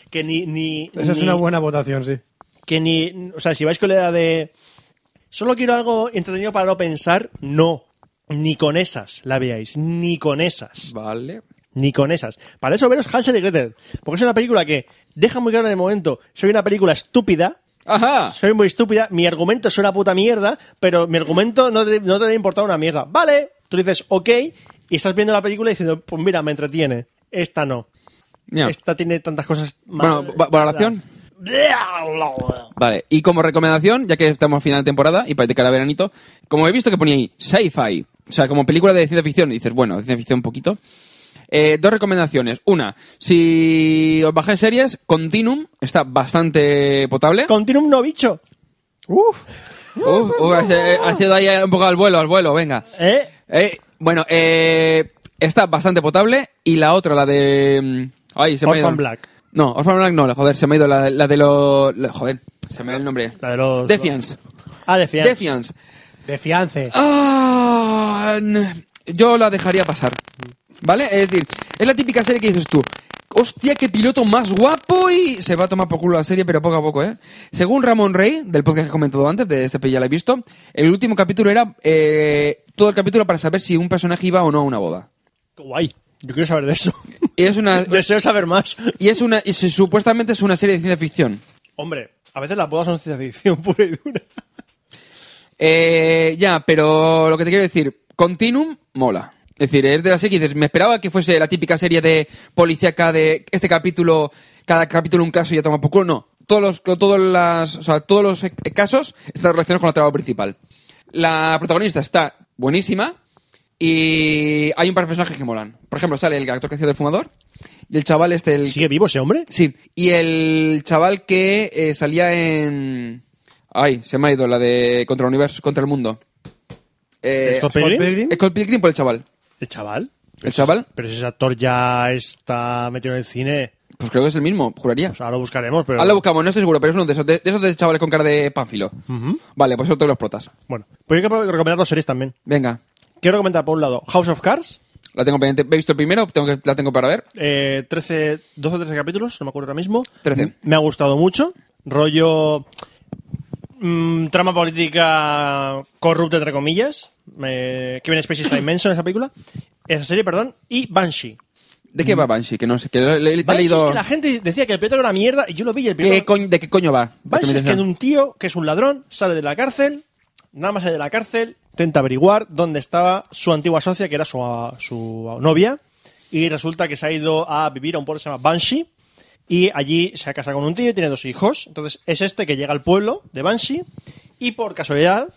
S1: que ni... ni
S5: Esa es
S1: ni-
S5: una buena votación, sí.
S1: que ni. O sea, si vais con la idea de. Solo quiero algo entretenido para no pensar, no. Ni con esas la veáis. Ni con esas.
S3: Vale.
S1: Ni con esas. Para eso veros Hansel y Gretel. Porque es una película que deja muy claro en el momento. Soy una película estúpida.
S3: Ajá.
S1: Soy muy estúpida. Mi argumento es una puta mierda. Pero mi argumento no te, no te debe importar una mierda. Vale. Tú dices, ok. Y estás viendo la película y diciendo, pues mira, me entretiene. Esta no.
S3: Ya.
S1: Esta tiene tantas cosas
S3: Bueno,
S1: mal-
S3: va- valoración. Vale, y como recomendación, ya que estamos a final de temporada y para de cara a veranito, como he visto que ponía ahí, sci-fi, o sea, como película de ciencia ficción, y dices, bueno, ciencia ficción un poquito. Eh, dos recomendaciones. Una, si os bajáis series, Continuum está bastante potable.
S1: Continuum no bicho.
S3: Uf, uf, ha sido- eh, ha sido ahí un poco al vuelo, al vuelo, venga.
S1: ¿Eh?
S3: Eh, bueno, eh, está bastante potable. Y la otra, la de. mm, Ay, se me ha ido.
S1: Orphan Black.
S3: No, Orphan Black no, la- joder, se me ha ido la, la de los. la- joder, se me ha ido el nombre.
S1: La de los-
S3: Defiance.
S1: Ah, Defiance.
S3: Defiance.
S5: De fiance.
S3: Ah, n- yo la dejaría pasar. ¿Vale? Es decir, es la típica serie que dices tú. Hostia, qué piloto más guapo y se va a tomar por culo la serie, pero poco a poco, ¿eh? Según Ramón Rey, del podcast que he comentado antes, de este ya la he visto, el último capítulo era eh, todo el capítulo para saber si un personaje iba o no a una boda.
S1: Qué Guay. Yo quiero saber de eso.
S3: Y es una,
S1: Deseo saber más.
S3: y es una, y se- supuestamente es una serie de ciencia ficción.
S1: Hombre, a veces las bodas son ciencia ficción pura y dura.
S3: Eh, ya, pero lo que te quiero decir, Continuum mola. Es decir, es de la serie que dices, me esperaba que fuese la típica serie de policíaca de este capítulo, cada capítulo un caso y ya toma por culo. No, todos los, todos las, o sea, todos los eh, casos están relacionados con la trama principal. La protagonista está buenísima y hay un par de personajes que molan. Por ejemplo, sale el actor que hacía del fumador y el chaval este, el
S1: ¿Sigue vivo ese hombre?
S3: Sí, y el chaval que eh, salía en. Ay, se me ha ido la de Contra el Universo, Contra el Mundo. Eh,
S1: ¿Scott Pilgrim? Pues
S5: Pilgrim?
S3: Scott Pilgrim por el chaval.
S1: ¿El chaval?
S3: ¿El chaval?
S1: Pero si ese actor ya está metido en el cine,
S3: Pues creo que es el mismo, juraría.
S1: pues ahora lo buscaremos, pero...
S3: Ahora lo buscamos, no estoy seguro, pero es uno de esos, de, de esos de chavales con cara de pánfilo. Vale, pues son todos los protas.
S1: Bueno, pues yo quiero recomendar dos series también.
S3: Venga,
S1: Quiero recomendar, por un lado, House of Cards,
S3: la tengo pendiente. He visto el primero, tengo que, la tengo para ver.
S1: eh, 13, 12 o 13 capítulos, no me acuerdo ahora mismo.
S3: 13.
S1: Me ha gustado mucho. Rollo. mm, trama política corrupta, entre comillas. Eh, Kevin Spacey está inmenso en esa película. Esa serie, perdón. Y Banshee.
S3: ¿De qué va Banshee? Que no sé, que le- le- le he
S1: Banshee es
S3: leído.
S1: que la gente decía que el piloto era una mierda y yo lo vi y el
S3: ¿Qué
S1: piloto.
S3: coño- ¿De qué coño va?
S1: Banshee es que es un tío que es un ladrón, sale de la cárcel, nada más sale de la cárcel, intenta averiguar dónde estaba su antigua socia, que era su, ah, su novia, y resulta que se ha ido a vivir a un pueblo que se llama Banshee, y allí se ha casado con un tío y tiene dos hijos. Entonces es este que llega al pueblo de Banshee, y por casualidad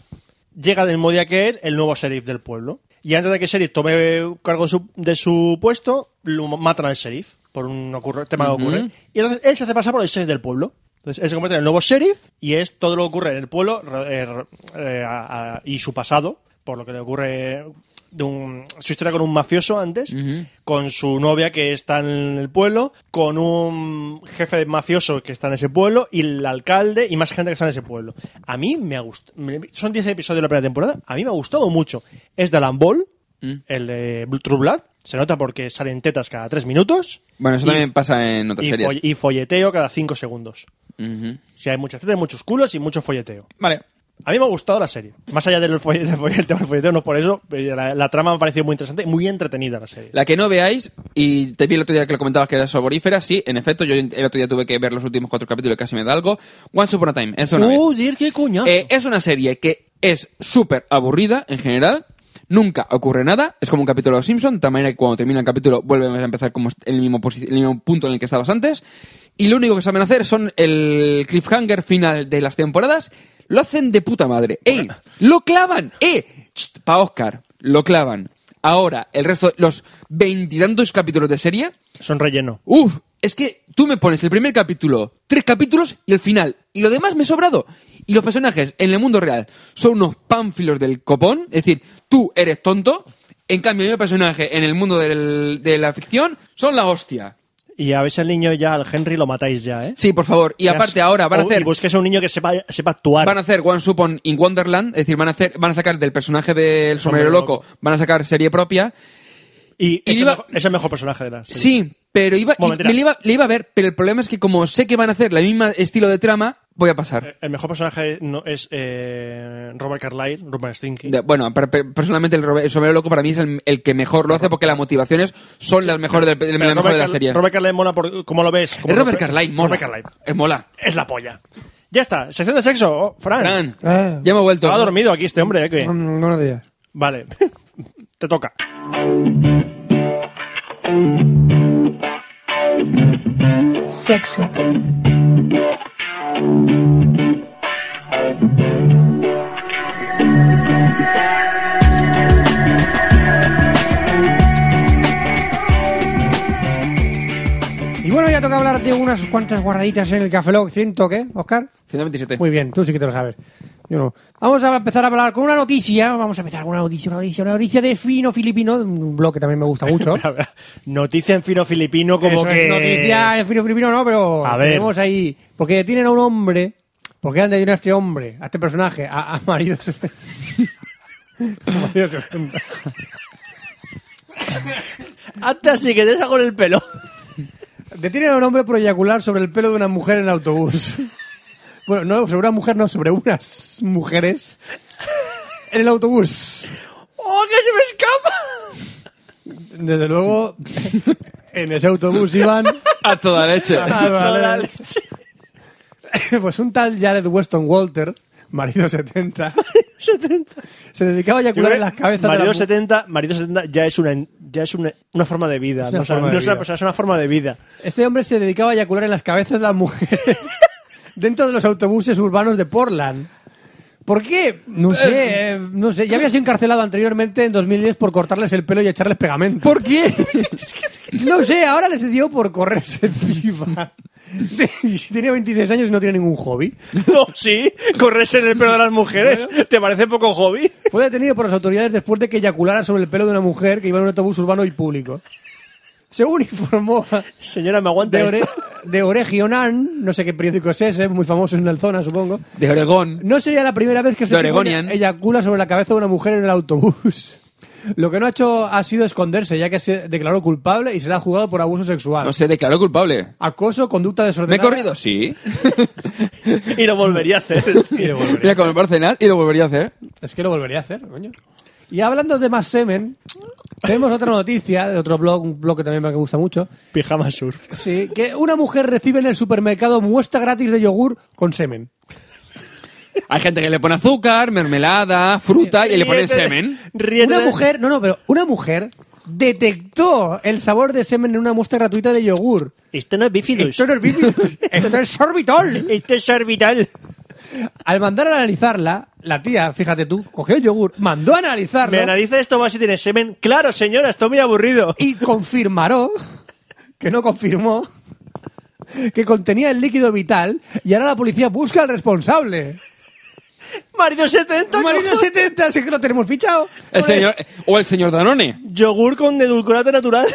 S1: llega del mismo día que él el nuevo sheriff del pueblo. Y antes de que el sheriff tome cargo de su, de su puesto, lo matan al sheriff por un ocurre- tema que ocurre. Y entonces él se hace pasar por el sheriff del pueblo. Entonces él se convierte en el nuevo sheriff y es todo lo que ocurre en el pueblo re- eh, re- eh, a- a- y su pasado, por lo que le ocurre de un- su historia con un mafioso antes, con su novia que está en el pueblo, con un jefe mafioso que está en ese pueblo y el alcalde y más gente que está en ese pueblo. A mí me ha gustado. Son 10 episodios de la primera temporada. A mí me ha gustado mucho. Es de Alan Ball,
S3: Mm.
S1: el de Blue- True Blood. Se nota porque salen tetas cada 3 minutos.
S3: Bueno, eso
S1: Y-
S3: también pasa en otras
S1: y,
S3: series.
S1: foll- y folleteo cada 5 segundos.
S3: Ujú.
S1: O sea, hay muchas tetas, muchos culos y mucho folleteo.
S3: Vale.
S1: A mí me ha gustado la serie. Más allá del folleteo, del folleteo, del folleteo, no por eso. pero La, la trama me ha parecido muy interesante y muy entretenida la serie.
S3: La que no veáis, y te vi el otro día que lo comentabas que era soborífera, sí, en efecto, yo el otro día tuve que ver los últimos cuatro capítulos y casi me da algo. Once Upon a Time, eso no es.
S1: Joder, Uh, qué coñazo!
S3: Eh, es una serie que es súper aburrida en general. Nunca ocurre nada. Es como un capítulo de Los Simpson. De tal manera que cuando termina el capítulo vuelves a empezar como en el mismo, posi- el mismo punto en el que estabas antes. Y lo único que saben hacer son el cliffhanger final de las temporadas. Lo hacen de puta madre. ¡Ey! ¡Lo clavan! ¡Eh! Para Oscar, lo clavan. Ahora, el resto, los veintitantos capítulos de serie,
S1: Son relleno.
S3: Uf, es que tú me pones el primer capítulo, tres capítulos y el final. Y lo demás me he sobrado. Y los personajes en el mundo real son unos pánfilos del copón. Es decir, tú eres tonto. En cambio, mi personaje en el mundo del- de la ficción son la hostia.
S1: Y a veces el niño ya, al Henry, lo matáis ya, ¿eh?
S3: Sí, por favor. Y
S1: Ya
S3: aparte
S1: es-
S3: ahora van a
S1: o-
S3: hacer...
S1: Y busques a un niño que sepa, sepa actuar.
S3: Van a hacer One Upon in Wonderland, es decir, van a hacer, van a sacar del personaje del sombrero
S1: Sombrero
S3: loco,
S1: Loco.
S3: van a sacar serie propia.
S1: y es,
S3: iba-
S1: el mejor, es el mejor personaje de la serie.
S3: Sí, pero iba,
S1: Bueno, mentira.
S3: me le iba, le iba a ver, pero el problema es que como sé que van a hacer la misma estilo de trama, voy a pasar.
S1: El mejor personaje no es eh, Robert Carlyle, Robert Stinky.
S3: De- bueno, per- per- personalmente el, Robe- el sombrero loco para mí es el, el que mejor lo hace porque las motivaciones son las mejores del- del-
S1: Pero
S3: la mejor de la
S1: Car-
S3: serie.
S1: Robert Carlyle mola por cómo lo ves.
S3: Es
S1: como
S3: Robert Carlyle, mola.
S1: Robert Carlyle.
S3: Es mola.
S1: Es la polla. Ya está. Sección de sexo. Oh, Fran.
S3: Fran,
S5: Ah.
S3: ya me he vuelto.
S1: Estaba dormido aquí este hombre. ¿eh? que-
S5: Mm, buenos días.
S1: Vale. Te toca.
S4: Sexo.
S5: Y bueno, ya toca hablar de unas cuantas guardaditas en el Café Lock. ¿Ciento qué, Oscar?
S3: 127.
S5: Muy bien, tú sí que te lo sabes. Yo no. Vamos a empezar a hablar con una noticia. Vamos a empezar con una noticia, una noticia, una noticia de Fino Filipino, de un blog que también me gusta mucho.
S1: A ver, Noticia en fino filipino como
S5: Eso es
S1: que...
S5: noticia de Fino Filipino, no, pero
S1: A ver.
S5: tenemos ahí. Porque detienen a un hombre. Porque han detenido a este hombre, a este personaje, a, a marido. este- a marido 60.
S1: Hasta sí que te saco el pelo.
S5: Detienen a un hombre por eyacular sobre el pelo de una mujer en el autobús. Bueno, no, sobre una mujer, no, sobre unas mujeres en el autobús.
S1: ¡Oh, que se me escapa!
S5: Desde luego, en ese autobús iban
S3: A toda leche.
S5: Ah, vale.
S1: La leche.
S5: pues un tal Jared Weston Walter, marido 70, se dedicaba a eyacular en las cabezas de
S1: marido,
S5: las mu-
S1: 70, marido 70 ya es una, ya es una, una forma de vida.
S5: Es una
S1: no, o sea,
S5: forma de
S1: no es
S5: vida.
S1: una persona, es una forma de vida.
S5: Este hombre se dedicaba a eyacular en las cabezas de las mujeres dentro de los autobuses urbanos de Portland. ¿Por qué? No sé, eh, no sé. Ya había sido encarcelado anteriormente en 2010 por cortarles el pelo y echarles pegamento.
S3: ¿Por qué?
S5: No sé, ahora les dio por correrse viva. Tiene 26 años y no tiene ningún hobby.
S1: No, sí, correrse en el pelo de las mujeres. ¿Te parece poco hobby?
S5: Fue detenido por las autoridades después de que eyaculara sobre el pelo de una mujer que iba en un autobús urbano y público. Según informó
S1: Señora, me aguanta
S5: de,
S1: esto.
S5: Ore de Oregionan, no sé qué periódico es ese, muy famoso en la zona, supongo.
S3: De Oregón.
S5: No sería la primera vez que
S3: De
S5: se
S3: Oregonian.
S5: eyacula sobre la cabeza de una mujer en el autobús. Lo que no ha hecho ha sido esconderse, ya que se declaró culpable y será juzgado por abuso sexual.
S3: No se declaró culpable.
S5: Acoso, conducta
S3: ¿Me he
S5: desordenada.
S3: corrido? Sí.
S1: Y lo volvería a hacer. Y lo volvería.
S3: Mira, con el Barcelona y lo volvería a hacer.
S5: Es que lo volvería a hacer, coño. Y hablando de más semen, tenemos otra noticia de otro blog, un blog que también me gusta mucho.
S1: Pijama surf.
S5: Sí, que una mujer recibe en el supermercado muestra gratis de yogur con semen.
S3: Hay gente que le pone azúcar, mermelada, fruta y le ponen semen.
S1: Ríete
S5: Una
S1: de-
S5: mujer, no, no, pero una mujer detectó el sabor de semen en una muestra gratuita de yogur.
S1: Esto Este no es bifidus.
S5: Esto no es bifidus, esto es sorbitol.
S1: Esto es orbital.
S5: Al mandar a analizarla, la tía, fíjate tú, cogió el yogur, mandó a analizarlo
S1: Me analiza esto más si tiene semen. Claro, señora, estoy muy aburrido.
S5: y confirmaró, que no confirmó, que contenía el líquido vital y ahora la policía busca al responsable.
S1: Marido 70.
S5: Marido
S1: cojones.
S5: 70, si es que lo tenemos fichado.
S3: El
S1: Pues
S3: señor, o el señor Danone.
S1: Yogur con edulcorante natural.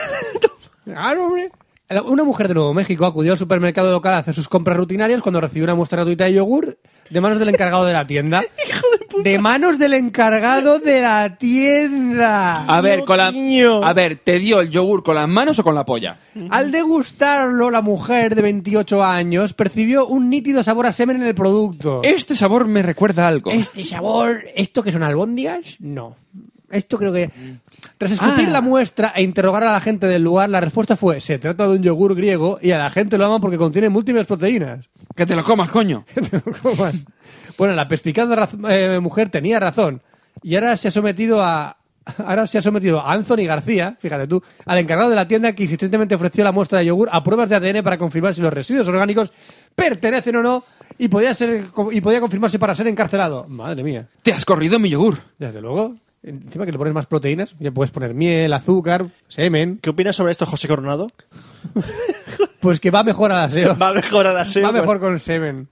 S5: Claro, hombre. La- Una mujer de Nuevo México acudió al supermercado local a hacer sus compras rutinarias cuando recibió una muestra gratuita de yogur de manos del encargado de la tienda. ¡Hijo de puta! De manos del encargado de la tienda.
S3: A ver, con la,
S1: Niño.
S3: a ver, ¿te dio el yogur con las manos o con la polla?
S5: Al degustarlo, la mujer de 28 años percibió un nítido sabor a semen en el producto.
S3: Este sabor me recuerda a algo.
S5: Este sabor, ¿esto que son albóndigas? No. Esto creo que. Tras escupir la muestra e interrogar a la gente del lugar, la respuesta fue: se trata de un yogur griego y a la gente lo ama porque contiene múltiples proteínas.
S3: Que te lo comas, coño.
S5: Te lo coman. bueno, la perspicaz raz- eh, mujer tenía razón. Y ahora se ha sometido a. Ahora se ha sometido a Anthony García, fíjate tú, al encargado de la tienda que insistentemente ofreció la muestra de yogur a pruebas de ADN para confirmar si los residuos orgánicos pertenecen o no y podía, ser, y podía confirmarse para ser encarcelado. Madre mía.
S3: Te has corrido mi yogur.
S5: Desde luego. Encima que le pones más proteínas, ya puedes poner miel, azúcar, semen.
S1: ¿Qué opinas sobre esto, José Coronado?
S5: Pues que va mejor al aseo.
S1: Va a mejorar así.
S5: Va mejor con semen.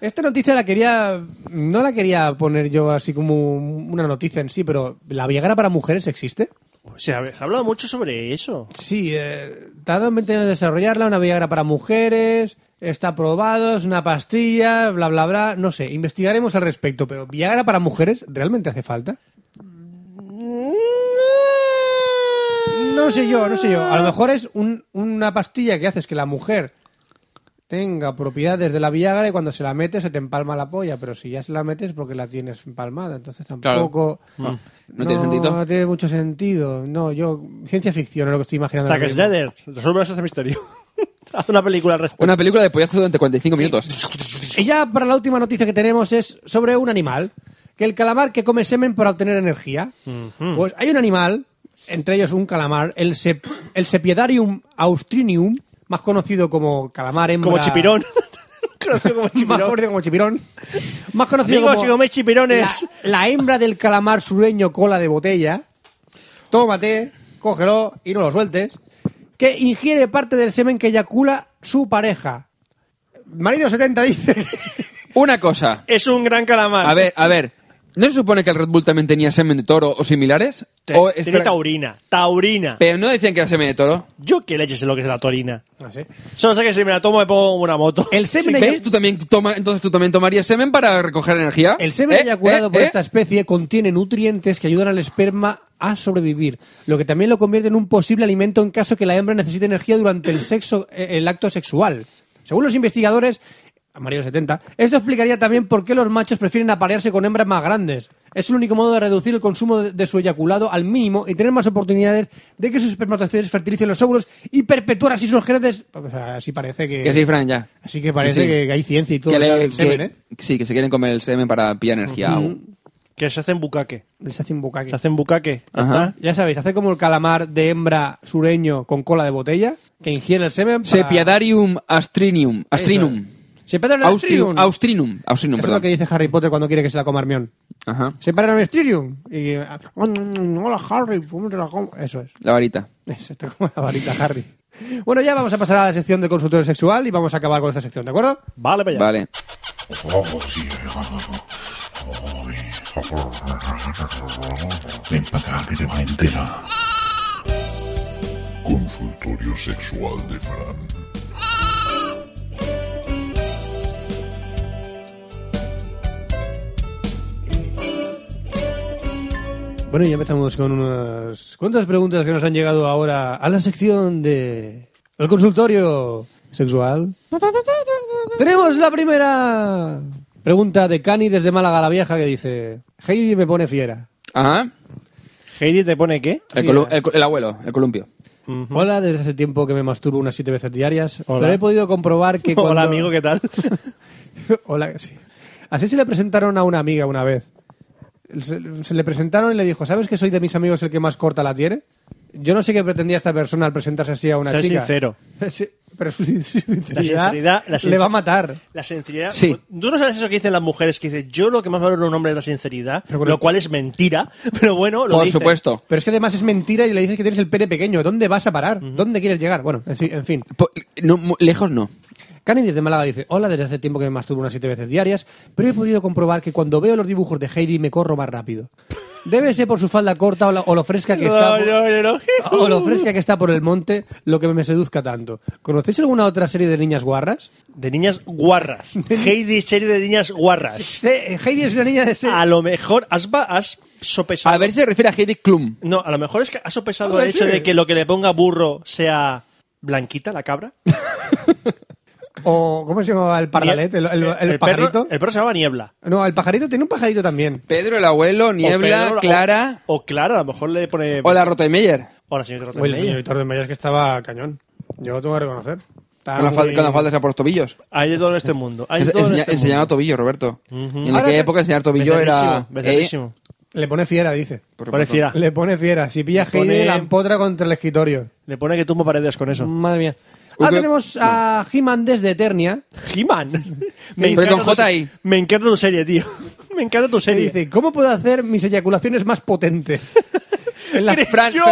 S5: Esta noticia la quería. No la quería poner yo así como una noticia en sí, pero ¿la Viagra para mujeres existe?
S1: O sea, a ver, se ha hablado mucho sobre eso.
S5: Sí, eh, tardan 20 años en desarrollarla, una Viagra para mujeres, está aprobado, es una pastilla, bla, bla, bla. No sé, investigaremos al respecto, pero ¿Viagra para mujeres realmente hace falta? No sé yo, no sé yo. A lo mejor es un- una pastilla que haces que la mujer tenga propiedades de la Viagra y cuando se la metes se te empalma la polla, pero si ya se la metes porque la tienes empalmada, entonces
S3: Claro.
S5: tampoco...
S3: Ah, No, no tiene sentido.
S5: No tiene mucho sentido. No, yo... Ciencia ficción es lo que estoy imaginando. ahora
S1: Zack
S5: mismo.
S1: Snyder, resuelve ese misterio. Haz una película al respecto.
S3: Una película de pollazo durante 45 minutos.
S5: Y ya para la última noticia que tenemos es sobre un animal. Que el calamar que come semen para obtener energía. Pues hay un animal, entre ellos un calamar, el, sep- el Sepiedarium austrinium, más conocido como calamar hembra.
S1: Como chipirón. Conocido como
S5: Más
S1: chipirón.
S5: conocido como chipirón. Más conocido
S1: Amigos,
S5: como...
S1: si coméis chipirones.
S5: La, la hembra del calamar sureño cola de botella. Tómate, cógelo y no lo sueltes. Que ingiere parte del semen que eyacula su pareja. Marido 70 dice que-
S3: Una cosa.
S1: Es un gran calamar.
S3: A ver, a ver. ¿No se supone que el Red Bull también tenía semen de toro o similares?
S1: Te-
S3: O
S1: tiene
S3: extra-
S1: taurina. Taurina.
S3: Pero no decían que era semen de toro.
S1: Yo qué leches sé lo que es la taurina. Solo sé que si me la tomo me pongo una moto.
S5: El semen,
S3: Ah, ¿Ves? Tú también toma, entonces tú también tomarías semen para recoger energía.
S5: el semen
S3: ¿Eh?
S5: eyaculado
S3: ¿Eh?
S5: por
S3: ¿Eh?
S5: esta especie contiene nutrientes que ayudan al esperma a sobrevivir, lo que también lo convierte en un posible alimento en caso que la hembra necesite energía durante el sexo, eh, el acto sexual. Según los investigadores, a Mario 70, esto explicaría también por qué los machos prefieren aparearse con hembras más grandes. Es el único modo de reducir el consumo de, de su eyaculado al mínimo y tener más oportunidades de que sus espermatozoides fertilicen los óvulos y perpetuar así sus genes. O sea, así parece que.
S3: Que sí, Fran, ya.
S5: eh, Así que parece
S3: sí.
S5: que hay ciencia y todo.
S3: Que le-
S5: el semen,
S3: que-
S5: ¿eh?
S3: Sí, que se quieren comer el semen para pillar energía.
S1: Que se hacen bucaque.
S5: Les hacen bucaque.
S1: Se hacen bucaque. Ya
S3: Ajá.
S1: está.
S5: Ya sabéis, hace como el calamar de hembra sureño con cola de botella, que ingiere el semen para...
S3: Sepiadarium astrinium. Astrinum.
S5: Sepiadarium
S3: Austrium.
S5: austrinum.
S3: Austrinum. Austrinum,
S5: Eso es lo
S3: perdón.
S5: que dice Harry Potter cuando quiere que se la coma Hermión.
S3: Ajá.
S5: Sepiadarium austrinum. Y... "Mm, Hola, Harry, ¿cómo te la como? Eso es.
S3: La varita.
S5: Eso está como la varita, Harry. Bueno, ya vamos a pasar a la sección de consultorio sexual y vamos a acabar con esta sección, ¿de acuerdo?
S1: Vale, pues para allá.
S3: Vale.
S7: Ven para acá que te va a enterar. Consultorio sexual de Fran.
S5: Bueno, ya empezamos con unas cuantas preguntas que nos han llegado ahora a la sección de el consultorio sexual. Tenemos la primera pregunta de Cani desde Málaga la Vieja que dice, Heidi me pone fiera.
S3: Ajá.
S1: Heidi te pone qué?
S5: Eh,
S3: El, colu- el, el abuelo, el columpio.
S5: Hola, desde hace tiempo que me masturbo unas siete veces diarias,
S1: Hola.
S5: pero he podido comprobar que cuando...
S1: Hola, amigo, ¿qué tal?
S5: Hola, sí. Así se le presentaron a una amiga una vez. Se, se le presentaron y le dijo, ¿sabes que soy de mis amigos el que más corta la tiene? Yo no sé qué pretendía esta persona al presentarse así a una
S1: Ser
S5: chica.
S1: sincero.
S5: Sí, Pero su, sin- sinceridad,
S1: sinceridad- la sin-
S5: le va a matar.
S1: La sinceridad.
S3: Sí.
S1: Tú no sabes eso que dicen las mujeres, que dicen, yo lo que más valoro en un hombre es la sinceridad,
S5: Pero con
S1: lo
S5: el-
S1: cual es mentira, pero bueno, lo
S3: Por
S1: dicen.
S3: supuesto.
S5: Pero es que además es mentira y le dices que tienes el pene pequeño. ¿Dónde vas a parar? ¿Dónde quieres llegar? Bueno, en sí- en fin.
S3: Po- no, mu- lejos no.
S5: Cani desde Málaga dice, hola, desde hace tiempo que me masturbo unas siete veces diarias, pero he podido comprobar que cuando veo los dibujos de Heidi me corro más rápido. Debe ser por su falda corta o, la- o lo fresca que está...
S1: No, no, no, no.
S5: O lo fresca que está por el monte, lo que me seduzca tanto. ¿Conocéis alguna otra serie de niñas guarras?
S1: De niñas guarras. Heidi, serie de niñas guarras.
S5: Se- Heidi es una niña de serie.
S1: A lo mejor has, va- has sopesado.
S3: A ver si se refiere a Heidi Klum.
S1: No, a lo mejor es que has sopesado
S5: A ver,
S1: el hecho
S5: Ah, sí.
S1: de que lo que le ponga burro sea blanquita, la cabra.
S5: O, ¿cómo se llamaba el pardalet? El, el- el
S1: perro-
S5: pajarito.
S1: Eh, el perro se llama Niebla.
S5: No, el pajarito tiene un pajarito también.
S3: Pedro el abuelo, Niebla,
S1: O Pedro- o-
S3: Clara
S1: O, Clara, a lo mejor le pone.
S3: o la Rotemeyer.
S1: o la señorita
S5: Oye, el
S1: Rottenmeier.
S5: señor Víctor de Mayas que estaba cañón. Yo lo tengo que reconocer. Estaba
S3: Con la,
S5: Ah, muy-
S3: falda, con la falda esa por los tobillos.
S1: Hay de todo en este mundo. Hay de
S3: Ense-
S1: todo en
S3: enseña-
S1: este
S3: enseñaba
S1: mundo.
S3: tobillo, Roberto. Y en
S5: Ahora
S3: aquella
S5: te-
S3: época enseñar tobillo era...
S1: Becerrísimo,
S3: eh,
S1: becerrísimo.
S5: Le pone fiera, dice.
S3: por
S1: Pone
S3: supuesto.
S1: fiera.
S5: Le pone fiera. Si pilla
S1: Le pone-
S5: Heidi, la empotra contra el escritorio.
S1: Le pone que tumbo paredes con eso.
S5: Madre mía.
S3: Uy,
S5: Ah,
S3: que-
S5: tenemos a He-Man desde Eternia.
S1: He-Man. Me
S3: Pero
S1: encanta
S3: con
S1: tu
S3: J
S1: se-
S3: ahí.
S1: Me encanta tu serie, tío. Me encanta tu
S5: Que
S1: serie.
S5: dice, ¿cómo puedo hacer mis eyaculaciones más potentes? En la-
S3: Fran,
S1: Yo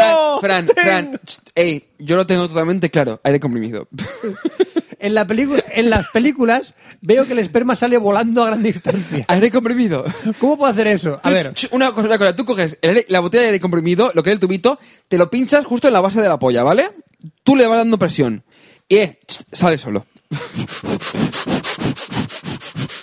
S3: Fran, Fran,
S1: tengo-
S3: Fran, ch- ey, yo lo tengo totalmente claro, aire comprimido.
S5: en, la pelicu- en las películas veo que el esperma sale volando a gran distancia.
S3: aire comprimido.
S5: ¿Cómo puedo hacer eso? A
S3: Tú-
S5: ver,
S3: ch- Una cosa, una cosa, tú coges el aire- la botella de aire comprimido, lo que es el tubito, te lo pinchas justo en la base de la polla, ¿vale? Tú le vas dando presión. Y eh, ch- sale solo.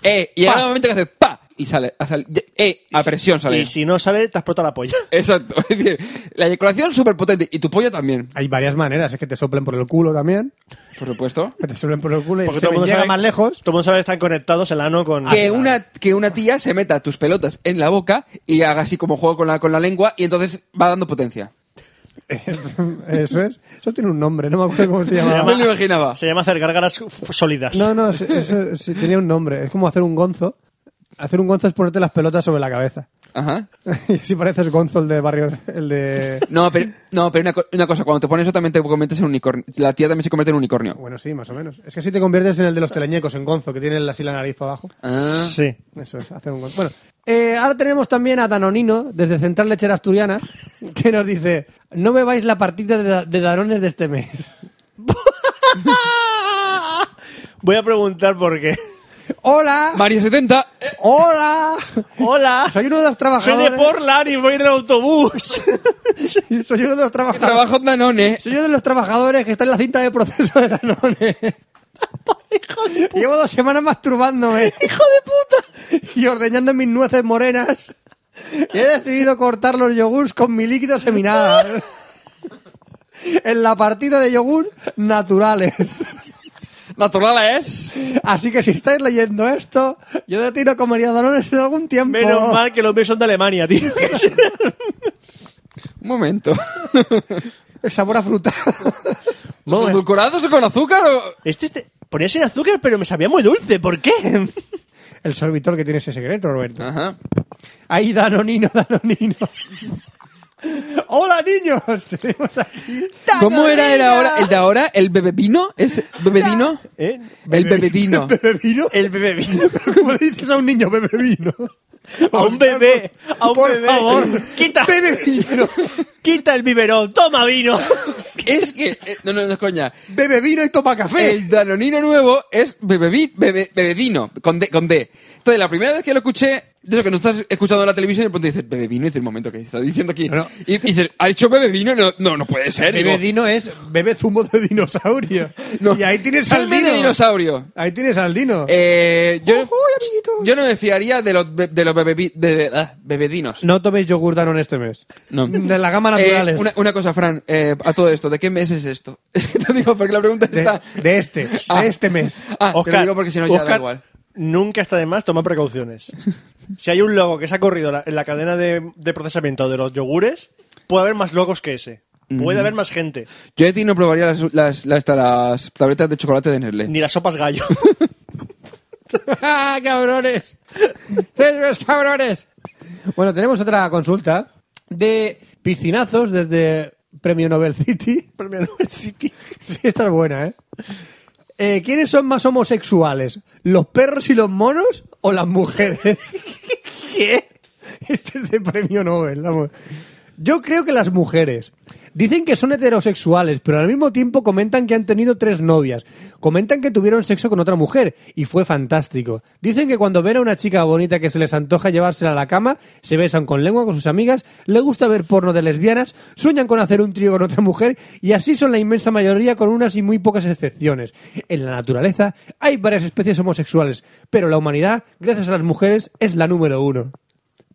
S3: eh, y llega el momento que haces pa y sale, a sal- de- eh, a presión sale.
S1: Y si no sale, te has explotado la polla.
S3: Exacto. Es decir, la eyaculación súper potente y tu pollo también,
S5: hay varias maneras. Es que te soplen por el culo también.
S3: por supuesto.
S5: Que te soplen por el culo y
S1: Porque
S5: se
S1: todo el mundo
S5: llega
S1: sabe-
S5: más lejos.
S1: Todo el mundo sabe que están conectados el ano con.
S3: que una que una tía se meta tus pelotas en la boca y haga así como juego con la con la lengua y entonces va dando potencia.
S5: Eso es. Eso tiene un nombre, no me acuerdo cómo se
S1: Se
S5: llamaba.
S3: Me lo imaginaba.
S1: Se llama hacer gárgaras f- sólidas.
S5: No, no, se- eso se- tenía un nombre. Es como hacer un gonzo. Hacer un gonzo es ponerte las pelotas sobre la cabeza.
S3: Ajá.
S5: Y así pareces gonzo el de barrio, el de...
S3: No, pero no, pero una, co- una cosa, cuando te pones eso también te conviertes en unicornio. La tía también se convierte en unicornio.
S5: Bueno, sí, más o menos. Es que si te conviertes en el de los teleñecos, en gonzo, que tiene así la nariz para abajo.
S3: Ah.
S1: Sí.
S5: Eso es, hacer un gonzo. Bueno, eh, ahora tenemos también a Danonino, desde Central Lechera Asturiana, que nos dice, no bebáis la partida de, da- de Danones de este mes.
S1: Voy a preguntar por qué.
S5: ¡Hola!
S3: Mario 70. eh,
S5: ¡Hola!
S1: Hola.
S5: Soy ¿eh? uno de los
S1: Soy de
S5: trabajadores...
S1: Portland y voy en el autobús.
S5: Soy uno de los trabajadores...
S3: trabajo en Danone.
S5: Soy yo de los trabajadores que está en la cinta de proceso de Danone. Llevo dos semanas masturbándome. ¡Hijo de puta! Y ordeñando mis nueces morenas. Y he decidido cortar los yogures con mi líquido seminal. En la partida de yogur naturales.
S3: Natural es.
S5: Así que si estáis leyendo esto, yo de tiro comería danones en algún tiempo.
S1: Menos mal que los míos son de Alemania, tío.
S3: Un momento.
S5: El sabor a fruta.
S3: ¿Los edulcorados con azúcar o
S1: Este, este- ponía sin azúcar, pero me sabía muy dulce. ¿Por qué?
S5: El sorbitor que tiene ese secreto, Roberto.
S3: Ajá.
S5: Ahí, Danonino, Danonino. Hola, niños. Tenemos aquí.
S3: ¿Cómo era el ahora el de ahora el bebedino? ¿Es bebedino?
S1: ¿Eh?
S3: El bebedino.
S5: ¿Bebe vino?
S1: El bebé vino.
S5: ¿Pero ¿Cómo le dices a un niño bebe vino?
S1: A un bebé. A un
S5: por
S1: bebé.
S5: favor.
S1: Quita.
S5: Bebe vino.
S1: Quita el biberón. Toma vino.
S3: Es que eh, no no no es coña.
S5: Bebe vino y toma café.
S3: El danonino nuevo es bebebi- bebe- bebedino, con D, con D. Entonces, la primera vez que lo escuché, de lo que no estás escuchando en la televisión, de pronto dices, bebedino, y dices, un momento, que está diciendo aquí?
S5: No, no.
S3: Y, y dices, ¿ha dicho bebedino? No, no, no puede ser.
S5: Bebe
S3: digo,
S5: vino es bebe zumo de dinosaurio.
S3: no.
S5: Y ahí tienes al
S3: Salmón de
S5: dino.
S3: dinosaurio.
S5: Ahí tienes al dino.
S3: Eh, yo,
S5: Ujú, amiguitos.
S3: yo no me fiaría de los, be- de los bebebi- de- de- ah, bebedinos.
S5: No toméis yogur en este mes.
S3: No.
S5: De la gama
S3: Eh,
S5: naturales.
S3: una, una cosa, Fran, eh, a todo esto, ¿de qué mes es esto? te digo porque la pregunta está...
S5: de, de este.
S3: Ah.
S5: De este mes.
S3: Ah, te lo
S1: Oscar,
S3: digo porque si no ya da
S1: Oscar,
S3: igual.
S1: Nunca está de más tomar precauciones. Si hay un logo que se ha corrido la- en la cadena de, de procesamiento de los yogures, puede haber más logos que ese. Puede haber más gente.
S3: Yo de ti no probaría las, las, las- las tabletas de chocolate de Nestlé.
S1: Ni las sopas gallo.
S5: ¡Ah, cabrones! ¡Cerbes, cabrones! Bueno, tenemos otra consulta de piscinazos desde Premio Nobel City. Premio Nobel City. Sí, esta es buena, ¿eh? Eh, ¿Quiénes son más homosexuales? ¿Los perros y los monos o las mujeres? ¿Qué? Este es de Premio Nobel, vamos. Yo creo que las mujeres dicen que son heterosexuales, pero al mismo tiempo comentan que han tenido tres novias. Comentan que tuvieron sexo con otra mujer y fue fantástico. Dicen que cuando ven a una chica bonita que se les antoja llevársela a la cama, se besan con lengua con sus amigas, le gusta ver porno de lesbianas, sueñan con hacer un trío con otra mujer y así son la inmensa mayoría con unas y muy pocas excepciones. En la naturaleza hay varias especies homosexuales, pero la humanidad, gracias a las mujeres, es la número uno.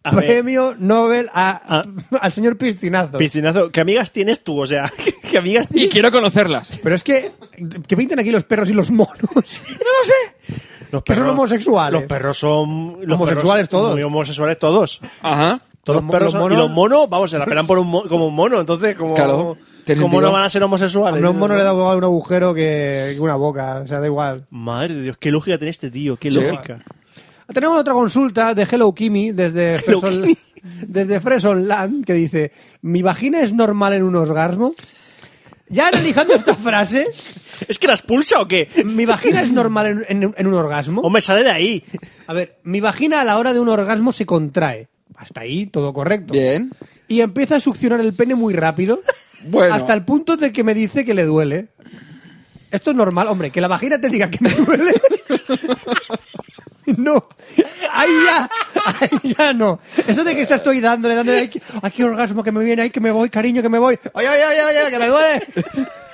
S1: A ver.
S5: Premio Nobel a-
S1: Ah.
S5: al señor Piscinazo.
S1: Piscinazo, ¿qué amigas tienes tú? O sea, ¿qué amigas
S3: Y
S1: tienes?
S3: quiero conocerlas.
S5: Pero es que, que pintan aquí los perros y los monos. No lo sé.
S1: Los
S5: que son homosexuales.
S1: Los perros son... los
S5: Homosexuales
S1: perros
S5: todos.
S1: Muy homosexuales todos.
S3: Ajá.
S1: Todos
S5: Los
S1: los
S5: mo-
S1: perros
S5: los
S1: son-
S5: monos-
S1: y los monos, vamos, se la pelan por un mo- como un mono, entonces como
S3: Claro, tiene
S1: ¿cómo
S3: sentido.
S1: no van a ser homosexuales?
S5: A un mono le da igual un agujero que una boca, o sea, da igual.
S1: Madre de Dios, qué lógica tiene este tío, qué
S3: Sí.
S1: lógica.
S5: Tenemos otra consulta de Hello Kimi desde
S1: Hello
S5: Freson-
S1: Kimi.
S5: desde Freson Land que dice, ¿mi vagina es normal en un orgasmo? Ya analizando esta frase,
S1: ¿Es que las pulsa o qué?
S5: ¿mi vagina es normal en, en- en un orgasmo?
S1: Hombre, sale de ahí.
S5: A ver, mi vagina a la hora de un orgasmo se contrae. Hasta ahí, todo correcto.
S3: Bien.
S5: Y empieza a succionar el pene muy rápido.
S3: Bueno.
S5: Hasta el punto de que me dice que le duele. Esto es normal, hombre, que la vagina te diga que me duele. No, ahí ya, ahí ya no. Eso de que esta estoy dándole, dándole, ay, qué- ay, qué orgasmo que me viene, ay, que me voy, cariño, que me voy. Oye, oye, oye, oye, que me duele.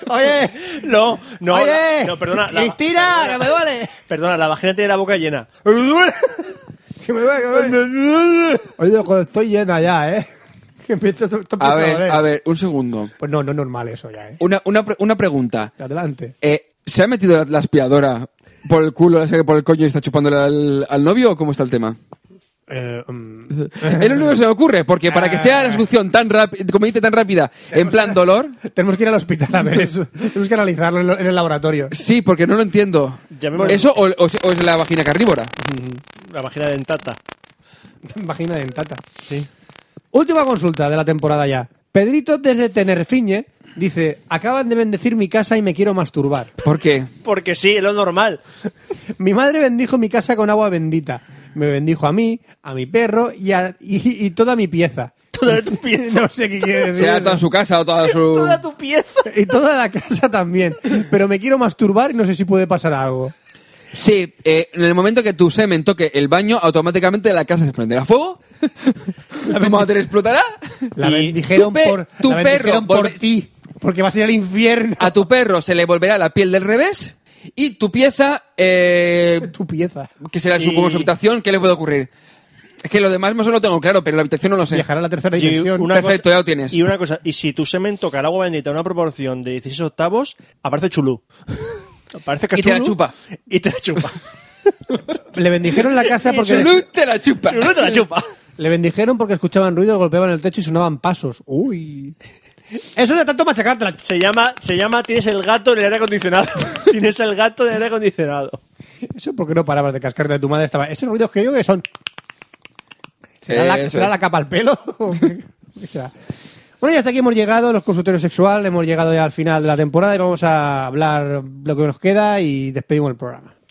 S5: Oye,
S1: No, no,
S5: oye,
S1: la- no, perdona. la-
S5: Cristina, que me duele.
S1: Perdona, la vagina tiene la boca llena.
S5: Que me duele, que me duele. Oye, cuando estoy llena ya, ¿eh? Que empiezo, esto empieza ¿eh?
S3: A ver,
S5: doler.
S3: a ver, un segundo.
S5: Pues no, no es normal eso ya, ¿eh?
S3: Una, una, pre- una pregunta.
S5: Adelante.
S3: Eh, ¿Se ha metido la, la aspiradora por el culo, la serie por el coño y está chupándole al, al novio o cómo está el tema?
S5: Eh, mm,
S3: Es lo único que se me ocurre, porque para que sea la solución tan rápida, como dice, tan rápida, en plan dolor,
S5: Tenemos que ir al hospital a ver eso. Tenemos que analizarlo en lo- en el laboratorio.
S3: sí, porque no lo entiendo.
S1: Llamémosle-
S3: ¿Eso o, o es- o es la vagina carnívora?
S1: La vagina dentata.
S5: Vagina dentata. Sí. Última consulta de la temporada ya. Pedrito desde Tenerfiñe dice, acaban de bendecir mi casa y me quiero masturbar.
S3: ¿Por qué?
S1: Porque sí, es lo normal.
S5: Mi madre bendijo mi casa con agua bendita. Me bendijo a mí, a mi perro y, a- y- y toda mi pieza.
S1: Toda tu pieza.
S5: No sé qué quiere decir.
S3: Sea
S5: eso.
S3: toda su casa o toda su...
S1: Toda tu pieza.
S5: Y toda la casa también. Pero me quiero masturbar y no sé si puede pasar algo.
S3: Sí, eh, en el momento que tu semen toque el baño, automáticamente la casa se prenderá fuego, tu madre explotará,
S5: La
S1: Y
S5: bendijeron
S3: tu pe-
S5: por,
S3: tu
S5: la
S3: perro,
S5: bendijeron por
S3: volve-
S5: ti. Porque vas a ir al infierno.
S3: a tu perro se le volverá la piel del revés y tu pieza, eh,
S5: tu pieza.
S3: que será su,
S1: Y-
S3: como su habitación, ¿qué le puede ocurrir? Es que lo demás más o menos lo tengo claro, pero la habitación no lo sé.
S5: Viajará a la tercera
S1: Y
S5: dimensión.
S1: una
S3: Perfecto,
S1: cosa-
S3: ya lo tienes.
S1: Y una cosa, y si tu semen toca el agua bendita en una proporción de 16 octavos, aparece chulú. Aparece
S3: Y te la
S1: cachulú
S3: chupa.
S1: Y te la chupa.
S5: Le bendijeron la casa porque
S3: Chulú te la chupa.
S1: Chulú te la chupa.
S5: le bendijeron porque escuchaban ruidos, golpeaban el techo y sonaban pasos. Uy. Eso de tanto machacártela.
S1: Se llama, se llama Tienes el gato en el aire acondicionado. Tienes el gato en el aire acondicionado.
S5: Eso porque no parabas de cascarte de tu madre estaba. Esos ruidos que yo que son. ¿Será, la,
S3: Eso
S5: será
S3: es.
S5: la capa al pelo? ¿O qué será? bueno, y hasta aquí hemos llegado, los consultorios sexual, hemos llegado ya al final de la temporada y vamos a hablar lo que nos queda y despedimos el programa.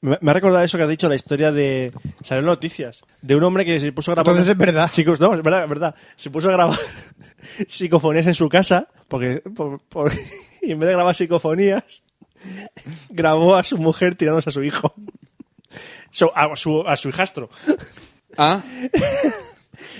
S1: Me me ha recordado eso que has dicho, la historia de. Salió en noticias. De un hombre que se puso a grabar.
S5: Entonces es verdad.
S1: Chicos, no, es verdad, es verdad. Se puso a grabar psicofonías en su casa. Porque. por- por- y en vez de grabar psicofonías, grabó a su mujer tirándose a su hijo. So- a, su, a su hijastro.
S3: Ah,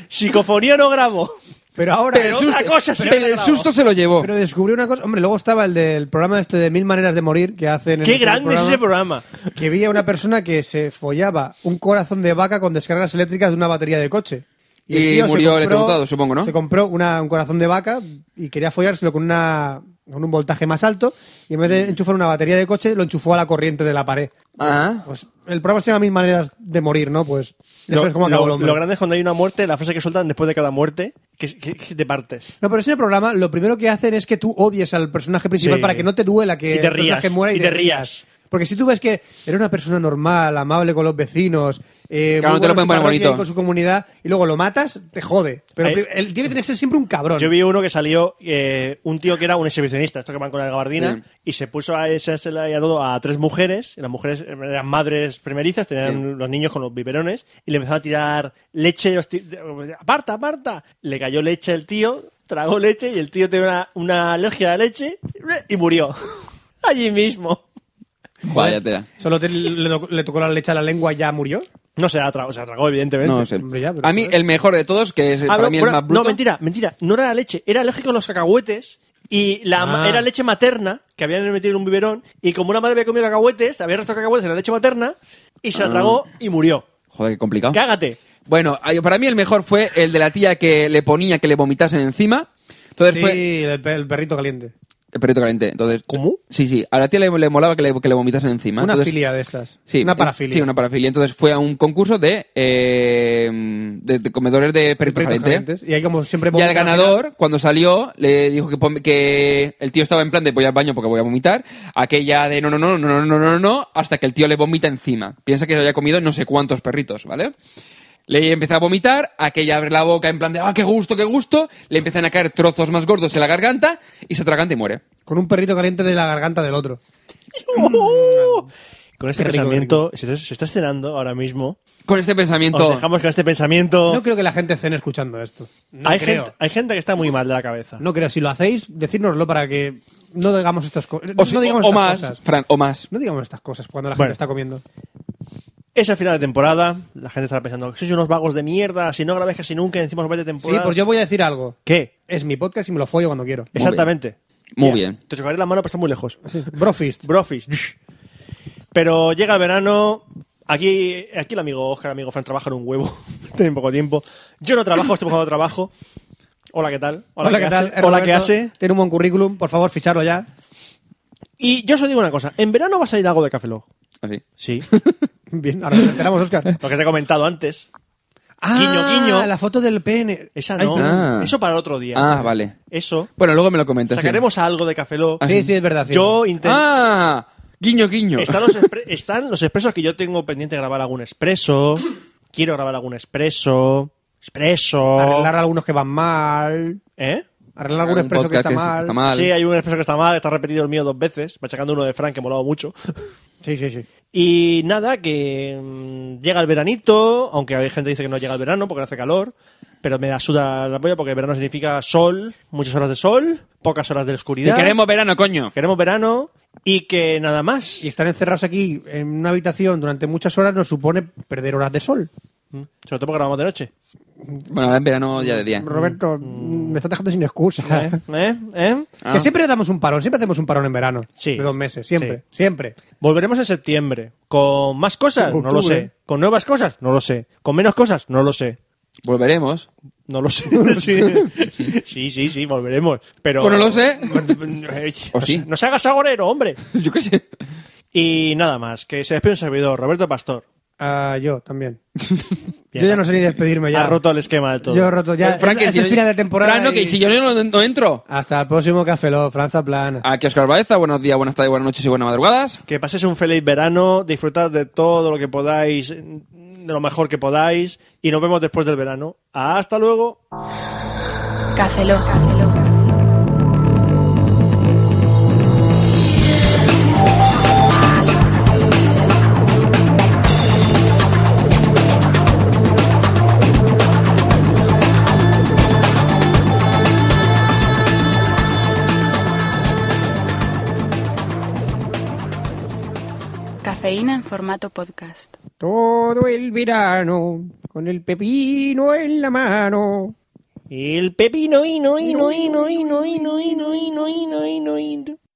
S1: Psicofonía no grabó.
S5: Pero ahora...
S3: pero el
S1: otra
S3: susto,
S1: cosa se
S3: pero
S1: me ha
S3: el
S1: grabado.
S3: susto se lo llevó.
S5: Pero descubrí una cosa, hombre, luego estaba el del programa este de Mil Maneras de Morir que hacen... en
S1: Qué
S5: este
S1: grande es ese programa.
S5: Que vi a una persona que se follaba un corazón de vaca con descargas eléctricas de una batería de coche. el
S3: Y
S5: tío se
S3: murió electrocutado, supongo, ¿no?
S5: Se compró una- un corazón de vaca y quería follárselo con una, con un voltaje más alto y en vez
S3: Mm.
S5: de enchufar una batería de coche, lo enchufó a la corriente de la pared.
S3: Ajá.
S5: Pues el programa se llama Mil Maneras de Morir, ¿no? Pues eso
S1: Lo,
S5: es como acabó el
S1: lo-
S5: hombre.
S1: lo grande es cuando hay una muerte, la frase que sueltan después de cada muerte, que, que- que te partes.
S5: No, pero ese programa lo primero que hacen es que tú odies al personaje principal
S1: Sí.
S5: para que no te duela que
S1: Y te
S5: el personaje
S1: rías,
S5: muera y,
S1: y te rías.
S5: Porque si tú ves que era una persona normal, amable con los vecinos, eh,
S3: Claro,
S5: muy
S3: no te lo
S5: bueno en su
S3: pueden poner
S5: parroquia y
S3: bonito.
S5: con su comunidad, y luego lo matas, te jode. Pero
S1: Ahí-
S5: pri- él tiene que tener que ser siempre un cabrón.
S1: Yo vi uno que salió, eh, un tío que era un exhibicionista, esto que van con la gabardina,
S3: Sí.
S1: y se puso a echársela y a todo a tres mujeres, y las mujeres eran madres primerizas, tenían
S3: Sí.
S1: los niños con los biberones, y le empezó a tirar leche, los ti- aparta, aparta. Le cayó leche al tío, tragó leche, y el tío tenía una, una alergia a la leche, y murió. Allí mismo.
S3: Joder, ya te da.
S5: Solo te- le, to- le tocó la leche a la lengua y ya murió.
S1: No se atragó, se atragó, evidentemente.
S3: No sé.
S5: Hombre, ya, pero-
S3: A mí, el mejor de todos, que es
S1: Ah,
S3: para
S1: no,
S3: mí el
S1: bueno,
S3: más bruto.
S1: No, mentira, mentira. No era la leche, era alérgico a los cacahuetes y la ma-
S5: Ah.
S1: era leche materna que habían metido en un biberón y como una madre había comido cacahuetes, había restado cacahuetes en la leche materna y
S5: Ah.
S1: se la tragó y murió.
S3: Joder, qué complicado.
S1: Cágate.
S3: Bueno, ay, para mí el mejor fue el de la tía que le ponía que le vomitasen encima. Entonces
S5: Sí,
S3: fue.
S5: el, pe- el perrito caliente.
S3: El perrito caliente. Entonces,
S1: ¿Cómo?
S3: Sí, sí. A la tía le, le molaba que le, que le vomitasen encima.
S5: Una
S3: Ah, Entonces-
S5: filia de estas.
S3: Sí,
S5: una
S3: en-
S5: parafilia.
S3: Sí, una parafilia. Entonces fue a un concurso de, eh, de, de comedores de
S5: De
S3: perritos
S5: perritos
S3: calientes.
S5: calientes. Y hay como siempre...
S3: Y al
S5: vomitan al
S3: ganador, cuando salió, le dijo que, pon- que el tío estaba en plan de voy al baño porque voy a vomitar. Aquella de no, no, no, no, no, no, no, no, hasta que el tío le vomita encima. Piensa que se había comido no sé cuántos perritos, ¿vale? Le empieza a vomitar, aquella abre la boca en plan de ¡ah, qué gusto, qué gusto! Le empiezan a caer trozos más gordos en la garganta y se atraganta y muere.
S5: final Con un perrito caliente de la garganta del otro.
S1: Con este
S5: Qué rico,
S1: pensamiento, si estás, si estás cenando ahora mismo,
S3: Con este
S1: os
S3: pensamiento...
S1: dejamos con este pensamiento.
S5: No creo que la gente cene escuchando esto. No
S1: hay,
S5: creo.
S1: gente, hay gente que está muy mal de la cabeza.
S5: No creo. Si lo hacéis, decírnoslo para que no digamos estas cosas.
S3: O, si-
S5: no digamos
S3: o
S5: estas
S3: más,
S5: cosas.
S3: Fran, o más.
S5: No digamos estas cosas cuando la
S1: Bueno.
S5: gente está comiendo.
S1: Es el final de temporada, la gente estará pensando, sois unos vagos de mierda, si no grabáis casi nunca, encima os vais de
S5: Sí,
S1: temporada.
S5: pues yo voy a decir algo.
S1: ¿Qué?
S5: Es mi podcast y me lo follo cuando quiero.
S3: bien.
S1: Exactamente.
S3: Muy
S1: Ya,
S3: bien.
S1: Te chocaré la mano, pero está muy lejos.
S5: Brofist.
S1: Brofis. Pero llega el verano. Aquí, aquí el amigo Oscar, amigo Fran, trabaja en un huevo. Tiene poco tiempo. Yo no trabajo, estoy buscando trabajo. Hola, ¿qué tal?
S5: Hola, ¿qué tal?
S1: Hace? Hola, ¿qué
S5: Roberto.
S1: hace?
S5: Tiene un buen currículum, por favor, ficharlo ya.
S1: Y yo os digo una cosa. En verano va a salir algo de Café Lock.
S3: Así.
S1: Sí.
S5: Bien, ahora nos enteramos, Oscar.
S1: Lo que te he comentado antes.
S5: Ah,
S1: guiño.
S5: la foto del pene.
S1: Esa
S5: Ay,
S1: no.
S3: Ah.
S1: Eso para otro día.
S3: Ah, vale.
S1: Eso.
S3: Bueno, luego me lo comentas. sí.
S1: Sacaremos algo de Café Lock.
S3: Ah,
S5: Sí, sí, es verdad. sí.
S1: Yo intento...
S3: ¡Ah! Guiño, guiño.
S1: Están los, expre- están los expresos que yo tengo pendiente de grabar algún expreso. Quiero grabar algún expreso. Expreso.
S5: Arreglar algunos que van mal.
S1: ¿Eh?
S5: Arreglar algún
S3: Un
S5: expreso que
S3: podcast
S5: está mal.
S1: Sí, hay un expreso que está mal, está repetido el mío dos veces, machacando uno de Frank que molaba mucho.
S5: Sí, sí, sí.
S1: Y nada, que mm, llega el veranito, aunque hay gente que dice que no llega el verano porque no hace calor, pero me asuda la polla porque verano significa sol, muchas horas de sol, pocas horas de
S3: Que
S1: oscuridad.
S3: queremos verano, coño.
S1: Queremos verano y que nada más.
S5: Y estar encerrados aquí en una habitación durante muchas horas nos supone perder horas de sol.
S1: Mm, Sobre todo porque grabamos de noche.
S3: Bueno, ahora en verano ya de día.
S5: Roberto, me estás dejando sin excusa.
S1: ¿Eh? ¿Eh? ¿Eh?
S3: Ah.
S5: Que siempre damos un parón, siempre hacemos un parón en verano.
S1: Sí.
S5: De dos meses, siempre, siempre.
S1: Volveremos en septiembre. ¿Con más cosas? No lo
S5: Octubre.
S1: sé. ¿Con nuevas cosas? No lo sé. ¿Con menos cosas? No lo sé.
S3: Volveremos.
S1: No lo sé. Sí, sí, sí, sí, volveremos. Pero,
S3: Pues no lo sé. O
S1: No
S3: sí.
S1: se- No se hagas agorero, hombre.
S3: Yo qué sé.
S1: Y nada más, que se despide un servidor, Roberto Pastor.
S5: Ah, yo también.
S1: Bien.
S5: Yo ya no sé ni despedirme ya.
S1: Ha roto el esquema de todo.
S5: Yo he roto ya.
S3: Frank,
S5: es
S3: que
S5: es
S3: si
S5: el
S3: yo-
S5: final de temporada.
S3: Frank, no, que
S5: y-
S3: si yo no, no entro.
S5: Hasta el próximo Café Lock, Franza Plana.
S3: Aquí Oscar Baeza, buenos días, buenas tardes, buenas noches y buenas madrugadas.
S1: Que paséis un feliz verano, disfrutad de todo lo que podáis, de lo mejor que podáis, y nos vemos después del verano. ¡Hasta luego!
S4: Café Lock.
S2: Cafeína en formato podcast.
S5: Todo el verano, con el pepino en la mano.
S1: El pepino, hino, hino, hino, hino, hino, hino, hino, hino, hino, hino.